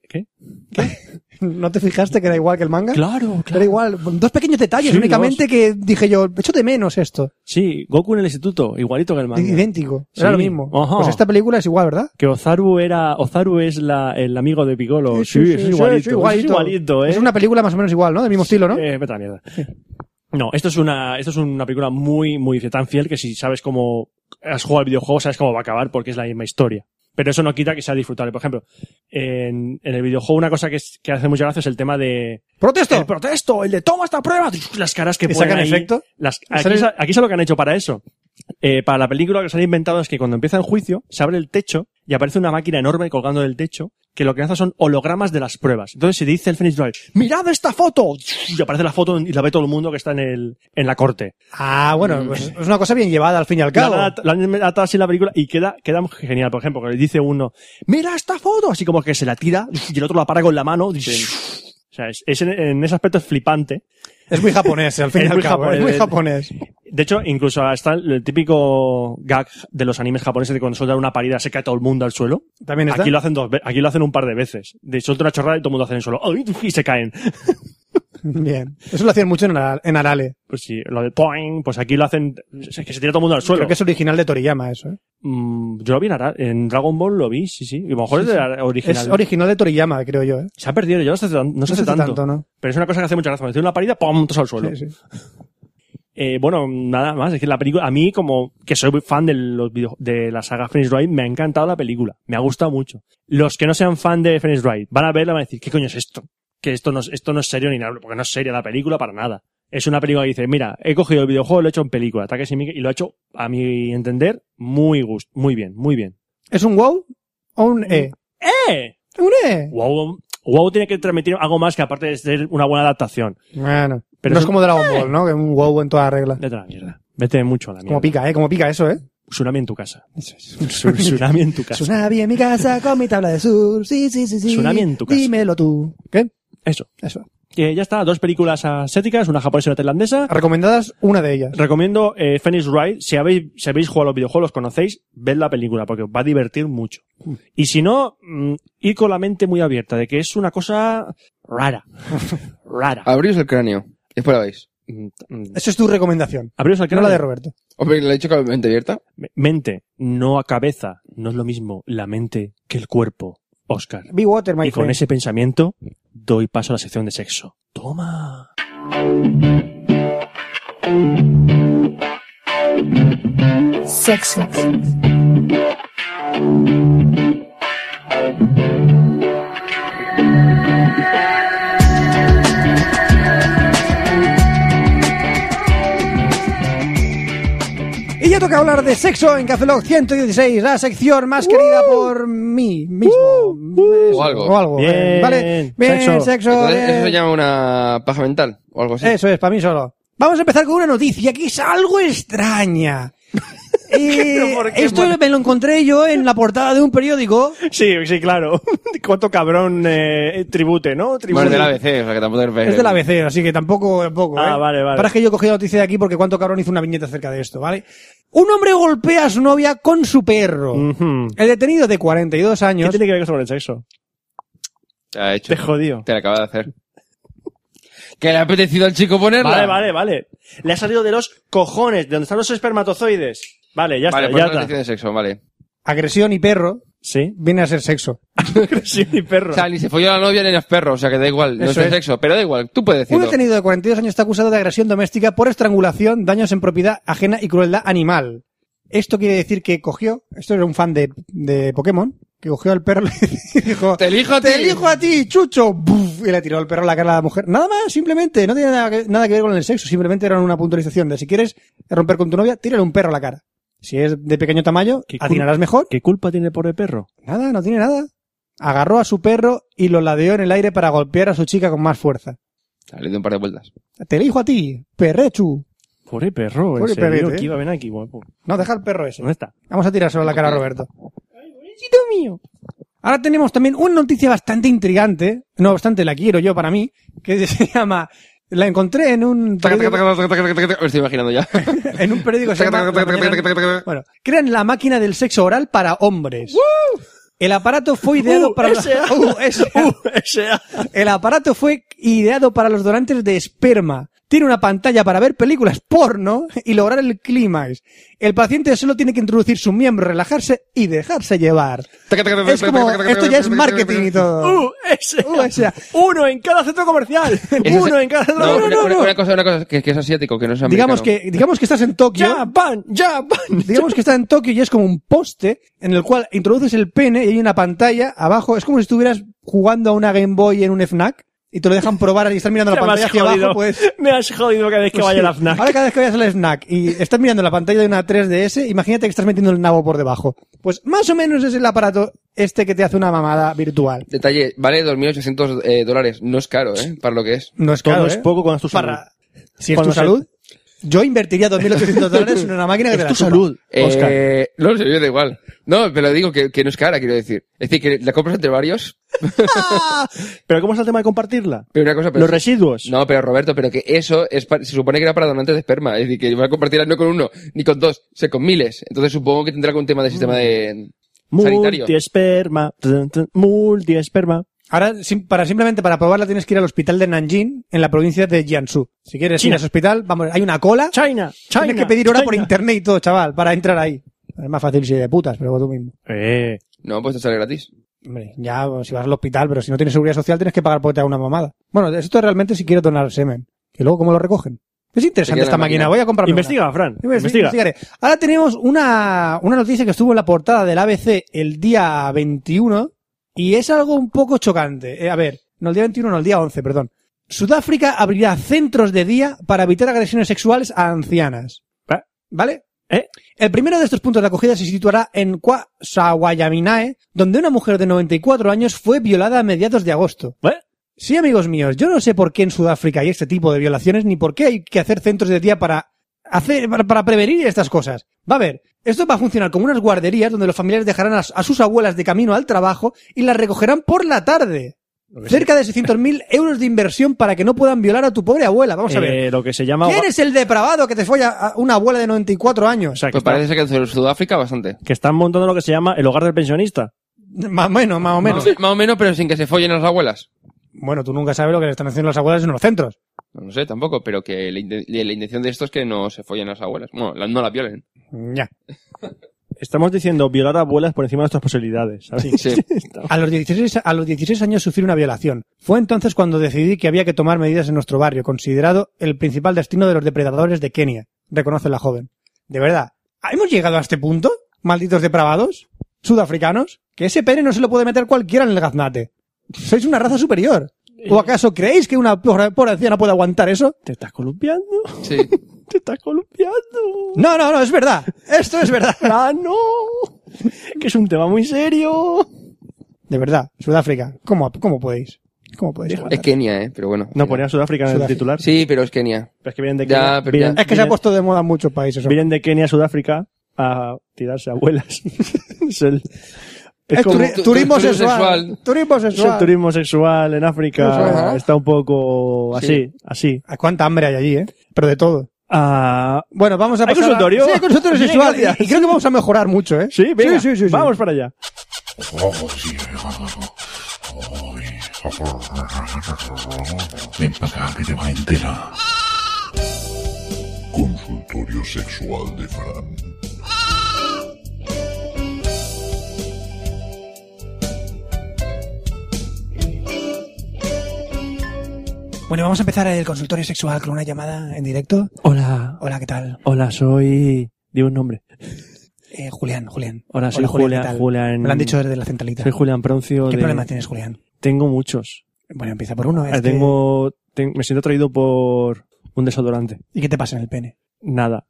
¿Qué? ¿No te fijaste que era igual que el ¿Eh? manga? Claro, Era igual, dos pequeños detalles Sí, únicamente que dije yo, echo de menos esto. Sí, Goku en el instituto, igualito que el manga. Idéntico, era Sí. lo mismo. Ajá. Pues esta película es igual, ¿verdad? Que Ozaru era, Ozaru es la, el amigo de Piccolo. Sí, es igualito. sí, Es igualito, eh. Es una película más o menos igual, ¿no? Del mismo estilo, ¿no? Eh, vete a la mierda. No, esto es una, esto es una película muy, muy fiel- tan fiel que si sabes cómo has jugado al videojuego, sabes cómo va a acabar porque es la misma historia. Pero eso no quita que sea disfrutable. Por ejemplo, en, en el videojuego una cosa que, es- que hace mucha gracia es el tema de... ¡Protesto! El protesto, el de toma esta prueba, las caras que ¿Y ponen sacan ahí. efecto? Las, Sale- aquí, sa- aquí es lo que han hecho para eso. Eh, para la película lo que se han inventado es que cuando empieza el juicio, se abre el techo y aparece una máquina enorme colgando del techo que lo que hace son hologramas de las pruebas. Entonces se dice el Phoenix Wright, mirad esta foto, y aparece la foto y la ve todo el mundo que está en el, en la corte. Ah, bueno, pues es una cosa bien llevada al fin y al cabo. Mm. La, la han atado así la película y queda, queda genial. Por ejemplo, que le dice uno, mira esta foto, así como que se la tira y el otro la para con la mano. O sea, es- es en- en ese aspecto es flipante. Es muy japonés, al fin y Es al muy cabo. ¿eh? japonés. Es muy japonés. De hecho, incluso está el típico gag de los animes japoneses de cuando sueltan una parida se cae todo el mundo al suelo. También está. Aquí lo hacen dos, ve- aquí lo hacen un par de veces. De suelta una chorrada y todo el mundo hace en el suelo ¡ay! y se caen. Bien. Eso lo hacían mucho en, Ara- en Arale. Pues sí, lo de poing, pues aquí lo hacen es que se tira todo el mundo al suelo. Creo que es original de Toriyama eso. ¿eh? Mm, yo lo vi en, Ara- en Dragon Ball, lo vi, sí, sí. Y a lo mejor es de la original. Es original de Toriyama, creo yo. ¿eh? se ha perdido, ya no se hace, tan- no se hace hace tanto. ¿no? Pero es una cosa que hace mucha gracia. Me tira una parida, ¡pum! todos al suelo. Sí, sí. Eh, bueno, nada más. Es que la película, a mí, como que soy muy fan de, los video- de la saga Phoenix Wright, me ha encantado la película. Me ha gustado mucho. Los que no sean fan de Phoenix Wright van a verla y van a decir, ¿qué coño es esto? Que esto no, es- esto no es serio ni nada, porque no es seria la película para nada. Es una película que dice, mira, he cogido el videojuego, lo he hecho en película, ataques y Mickey, y lo he hecho, a mi entender, muy gust, muy bien, muy bien. ¿Es un wow o un E? ¡Eh! ¡Un E! Wow, wow tiene que transmitir algo más que aparte de ser una buena adaptación. Bueno. Pero no es es como Dragon Ball, ¿no? Que un wow en toda regla. Vete a la mierda. Vete mucho a la Como mierda. pica, ¿eh? Como pica eso, ¿eh? Tsunami en tu casa. Tsunami en tu casa. Tsunami en mi casa con mi tabla de sur. Sí, sí, sí, sí. Tsunami en tu casa. Dímelo tú. ¿Qué? Eso. Eso. Que Eh, ya está, dos películas asiáticas, una japonesa y una tailandesa. Recomendadas una de ellas. Recomiendo eh, Phoenix Wright. Si habéis, si habéis jugado a los videojuegos, los conocéis, ved la película, porque os va a divertir mucho. Y si no, mm, ir con la mente muy abierta, de que es una cosa rara. rara. Ah. Abríos el cráneo. Y Después la veis. Mm, mm. Esa es tu recomendación. Abriros al No la cráneo. de Roberto. Hombre, le he dicho con la mente abierta. Me- Mente, no a cabeza. No es lo mismo la mente que el cuerpo, Oscar. Be Water, my Y con friend. ese pensamiento doy paso a la sección de sexo. Toma. Sexo. Y ya toca hablar de sexo en Café Lock 116, la sección más querida por mí mismo. Eso, O algo. O algo. Bien, eh, Vale. Bien, sexo. sexo. Entonces, bien. eso se llama una paja mental o algo así. Eso es, para mí solo. Vamos a empezar con una noticia que es algo extraña. Eh, esto me lo encontré yo en la portada de un periódico. Eh. Sí, sí, claro. Cuánto cabrón eh, tribute, ¿no? Tribute. Bueno, es de la ABC, o sea que tampoco te Es de la ABC, así que tampoco, tampoco. Ah, ¿eh? vale, vale. Para que yo he cogido la noticia de aquí porque cuánto cabrón hizo una viñeta acerca de esto, ¿vale? Un hombre golpea a su novia con su perro. Mm. Ujú. El detenido de 42 ¿Qué años. tiene que ver esto con el sexo? Te la ha hecho. Te jodido. Te la acaba de hacer. Que le ha apetecido al chico ponerla. Vale, vale, vale. Le ha salido de los cojones, de donde están los espermatozoides. Vale, ya vale, pues no está, ya es está. cuestión de sexo, vale. Agresión y perro Sí. viene a ser sexo. Sí, mi perro. O sea, ni se folló a la novia ni a los perros, o sea que da igual, no es Eso de es. sexo, pero da igual, tú puedes Un decirlo. detenido de 42 años está acusado de agresión doméstica por estrangulación, daños en propiedad ajena y crueldad animal. Esto quiere decir que cogió, esto era un fan de, de Pokémon, que cogió al perro y dijo, Te elijo a ti. te elijo a ti, chucho, Buf, y le tiró el perro a la cara a la mujer. Nada más, simplemente, no tiene nada que, nada que ver con el sexo, simplemente era una puntualización de si quieres romper con tu novia, tírale un perro a la cara. Si es de pequeño tamaño, Qué cul- atinarás mejor. ¿Qué culpa tiene el pobre perro? Nada, no tiene nada. Agarró a su perro y lo ladeó en el aire para golpear a su chica con más fuerza. Ah, Le doy un par de vueltas. Te elijo a ti, perrechu. Pobre perro, Pobre en serio, perrete, que ¿eh? iba ven aquí, guapo. No, deja el perro ese. ¿Dónde está? Vamos a tirárselo a la cara a Roberto. mío! Ahora tenemos también una noticia bastante intrigante, no obstante la quiero yo para mí, que se llama... La encontré en un Taca, taca, periódico, taca, taca, taca, taca, taca. Me estoy imaginando ya. en un periódico que se Taca, llama La taca, taca, taca, Mañana- taca, taca, taca. Bueno, crean la máquina del sexo oral para hombres. El aparato fue ideado para... los- Uh, S.A.. ah, El aparato fue ideado para los donantes de esperma. Tiene una pantalla para ver películas porno y lograr el clímax. El paciente solo tiene que introducir su miembro, relajarse y dejarse llevar. Taca, taca, taca, Es taca, como, taca, taca, esto ya taca, es taca, marketing y taca, taca. Uh. todo. Uh, USA. uh, Uno en cada centro comercial. Eso es- Uno en cada centro No, comercial. una- una- Una cosa, una cosa, que, que es asiático, que no es americano. Digamos que, digamos que estás en Tokio. Japan, Japan. Digamos que está en Tokio y es como un poste en el cual introduces el pene y hay una pantalla abajo. Es como si estuvieras jugando a una Game Boy en un FNAC y te lo dejan probar y estás mirando la Ya me pantalla has hacia abajo, jodido. pues... Me has jodido cada vez Pues que vaya a la Sí. FNAC. Ahora cada vez que vayas al snack y estás mirando la pantalla de una 3DS, imagínate que estás metiendo el nabo por debajo. Pues más o menos es el aparato este que te hace una mamada virtual. Detalle, vale 2.800 eh, dólares. No es caro, ¿eh? Para lo que es. No es Todo caro, es ¿eh? poco cuando es tu salud. Para- Si es Cuando tu se- salud, yo invertiría 2.800 dólares en una máquina que te Es la tu suba. salud, Oscar. Eh, no, en serio, da igual. No, pero digo que, que no es cara, quiero decir. Es decir, que la compras entre varios, Pero ¿cómo es el tema de compartirla? pero una cosa... Pero Los residuos. No, pero Roberto, pero que eso es pa- se supone que era para donantes de esperma. Es decir, que va a compartirla no con uno, ni con dos, sino con miles. Entonces supongo que tendrá algún tema de Mm. sistema de... sanitario. Multiesperma. tun, tun, Multiesperma. Ahora, sim- para simplemente para probarla tienes que ir al hospital de Nanjing, en la provincia de Jiangsu. Si quieres ir China. a ese hospital, vamos, hay una cola. China, China. tienes que pedir hora por China. internet y todo, chaval, para entrar ahí. Es más fácil si de putas, pero tú mismo. Eh, No, pues te sale gratis. Hombre, ya pues, si vas al hospital, pero si no tienes seguridad social tienes que pagar porque te haga una mamada. Bueno, esto realmente si quieres donar semen. ¿Y luego cómo lo recogen? Es Se interesante queda esta en la máquina. máquina. voy a comprarme investiga, Fran. una. Investi- Investiga. investigaré. Ahora tenemos una, una noticia que estuvo en la portada del ABC el día 21 y es algo un poco chocante. Eh, a ver, no el día 21, no el día 11, perdón. Sudáfrica abrirá centros de día para evitar agresiones sexuales a ancianas. ¿Eh? ¿Vale? ¿Eh? El primero de estos puntos de acogida se situará en Kwasawayaminae, donde una mujer de 94 años fue violada a mediados de agosto. ¿Eh? Sí, amigos míos, yo no sé por qué en Sudáfrica hay este tipo de violaciones ni por qué hay que hacer centros de día para hacer para, para prevenir estas cosas. Va a ver, esto va a funcionar como unas guarderías donde los familiares dejarán a, a sus abuelas de camino al trabajo y las recogerán por la tarde. Cerca de 600.000 euros de inversión para que no puedan violar a tu pobre abuela. Vamos a ver. Eh, lo que se llama... ¿Quién es el depravado que te folla a una abuela de 94 años? O sea, que, Pues está- parece ser que en Sudáfrica bastante. que están montando lo que se llama el hogar del pensionista. Más o menos, más o menos. Más, más o menos, pero sin que se follen a las abuelas. Bueno, tú nunca sabes lo que le están haciendo las abuelas en los centros. No lo sé tampoco, pero que la, inte- la intención de esto es que no se follen a las abuelas. Bueno, la- no las violen. Ya. Estamos diciendo violar a abuelas por encima de nuestras posibilidades. ¿sabes? Sí. A los, 16, a los 16 años sufrí una violación. Fue entonces cuando decidí que había que tomar medidas en nuestro barrio, considerado el principal destino de los depredadores de Kenia, reconoce la joven. De verdad, ¿hemos llegado a este punto? Malditos depravados, sudafricanos, que ese pene no se lo puede meter cualquiera en el gaznate. Sois una raza superior. ¿O acaso creéis que una pobre pobre anciana puede aguantar eso? ¿Te estás columpiando? Sí. ¿Te estás columpiando? No, no, no, es verdad. Esto es verdad. ¡Ah, no! Que es un tema muy serio. De verdad, Sudáfrica, ¿cómo, cómo podéis? ¿Cómo podéis? Es aguantar? Kenia, ¿eh? Pero bueno. No, ponía Sudáfrica en el Pues Sudáfrica. titular. Sí, pero es Kenia. Pero es que vienen de Ya, Kenia. pero vienen, ya. Es que se ha vienen- puesto de moda en muchos países. hombre. vienen de Kenia a Sudáfrica a tirarse a abuelas. es el, es Es como- turi- tu- turismo tu- turismo sexual. sexual. Turismo es el sexual. turismo sexual en África. Ajá. Está un poco así, Sí. así. Ah, ¿Cuánta hambre hay allí, eh? Pero de todo. Ah, Bueno, vamos a ¿Hay pasar. a- consultorio? Sí, hay consultorio Bien, sexual. gracias. Y, y creo que vamos a mejorar mucho, eh. sí, venga, Sí, sí, sí, sí. vamos para allá. Ven para acá que te va a enterar. Consultorio sexual de Fran. Bueno, vamos a empezar el consultorio sexual con una llamada en directo. Hola, Hola, ¿qué tal? hola, soy... Digo un nombre. Eh, Julián, Julián. Hola, soy Julia- ¿qué tal? Julián- Me lo han dicho desde la centralita. Soy Julián Proncio. ¿Qué de- problema tienes, Julián? Tengo muchos. Bueno, empieza por uno. Ah, este. Tengo, ten- me siento atraído por un desodorante. ¿Y qué te pasa en el pene? Nada.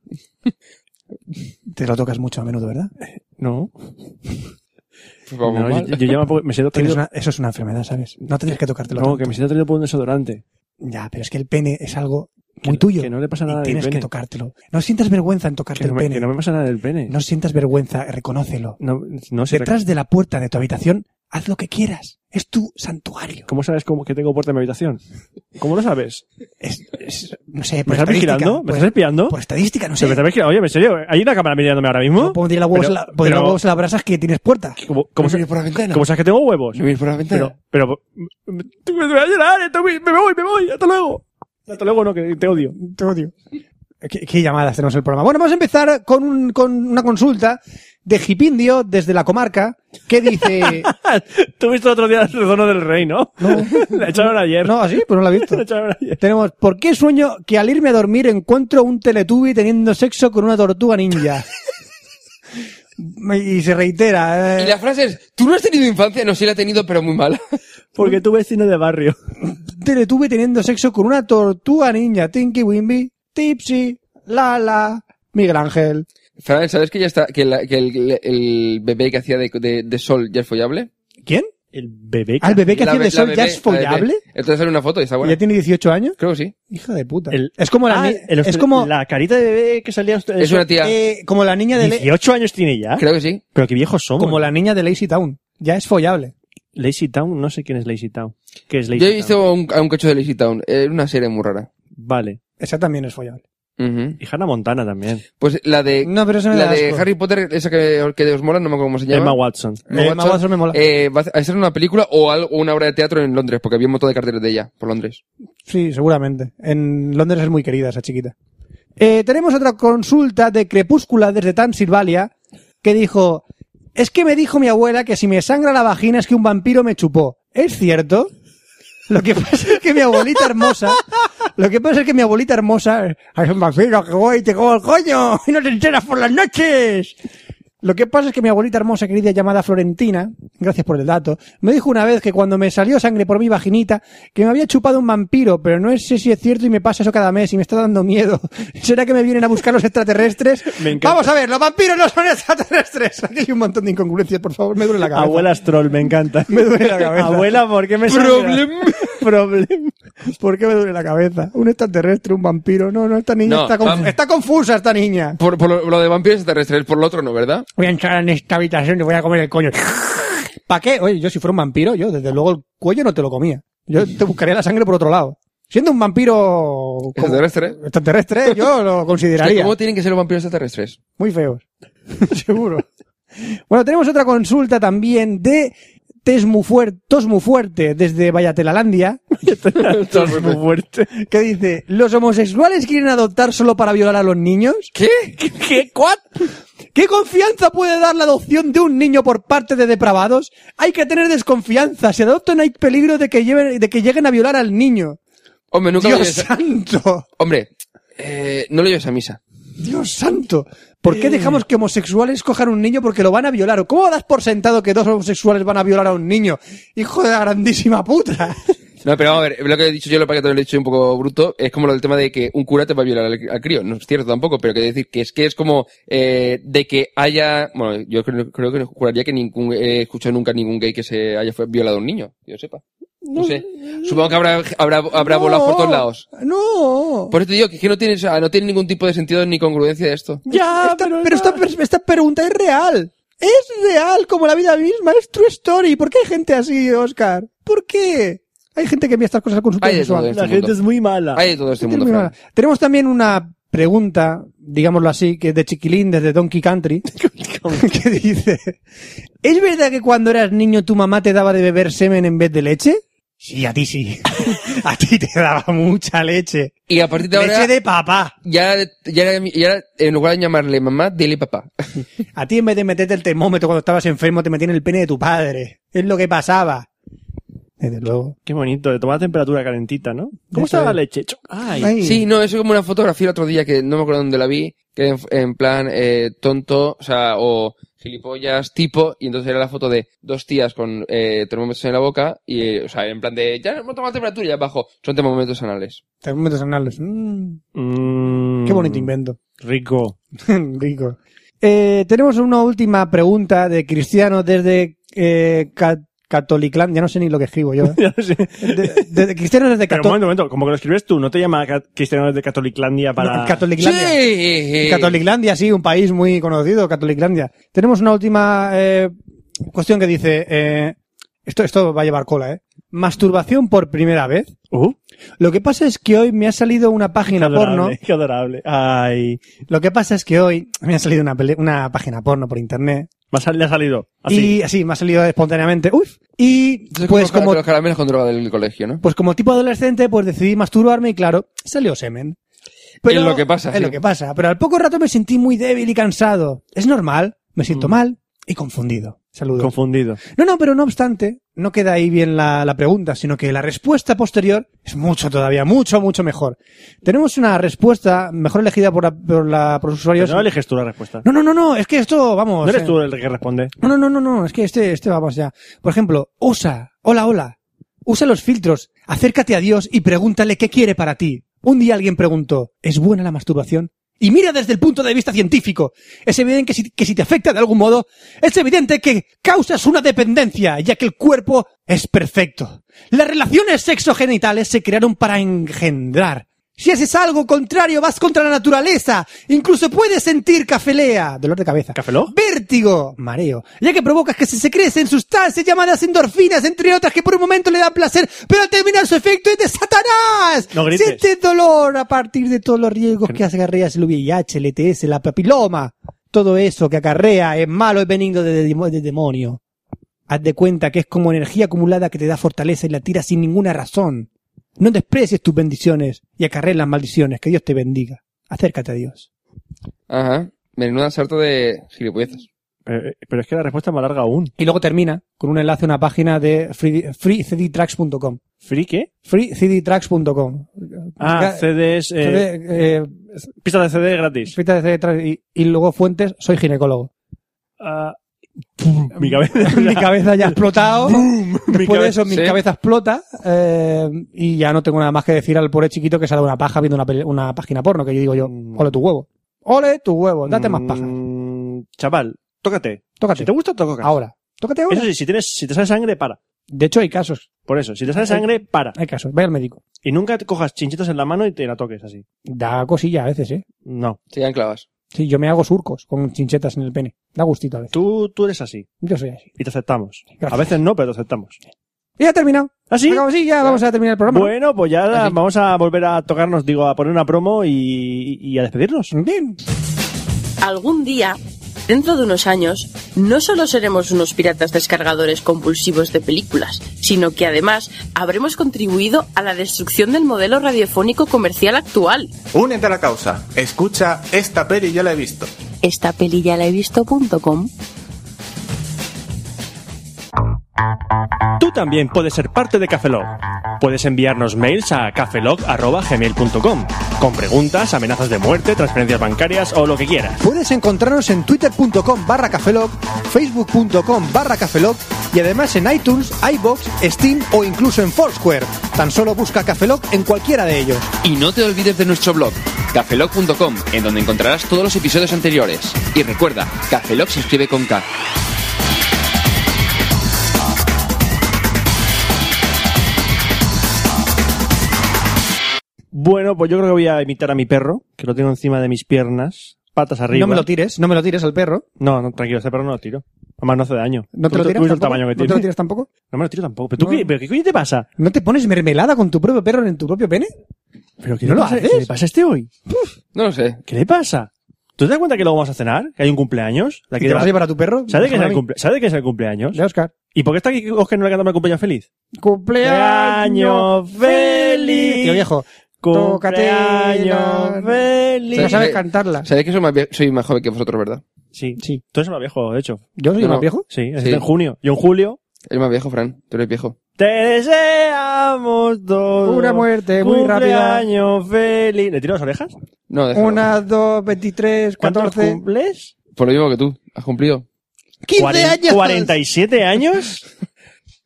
Te lo tocas mucho a menudo, ¿verdad? No. Pues vamos No, mal. yo, yo ya me, me siento Tienes atraído. una- eso es una enfermedad, ¿sabes? No tienes que tocártelo. No, tanto. que me siento atraído por un desodorante. Ya, pero es que el pene es algo muy Que- tuyo. Que no le pasa y nada del tienes que pene. tocártelo. No sientas vergüenza en tocarte Que no, el me, pene. que no me pasa nada del pene. No sientas vergüenza, reconócelo. No, no sé. Detrás de la puerta de tu habitación, haz lo que quieras. Es tu santuario. ¿Cómo sabes cómo, que tengo puerta en mi habitación? ¿Cómo lo sabes? Es- es- no sé, ¿Me por estás Pues estadística. vigilando? ¿Me por- estás espiando? Por estadística, no ¿Se sé. me está vigilando? Oye, en serio, ¿hay una cámara mirándome ahora mismo? No pondría los huevos, Pero- en la- pondría los pero- huevos en las brasas que tienes puerta. ¿Cómo, cómo No sa- mires por la ventana. cómo sabes que tengo huevos? No mires por la ventana. Pero, pero, me, me voy a llorar, esto- me me voy, me voy, hasta luego. Hasta luego, no, que te odio. Te odio. ¿Qué, qué llamadas tenemos en el programa? Bueno, vamos a empezar con, un- con una consulta de Jipindio desde la comarca que dice... Tú viste el otro día el redono del rey, ¿no? La echaron ayer. No, así, pues no la he visto. La echaron ayer. Tenemos, ¿por qué sueño que al irme a dormir encuentro un teletubi teniendo sexo con una tortuga ninja? y se reitera. eh, Y la frase es, ¿tú no has tenido infancia? No, sí la he tenido, pero muy mala. Porque tu vecino de barrio. Teletubi teniendo sexo con una tortuga ninja. Tinky Wimby, Tipsy, Lala, Miguel Ángel. Fran, ¿sabes que ya está, que, la- que el, el bebé que hacía de, de- de sol ya es follable? ¿Quién? El bebé. ¿Al bebé que La hacía be- de sol ya la bebé, es la bebé. follable? Entonces sale una foto y está ¿Ya buena. tiene 18 años? Creo que sí. Hija de puta. El- es como la, Ah, ni- el- es como, La carita de bebé que salía... Es una tía. eh, como la niña de Le- 18 años tiene ya. Creo que sí. Pero qué viejos somos. como la niña de Lazy Town. Ya es follable. Lazy Town, no sé quién es Lazy Town. ¿Qué es Lazy Yo he Town? visto a un, a un cacho de Lazy Town. Era una serie muy rara. Vale. Esa también es follable. Ujú. Y Hannah Montana también. Pues la de, No, pero eso me la da de asco. Harry Potter, esa que, que os mola, no me acuerdo cómo se llama. Emma Watson. Emma Emma Watson me mola. eh, va a ser una película o algo, una obra de teatro en Londres, porque había un montón de carteles de ella por Londres. Sí, seguramente. En Londres es muy querida esa chiquita. Eh, tenemos otra consulta de Crepúscula desde Transilvania que dijo, es que me dijo mi abuela que si me sangra la vagina es que un vampiro me chupó. ¿Es cierto? Lo que pasa es que mi abuelita hermosa, lo que pasa es que mi abuelita hermosa es un vampiro que voy y te como el coño y no te enteras por las noches. Lo que pasa es que mi abuelita hermosa, querida, llamada Florentina, gracias por el dato, me dijo una vez que cuando me salió sangre por mi vaginita, que me había chupado un vampiro, pero no sé si es cierto y me pasa eso cada mes y me está dando miedo. ¿Será que me vienen a buscar los extraterrestres? Me encanta. Vamos a ver, los vampiros no son extraterrestres. Aquí hay un montón de incongruencias, por favor, me duele la cabeza. Abuelas troll, me encanta. Me duele la cabeza. Abuela, ¿por qué me Problem. Problem. ¿Por qué me duele la cabeza? Un extraterrestre, un vampiro. No, no, esta niña No, está, conf- vamos. está confusa, esta niña. Por, por lo, lo de vampiros extraterrestres, por lo otro no, ¿verdad? Voy a entrar en esta habitación y voy a comer el coño. ¿Para qué? Oye, yo si fuera un vampiro, yo desde luego el cuello no te lo comía. Yo te buscaría la sangre por otro lado. Siendo un vampiro como- Extraterrestre. extraterrestre, yo lo consideraría. ¿Cómo tienen que ser los vampiros extraterrestres? Muy feos. Seguro. Bueno, tenemos otra consulta también de Tesmufuer- Tosmufuerte desde Vallatelalandia. Estás muy fuerte. que dice, ¿los homosexuales quieren adoptar solo para violar a los niños? ¿Qué? ¿Qué? ¿Cuál? ¿Qué confianza puede dar la adopción de un niño por parte de depravados? Hay que tener desconfianza. Si adoptan hay peligro de que, lleven, de que lleguen a violar al niño. Hombre, nunca lo Dios lleves a... santo. Hombre, eh, no lo lleves a misa. Dios santo. ¿Por qué dejamos que homosexuales cojan un niño porque lo van a violar? ¿O ¿Cómo das por sentado que dos homosexuales van a violar a un niño? Hijo de la grandísima puta. No, pero vamos a ver, lo que he dicho yo, lo para que te lo he dicho un poco bruto, es como lo del tema de que un cura te va a violar al, al crío. No es cierto tampoco, pero que decir que es que es como eh, de que haya... Bueno, yo creo, creo que no juraría que ningún, he escuchado nunca ningún gay que se haya fue- violado a un niño, que yo sepa. No, sé. Supongo que habrá, habrá, habrá volado por todos lados. No. Por eso te digo que, es que no, tiene, o sea, no tiene ningún tipo de sentido ni congruencia esto. Ya, pero, esta, per- esta pregunta es real. Es real, como la vida misma. Es true story. ¿Por qué hay gente así, Oscar? ¿Por qué? Hay gente que envía estas cosas al consultorio Hay de sexual. todo esto. La gente es muy mala. Hay de todo este mundo, Muy Fran. mala. Tenemos también una pregunta, digámoslo así, que es de Chiquilín, desde Donkey Country, que dice, ¿es verdad que cuando eras niño tu mamá te daba de beber semen en vez de leche? Sí, a ti sí. a ti te daba mucha leche. Y a partir de ahora... Leche de papá. Ya, ya, ya, en lugar de llamarle mamá, dile papá. A ti en vez de meterte el termómetro cuando estabas enfermo, te metían el pene de tu padre. Es lo que pasaba. Desde luego. Qué bonito, de tomar temperatura calentita, ¿no? Eso ¿Cómo está la es. leche? Chu- Ay. Ay. Sí, no, es como una fotografía el otro día que no me acuerdo dónde la vi, que en, en plan eh, tonto, o sea, o gilipollas tipo, y entonces era la foto de dos tías con eh, termómetros en la boca, y, eh, o sea, en plan de, ya hemos tomado temperatura, ya abajo, son termómetros anales. Termómetros anales. Mm, Mm, qué bonito invento. Rico. Rico. Eh, tenemos una última pregunta de Cristiano desde eh, Ca- Catolicland. Ya no sé ni lo que escribo yo. ¿eh? Ya no sé. De- de- Cristiano desde Pero un Cato momento, un momento, como que lo escribes tú, ¿no te llama Ca- Cristiano de Catoliclandia para...? no, Catoliclandia. Sí. Catoliclandia, sí, un país muy conocido, Catoliclandia. Tenemos una última eh, cuestión que dice, eh, esto, esto va a llevar cola, ¿eh? Masturbación por primera vez. Uh, Lo que pasa es que hoy me ha salido una qué página adorable, porno. qué adorable. Ay, Lo que pasa es que hoy me ha salido una, pele- una página porno por internet. Me ha sal- le ha salido así. Y así, me ha salido espontáneamente. Uf. Y Entonces, pues como... como, los caramelos con droga del colegio, ¿no? pues como tipo adolescente, pues decidí masturbarme y claro, salió semen. Es lo que pasa, Es sí. lo que pasa. Pero al poco rato me sentí muy débil y cansado. Es normal. Me siento Mm. mal y confundido. Saludos. Confundido. No, no, pero no obstante, no queda ahí bien la, la pregunta, sino que la respuesta posterior es mucho todavía, mucho, mucho mejor. Tenemos una respuesta mejor elegida por, la- por, la- por los Pero usuarios. no eliges tú la respuesta. no, no, no, no, es que esto, vamos. No eres eh, tú el que responde. No, no, no, no, no, es que este, este, vamos ya. Por ejemplo, usa, hola, hola, usa los filtros, acércate a Dios y pregúntale qué quiere para ti. Un día alguien preguntó, ¿es buena la masturbación? Y mira desde el punto de vista científico. Es evidente que si, que si te afecta de algún modo, es evidente que causas una dependencia, ya que el cuerpo es perfecto. Las relaciones sexogenitales se crearon para engendrar. Si haces algo contrario, vas contra la naturaleza. Incluso puedes sentir cafelea, dolor de cabeza. ¿Cafeló? Vértigo, mareo, ya que provocas que se secrecen sustancias llamadas endorfinas, entre otras que por un momento le dan placer, pero al terminar su efecto es de Satanás. No grites. Sientes dolor a partir de todos los riesgos que acarreas el VIH, el ETS, la papiloma. Todo eso que acarrea es malo, es benigno de, de- de demonio. Haz de cuenta que es como energía acumulada que te da fortaleza y la tiras sin ninguna razón. No desprecies tus bendiciones y acarreas las maldiciones. Que Dios te bendiga. Acércate a Dios. Ajá. Menuda sarta de gilipolleces. Eh, eh, pero es que la respuesta es más larga aún. Y luego termina con un enlace a una página de free- freecdtracks.com. ¿Free qué? freecdtracks.com. Ah, Ga- CDs, eh, CD, eh, pistas de CD gratis. fritas de CD tracks y, y luego fuentes, soy ginecólogo. Ah, pum, mi cabeza. mi cabeza ya ha explotado. Mi Después de cabeza. eso, mi sí. cabeza explota. eh, y ya no tengo nada más que decir al pobre chiquito que se ha dado una paja viendo una, peli- una página porno. Que yo digo yo, ole tu huevo. Ole tu huevo, date más paja. Mm, Chaval, tócate. Tócate. Si te gusta, tócate. Ahora. Tócate ahora. Eso sí, si, tienes, si te sale sangre, para. De hecho, hay casos. Por eso, si te sale sangre, para. Hay casos. Ve al médico. Y nunca te cojas chinchitas en la mano y te la toques así. Da cosilla a veces, ¿eh? No. Se llaman clavas. Sí, yo me hago surcos con chinchetas en el pene. Da gustito a veces. Tú, tú eres así. Yo soy así. Y te aceptamos. Gracias. A veces no, pero te aceptamos. Y ya ha terminado. ¿Así? Acabamos, sí, ya vamos a terminar el programa. Bueno, pues ya Así. vamos a volver a tocarnos, digo, a poner una promo y, y a despedirnos. Bien. Algún día, dentro de unos años, no solo seremos unos piratas descargadores compulsivos de películas, sino que además habremos contribuido a la destrucción del modelo radiofónico comercial actual. Únete a la causa. Escucha, esta peli ya la he visto. Esta peli ya la he visto.com. Tú también puedes ser parte de Cafelog. Puedes enviarnos mails a cafelog.gmail.com con preguntas, amenazas de muerte, transferencias bancarias o lo que quieras. Puedes encontrarnos en twitter.com barra cafelog, facebook.com barra cafelog y además en iTunes, iBox, Steam o incluso en Foursquare. Tan solo busca cafelog en cualquiera de ellos. Y no te olvides de nuestro blog, cafelog.com, en donde encontrarás todos los episodios anteriores. Y recuerda, Cafelog se escribe con K. Bueno, pues yo creo que voy a imitar a mi perro, que lo tengo encima de mis piernas, patas arriba. No me lo tires, no me lo tires al perro. No, no, tranquilo, este perro no lo tiro. Además no hace daño. No te Tú- lo tú tiras ves el tampoco. tamaño que No tiene. te lo tiras tampoco. No me lo tiro tampoco. ¿Pero tú No. qué, pero qué coño te pasa? ¿No te pones mermelada con tu propio perro en tu propio pene? ¿Pero ¿No le lo pasa- haces? ¿Qué le pasa a este hoy? No lo sé. ¿Qué le pasa? ¿Tú te das cuenta que luego vamos a cenar? ¿Que hay un cumpleaños? ¿Y ¿De aquí ¿Te de vas a la- llevar a tu perro? ¿Sabe que, es Déjame el a mí. cumple- ¿Sabe que es el cumpleaños? Ya, Oscar. ¿Y por qué está aquí Oscar y no le cantamos el cumpleaños feliz? ¡Cumpleaños ¡Cumpleaños feliz! Tío viejo, Tócate la- ¡Cumpleaños feliz! no Sí. sabes cantarla. Sabéis que soy más, vie- soy más joven que vosotros, ¿verdad? Sí, Sí. Tú eres más viejo, de hecho. ¿Yo soy No, más no. viejo? Sí, es Sí. en junio. Yo en julio. Es más viejo, Fran. Tú eres viejo. Te deseamos todos. Una muerte muy rápida. Año feliz. ¿Le tiro las orejas? No, déjalo. Una, dos, veintitrés, ¿Cuántos catorce. cumples? Por lo mismo que tú. Has cumplido. 15 Cuaren- años. ¿47 años?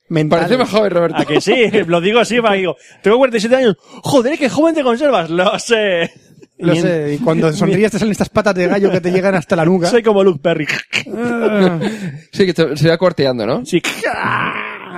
Mentales. Parece más joven, Roberto. ¿A que sí? Lo digo así, para que digo, tengo 47 años. Joder, qué joven te conservas. Lo sé. Lo sé, y cuando sonríes te salen estas patas de gallo que te llegan hasta la nuca. Soy como Luke Perry. Ah, Sí, que te- se va cuarteando, ¿no? Sí.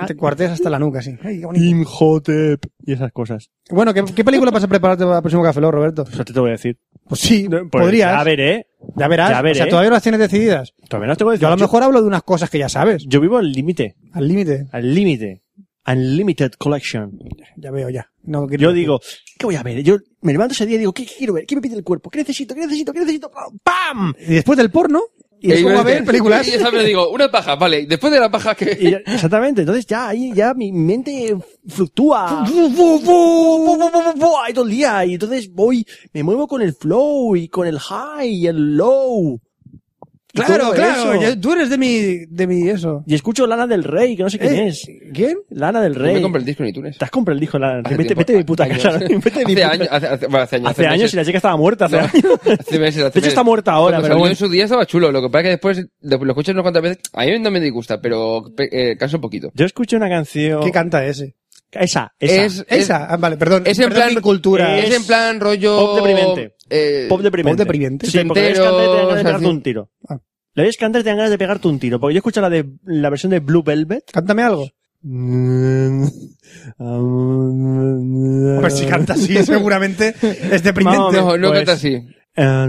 te cuarteas hasta la nuca, sí. Ay, qué bonito. Imhotep. Y esas cosas. Bueno, ¿qué, qué película vas a prepararte para el próximo Café Lock, Roberto? Eso te voy a decir. Pues sí, Pues, podrías. A ver, ¿eh? Ya verás. Ya veré. O sea, todavía no las tienes decididas. Todavía no te voy a decir. Yo a lo mejor hablo de unas cosas que ya sabes. Yo vivo al límite. Al límite. Al límite. Unlimited Collection. Ya veo, ya. No, quiero- Yo digo, ¿qué voy a ver? Yo me levanto ese día y digo, ¿qué quiero ver? ¿Qué me pide el cuerpo? ¿Qué necesito? ¿Qué necesito? ¿Qué necesito? ¡Pam! Y después del porno, y Eh, después yo- a ver películas. Y ya sabes, digo, una paja, vale. Después de la paja que... Y ya- exactamente. Entonces ya ahí ya mi mente fluctúa. Bu, bu, bu. Bu, bu, bu, bu, bu, Ahí todo el día. Y entonces voy, me muevo con el flow y con el high y el low. Y Claro, todo claro. eso. ya- tú eres de mi, de mi eso. Y escucho Lana del Rey, que no sé quién Eh, es. ¿Quién? Lana del No Rey. me compré el disco en iTunes. Te has comprado el disco Lana del Rey. Hace Vete, tiempo. vete de mi puta Años. casa. Vete de Hace mi puta años, casa. hace, hace- bueno, hace años. Hace años y meses. la chica estaba muerta hace No, años. hace meses, hace De hecho meses. está muerta ahora, Cuando pero salió bueno. en su día estaba chulo. Lo que pasa es que después lo, lo escuchas unas cuantas veces. A mí no me disgusta, pero pe- eh, cansa un poquito. Yo escuché una canción. ¿Qué canta ese? Esa, esa. Es- Esa. Ah, vale, perdón. Es en Perdón plan- mi cultura. Es, Es en plan rollo... pop deprimente. eh, Pop deprimente. Pop deprimente. Sí, porque la ves cantar y te dan ganas de Senteros, así. pegarte un tiro. Ah. La ves cantar y te dan ganas de pegarte un tiro. Porque yo escucho la de la versión de Blue Velvet. Cántame algo. Pues si canta así, seguramente es deprimente. No, no Pues- canta así. La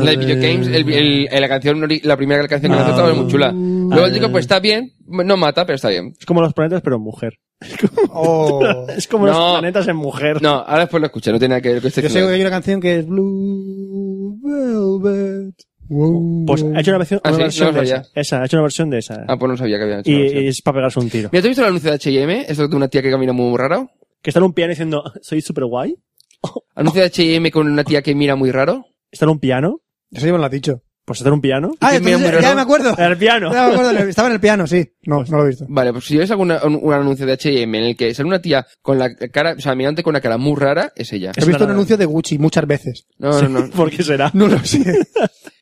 La de videogames, el, el- el- la canción, ori- la primera canción que Ah. cantó estaba muy chula. Luego el Ah. disco, pues está bien, no mata, pero está bien. Es como los planetas, pero en mujer. Oh. Es como No. los planetas en mujer. No, ahora después lo escuché, no tiene nada que ver con este Yo sé que final. hay una canción que es Blue Velvet. Wow. Pues ha hecho una versión, Ah, una sí, versión no lo de sabía. esa. Esa, ha hecho una versión de esa. Ah, pues no sabía que había hecho. y, una versión. y es para pegarse un tiro. Mira, ¿tú has visto el anuncio de H&M? Esto de una tía que camina muy raro. Que está en un piano diciendo, soy súper guay. Anuncio de H&M con una tía que mira muy raro. Está en un piano. Eso ya me lo has dicho. Pues está en un piano. Ah, que entonces, mira ya muy raro. me acuerdo. El piano. Ya me acuerdo, le- estaba en el piano, sí. No, no lo he visto. Vale, pues si ves algún un, un anuncio de H&M en el que sale una tía con la cara, o sea, mirante con una cara muy rara, es ella. He visto una- un anuncio de Gucci muchas veces. No, no, no. ¿Por qué será? No lo sé.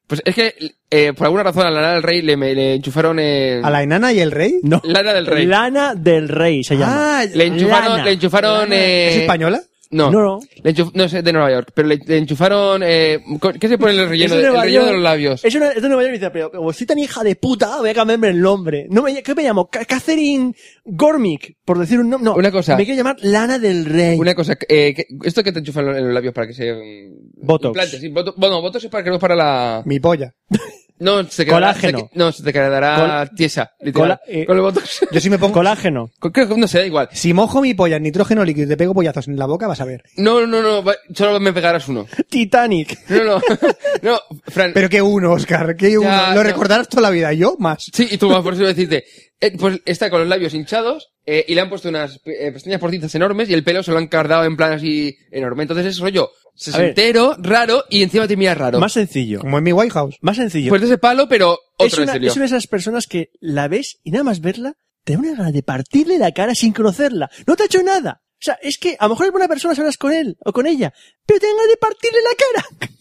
Pues es que, eh, por alguna razón, a Lana del Rey le, me- le enchufaron eh, ¿A la enana y el rey? No. Lana del Rey. Lana del Rey se llama. Ah, le enchufaron, Lana. le enchufaron, eh, ¿Es española? No. No, no. Le enchuf- no sé, de Nueva York, pero le, le enchufaron, eh, co- ¿qué se pone en el relleno? Es de, de el Nueva relleno de York. Eh. los labios. Es una, es de Nueva York y dice, pero como soy tan hija de puta, voy a cambiarme el nombre. No me, ¿Qué me llamo? Ca- Catherine Gormick, por decir un nombre. No, Una cosa. Me quiero llamar Lana del Rey. Una cosa, eh, que- esto que te enchufan en los labios para que se... mm, Botox. implante, sí, boto- bueno, botox es para que no para la... Mi polla. No, se quedará, Colágeno. se que- no, se te quedará tiesa, literal. cola- eh, con el botox. Yo si me pongo... Colágeno. Con- creo que- no sé, da igual. Si mojo mi polla en nitrógeno líquido y te pego pollazos en la boca, vas a ver. No, no, no, va- solo me pegarás uno. Titanic. No, no, no, Fran. Pero qué uno, Oscar, qué uno. Ya, lo no. recordarás toda la vida. Yo más. Sí, y tú vas por eso decirte, eh, pues está con los labios hinchados eh, y le han puesto unas pe- eh, pestañas porcitas enormes y el pelo se lo han cardado en plan así enorme. Entonces es rollo sesentero, raro y encima te mira raro. Más sencillo. Como en mi White House. Más sencillo. Pues de ese palo, pero es, otro una, estilo. es una de esas personas que la ves y nada más verla, te da una gana de partirle la cara sin conocerla. No te ha hecho nada. O sea, es que a lo mejor es buena persona si hablas con él o con ella, pero te dan ganas de partirle la cara.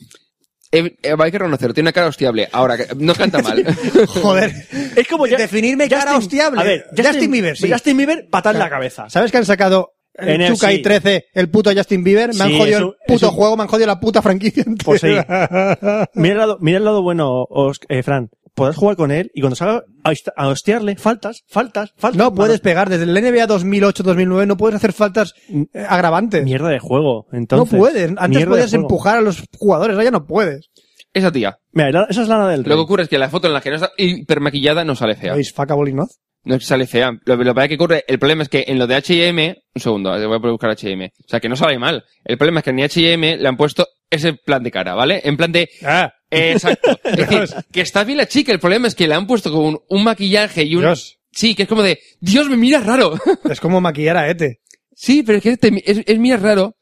Eh, eh, hay que reconocerlo, tiene una cara hostiable. Ahora, que- no canta mal. Joder. Es como Pues ya- Definirme cara Justin- hostiable. A ver, Justin, Bieber, sí. Justin Bieber, patada en la cabeza. ¿Sabes que han sacado el NFC? Chukai 13, el puto Justin Bieber? Me han Sí, jodido es el un- puto es un- juego, me han jodido la puta franquicia entera. Pues sí. Mira el lado, mira el lado bueno, Os- eh, Fran. Podrás jugar con él y cuando salga a host- a hostiarle, faltas, faltas, faltas. No puedes pegar. Desde el NBA 2008-2009 no puedes hacer faltas eh, agravantes. Mm. Mierda de juego, entonces. no puedes. Antes Mierda de podías juego. empujar a los jugadores, ahora ya no puedes. Esa tía. Mira, la- esa es Lana del Rey. Lo que ocurre es que la foto en la que no está hipermaquillada no sale fea. ¿Veis, faca Bolinoz? No sale fea. Lo, lo que pasa es que ocurre, el problema es que en lo de H&M, un segundo, voy a buscar H&M. O sea, que no sale mal. El problema es que en H&M le han puesto ese plan de cara, ¿vale? En plan de, Ah, Exacto. Es decir, que está bien la chica, el problema es que le han puesto con un, un maquillaje y un... Dios. Sí, que es como de, Dios, me mira raro. Es como E maquillar a Ete. sí, pero es que te mi- es, es mira raro.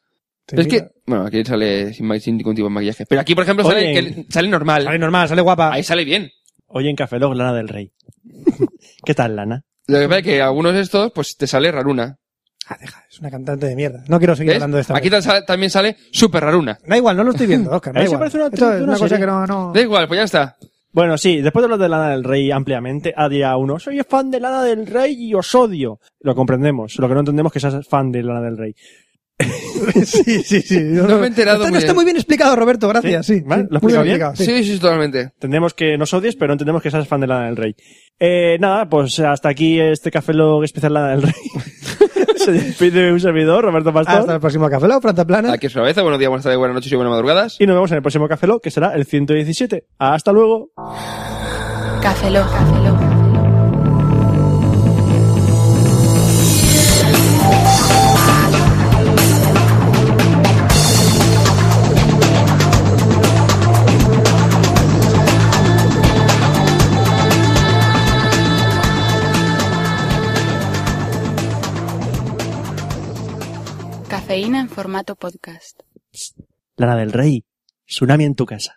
Te Pero es mira. que, bueno, aquí sale sin, ma- sin ningún tipo de maquillaje. Pero aquí, por ejemplo, Oye. sale, que- sale normal. Sale normal, sale guapa. Ahí sale bien. Oye, en Café Log, Lana del Rey. ¿Qué tal, Lana? Lo que pasa es que algunos de estos, pues te sale raruna. Ah, deja, es una cantante de mierda. No quiero seguir ¿Ves? hablando de esta. Aquí vez. ta- sale- también sale super raruna. Da igual, no lo estoy viendo, Oscar. Da A mí se igual. parece una- Esto es una una cosa serie. que no, no. Da igual, pues ya está. Bueno, sí, después de lo de Lana del Rey ampliamente, había uno, soy fan de Lana del Rey y os odio. Lo comprendemos, lo que no entendemos es que seas fan de Lana del Rey. sí, sí, sí. No, me he enterado Está, muy está bien. muy bien explicado, Roberto, gracias. Sí, ¿Sí? ¿Vale? sí, ¿Lo he muy explicado bien? explicado, sí. Sí, sí, totalmente. Entendemos que nos odies, pero no entendemos que seas fan de Lana del Rey. Eh, nada, pues hasta aquí este Café Log especial Lana del Rey. Se despide un servidor, Roberto Pastor. Hasta el próximo Café Lab, Planta Plana. Aquí es una vez. Buenos días, buenas tardes, buenas noches y buenas madrugadas. Y nos vemos en el próximo Café Log, que será el 117. Hasta luego. Café Lock. Café Lock. Cafeína en formato podcast. Lana del Rey, tsunami en tu casa.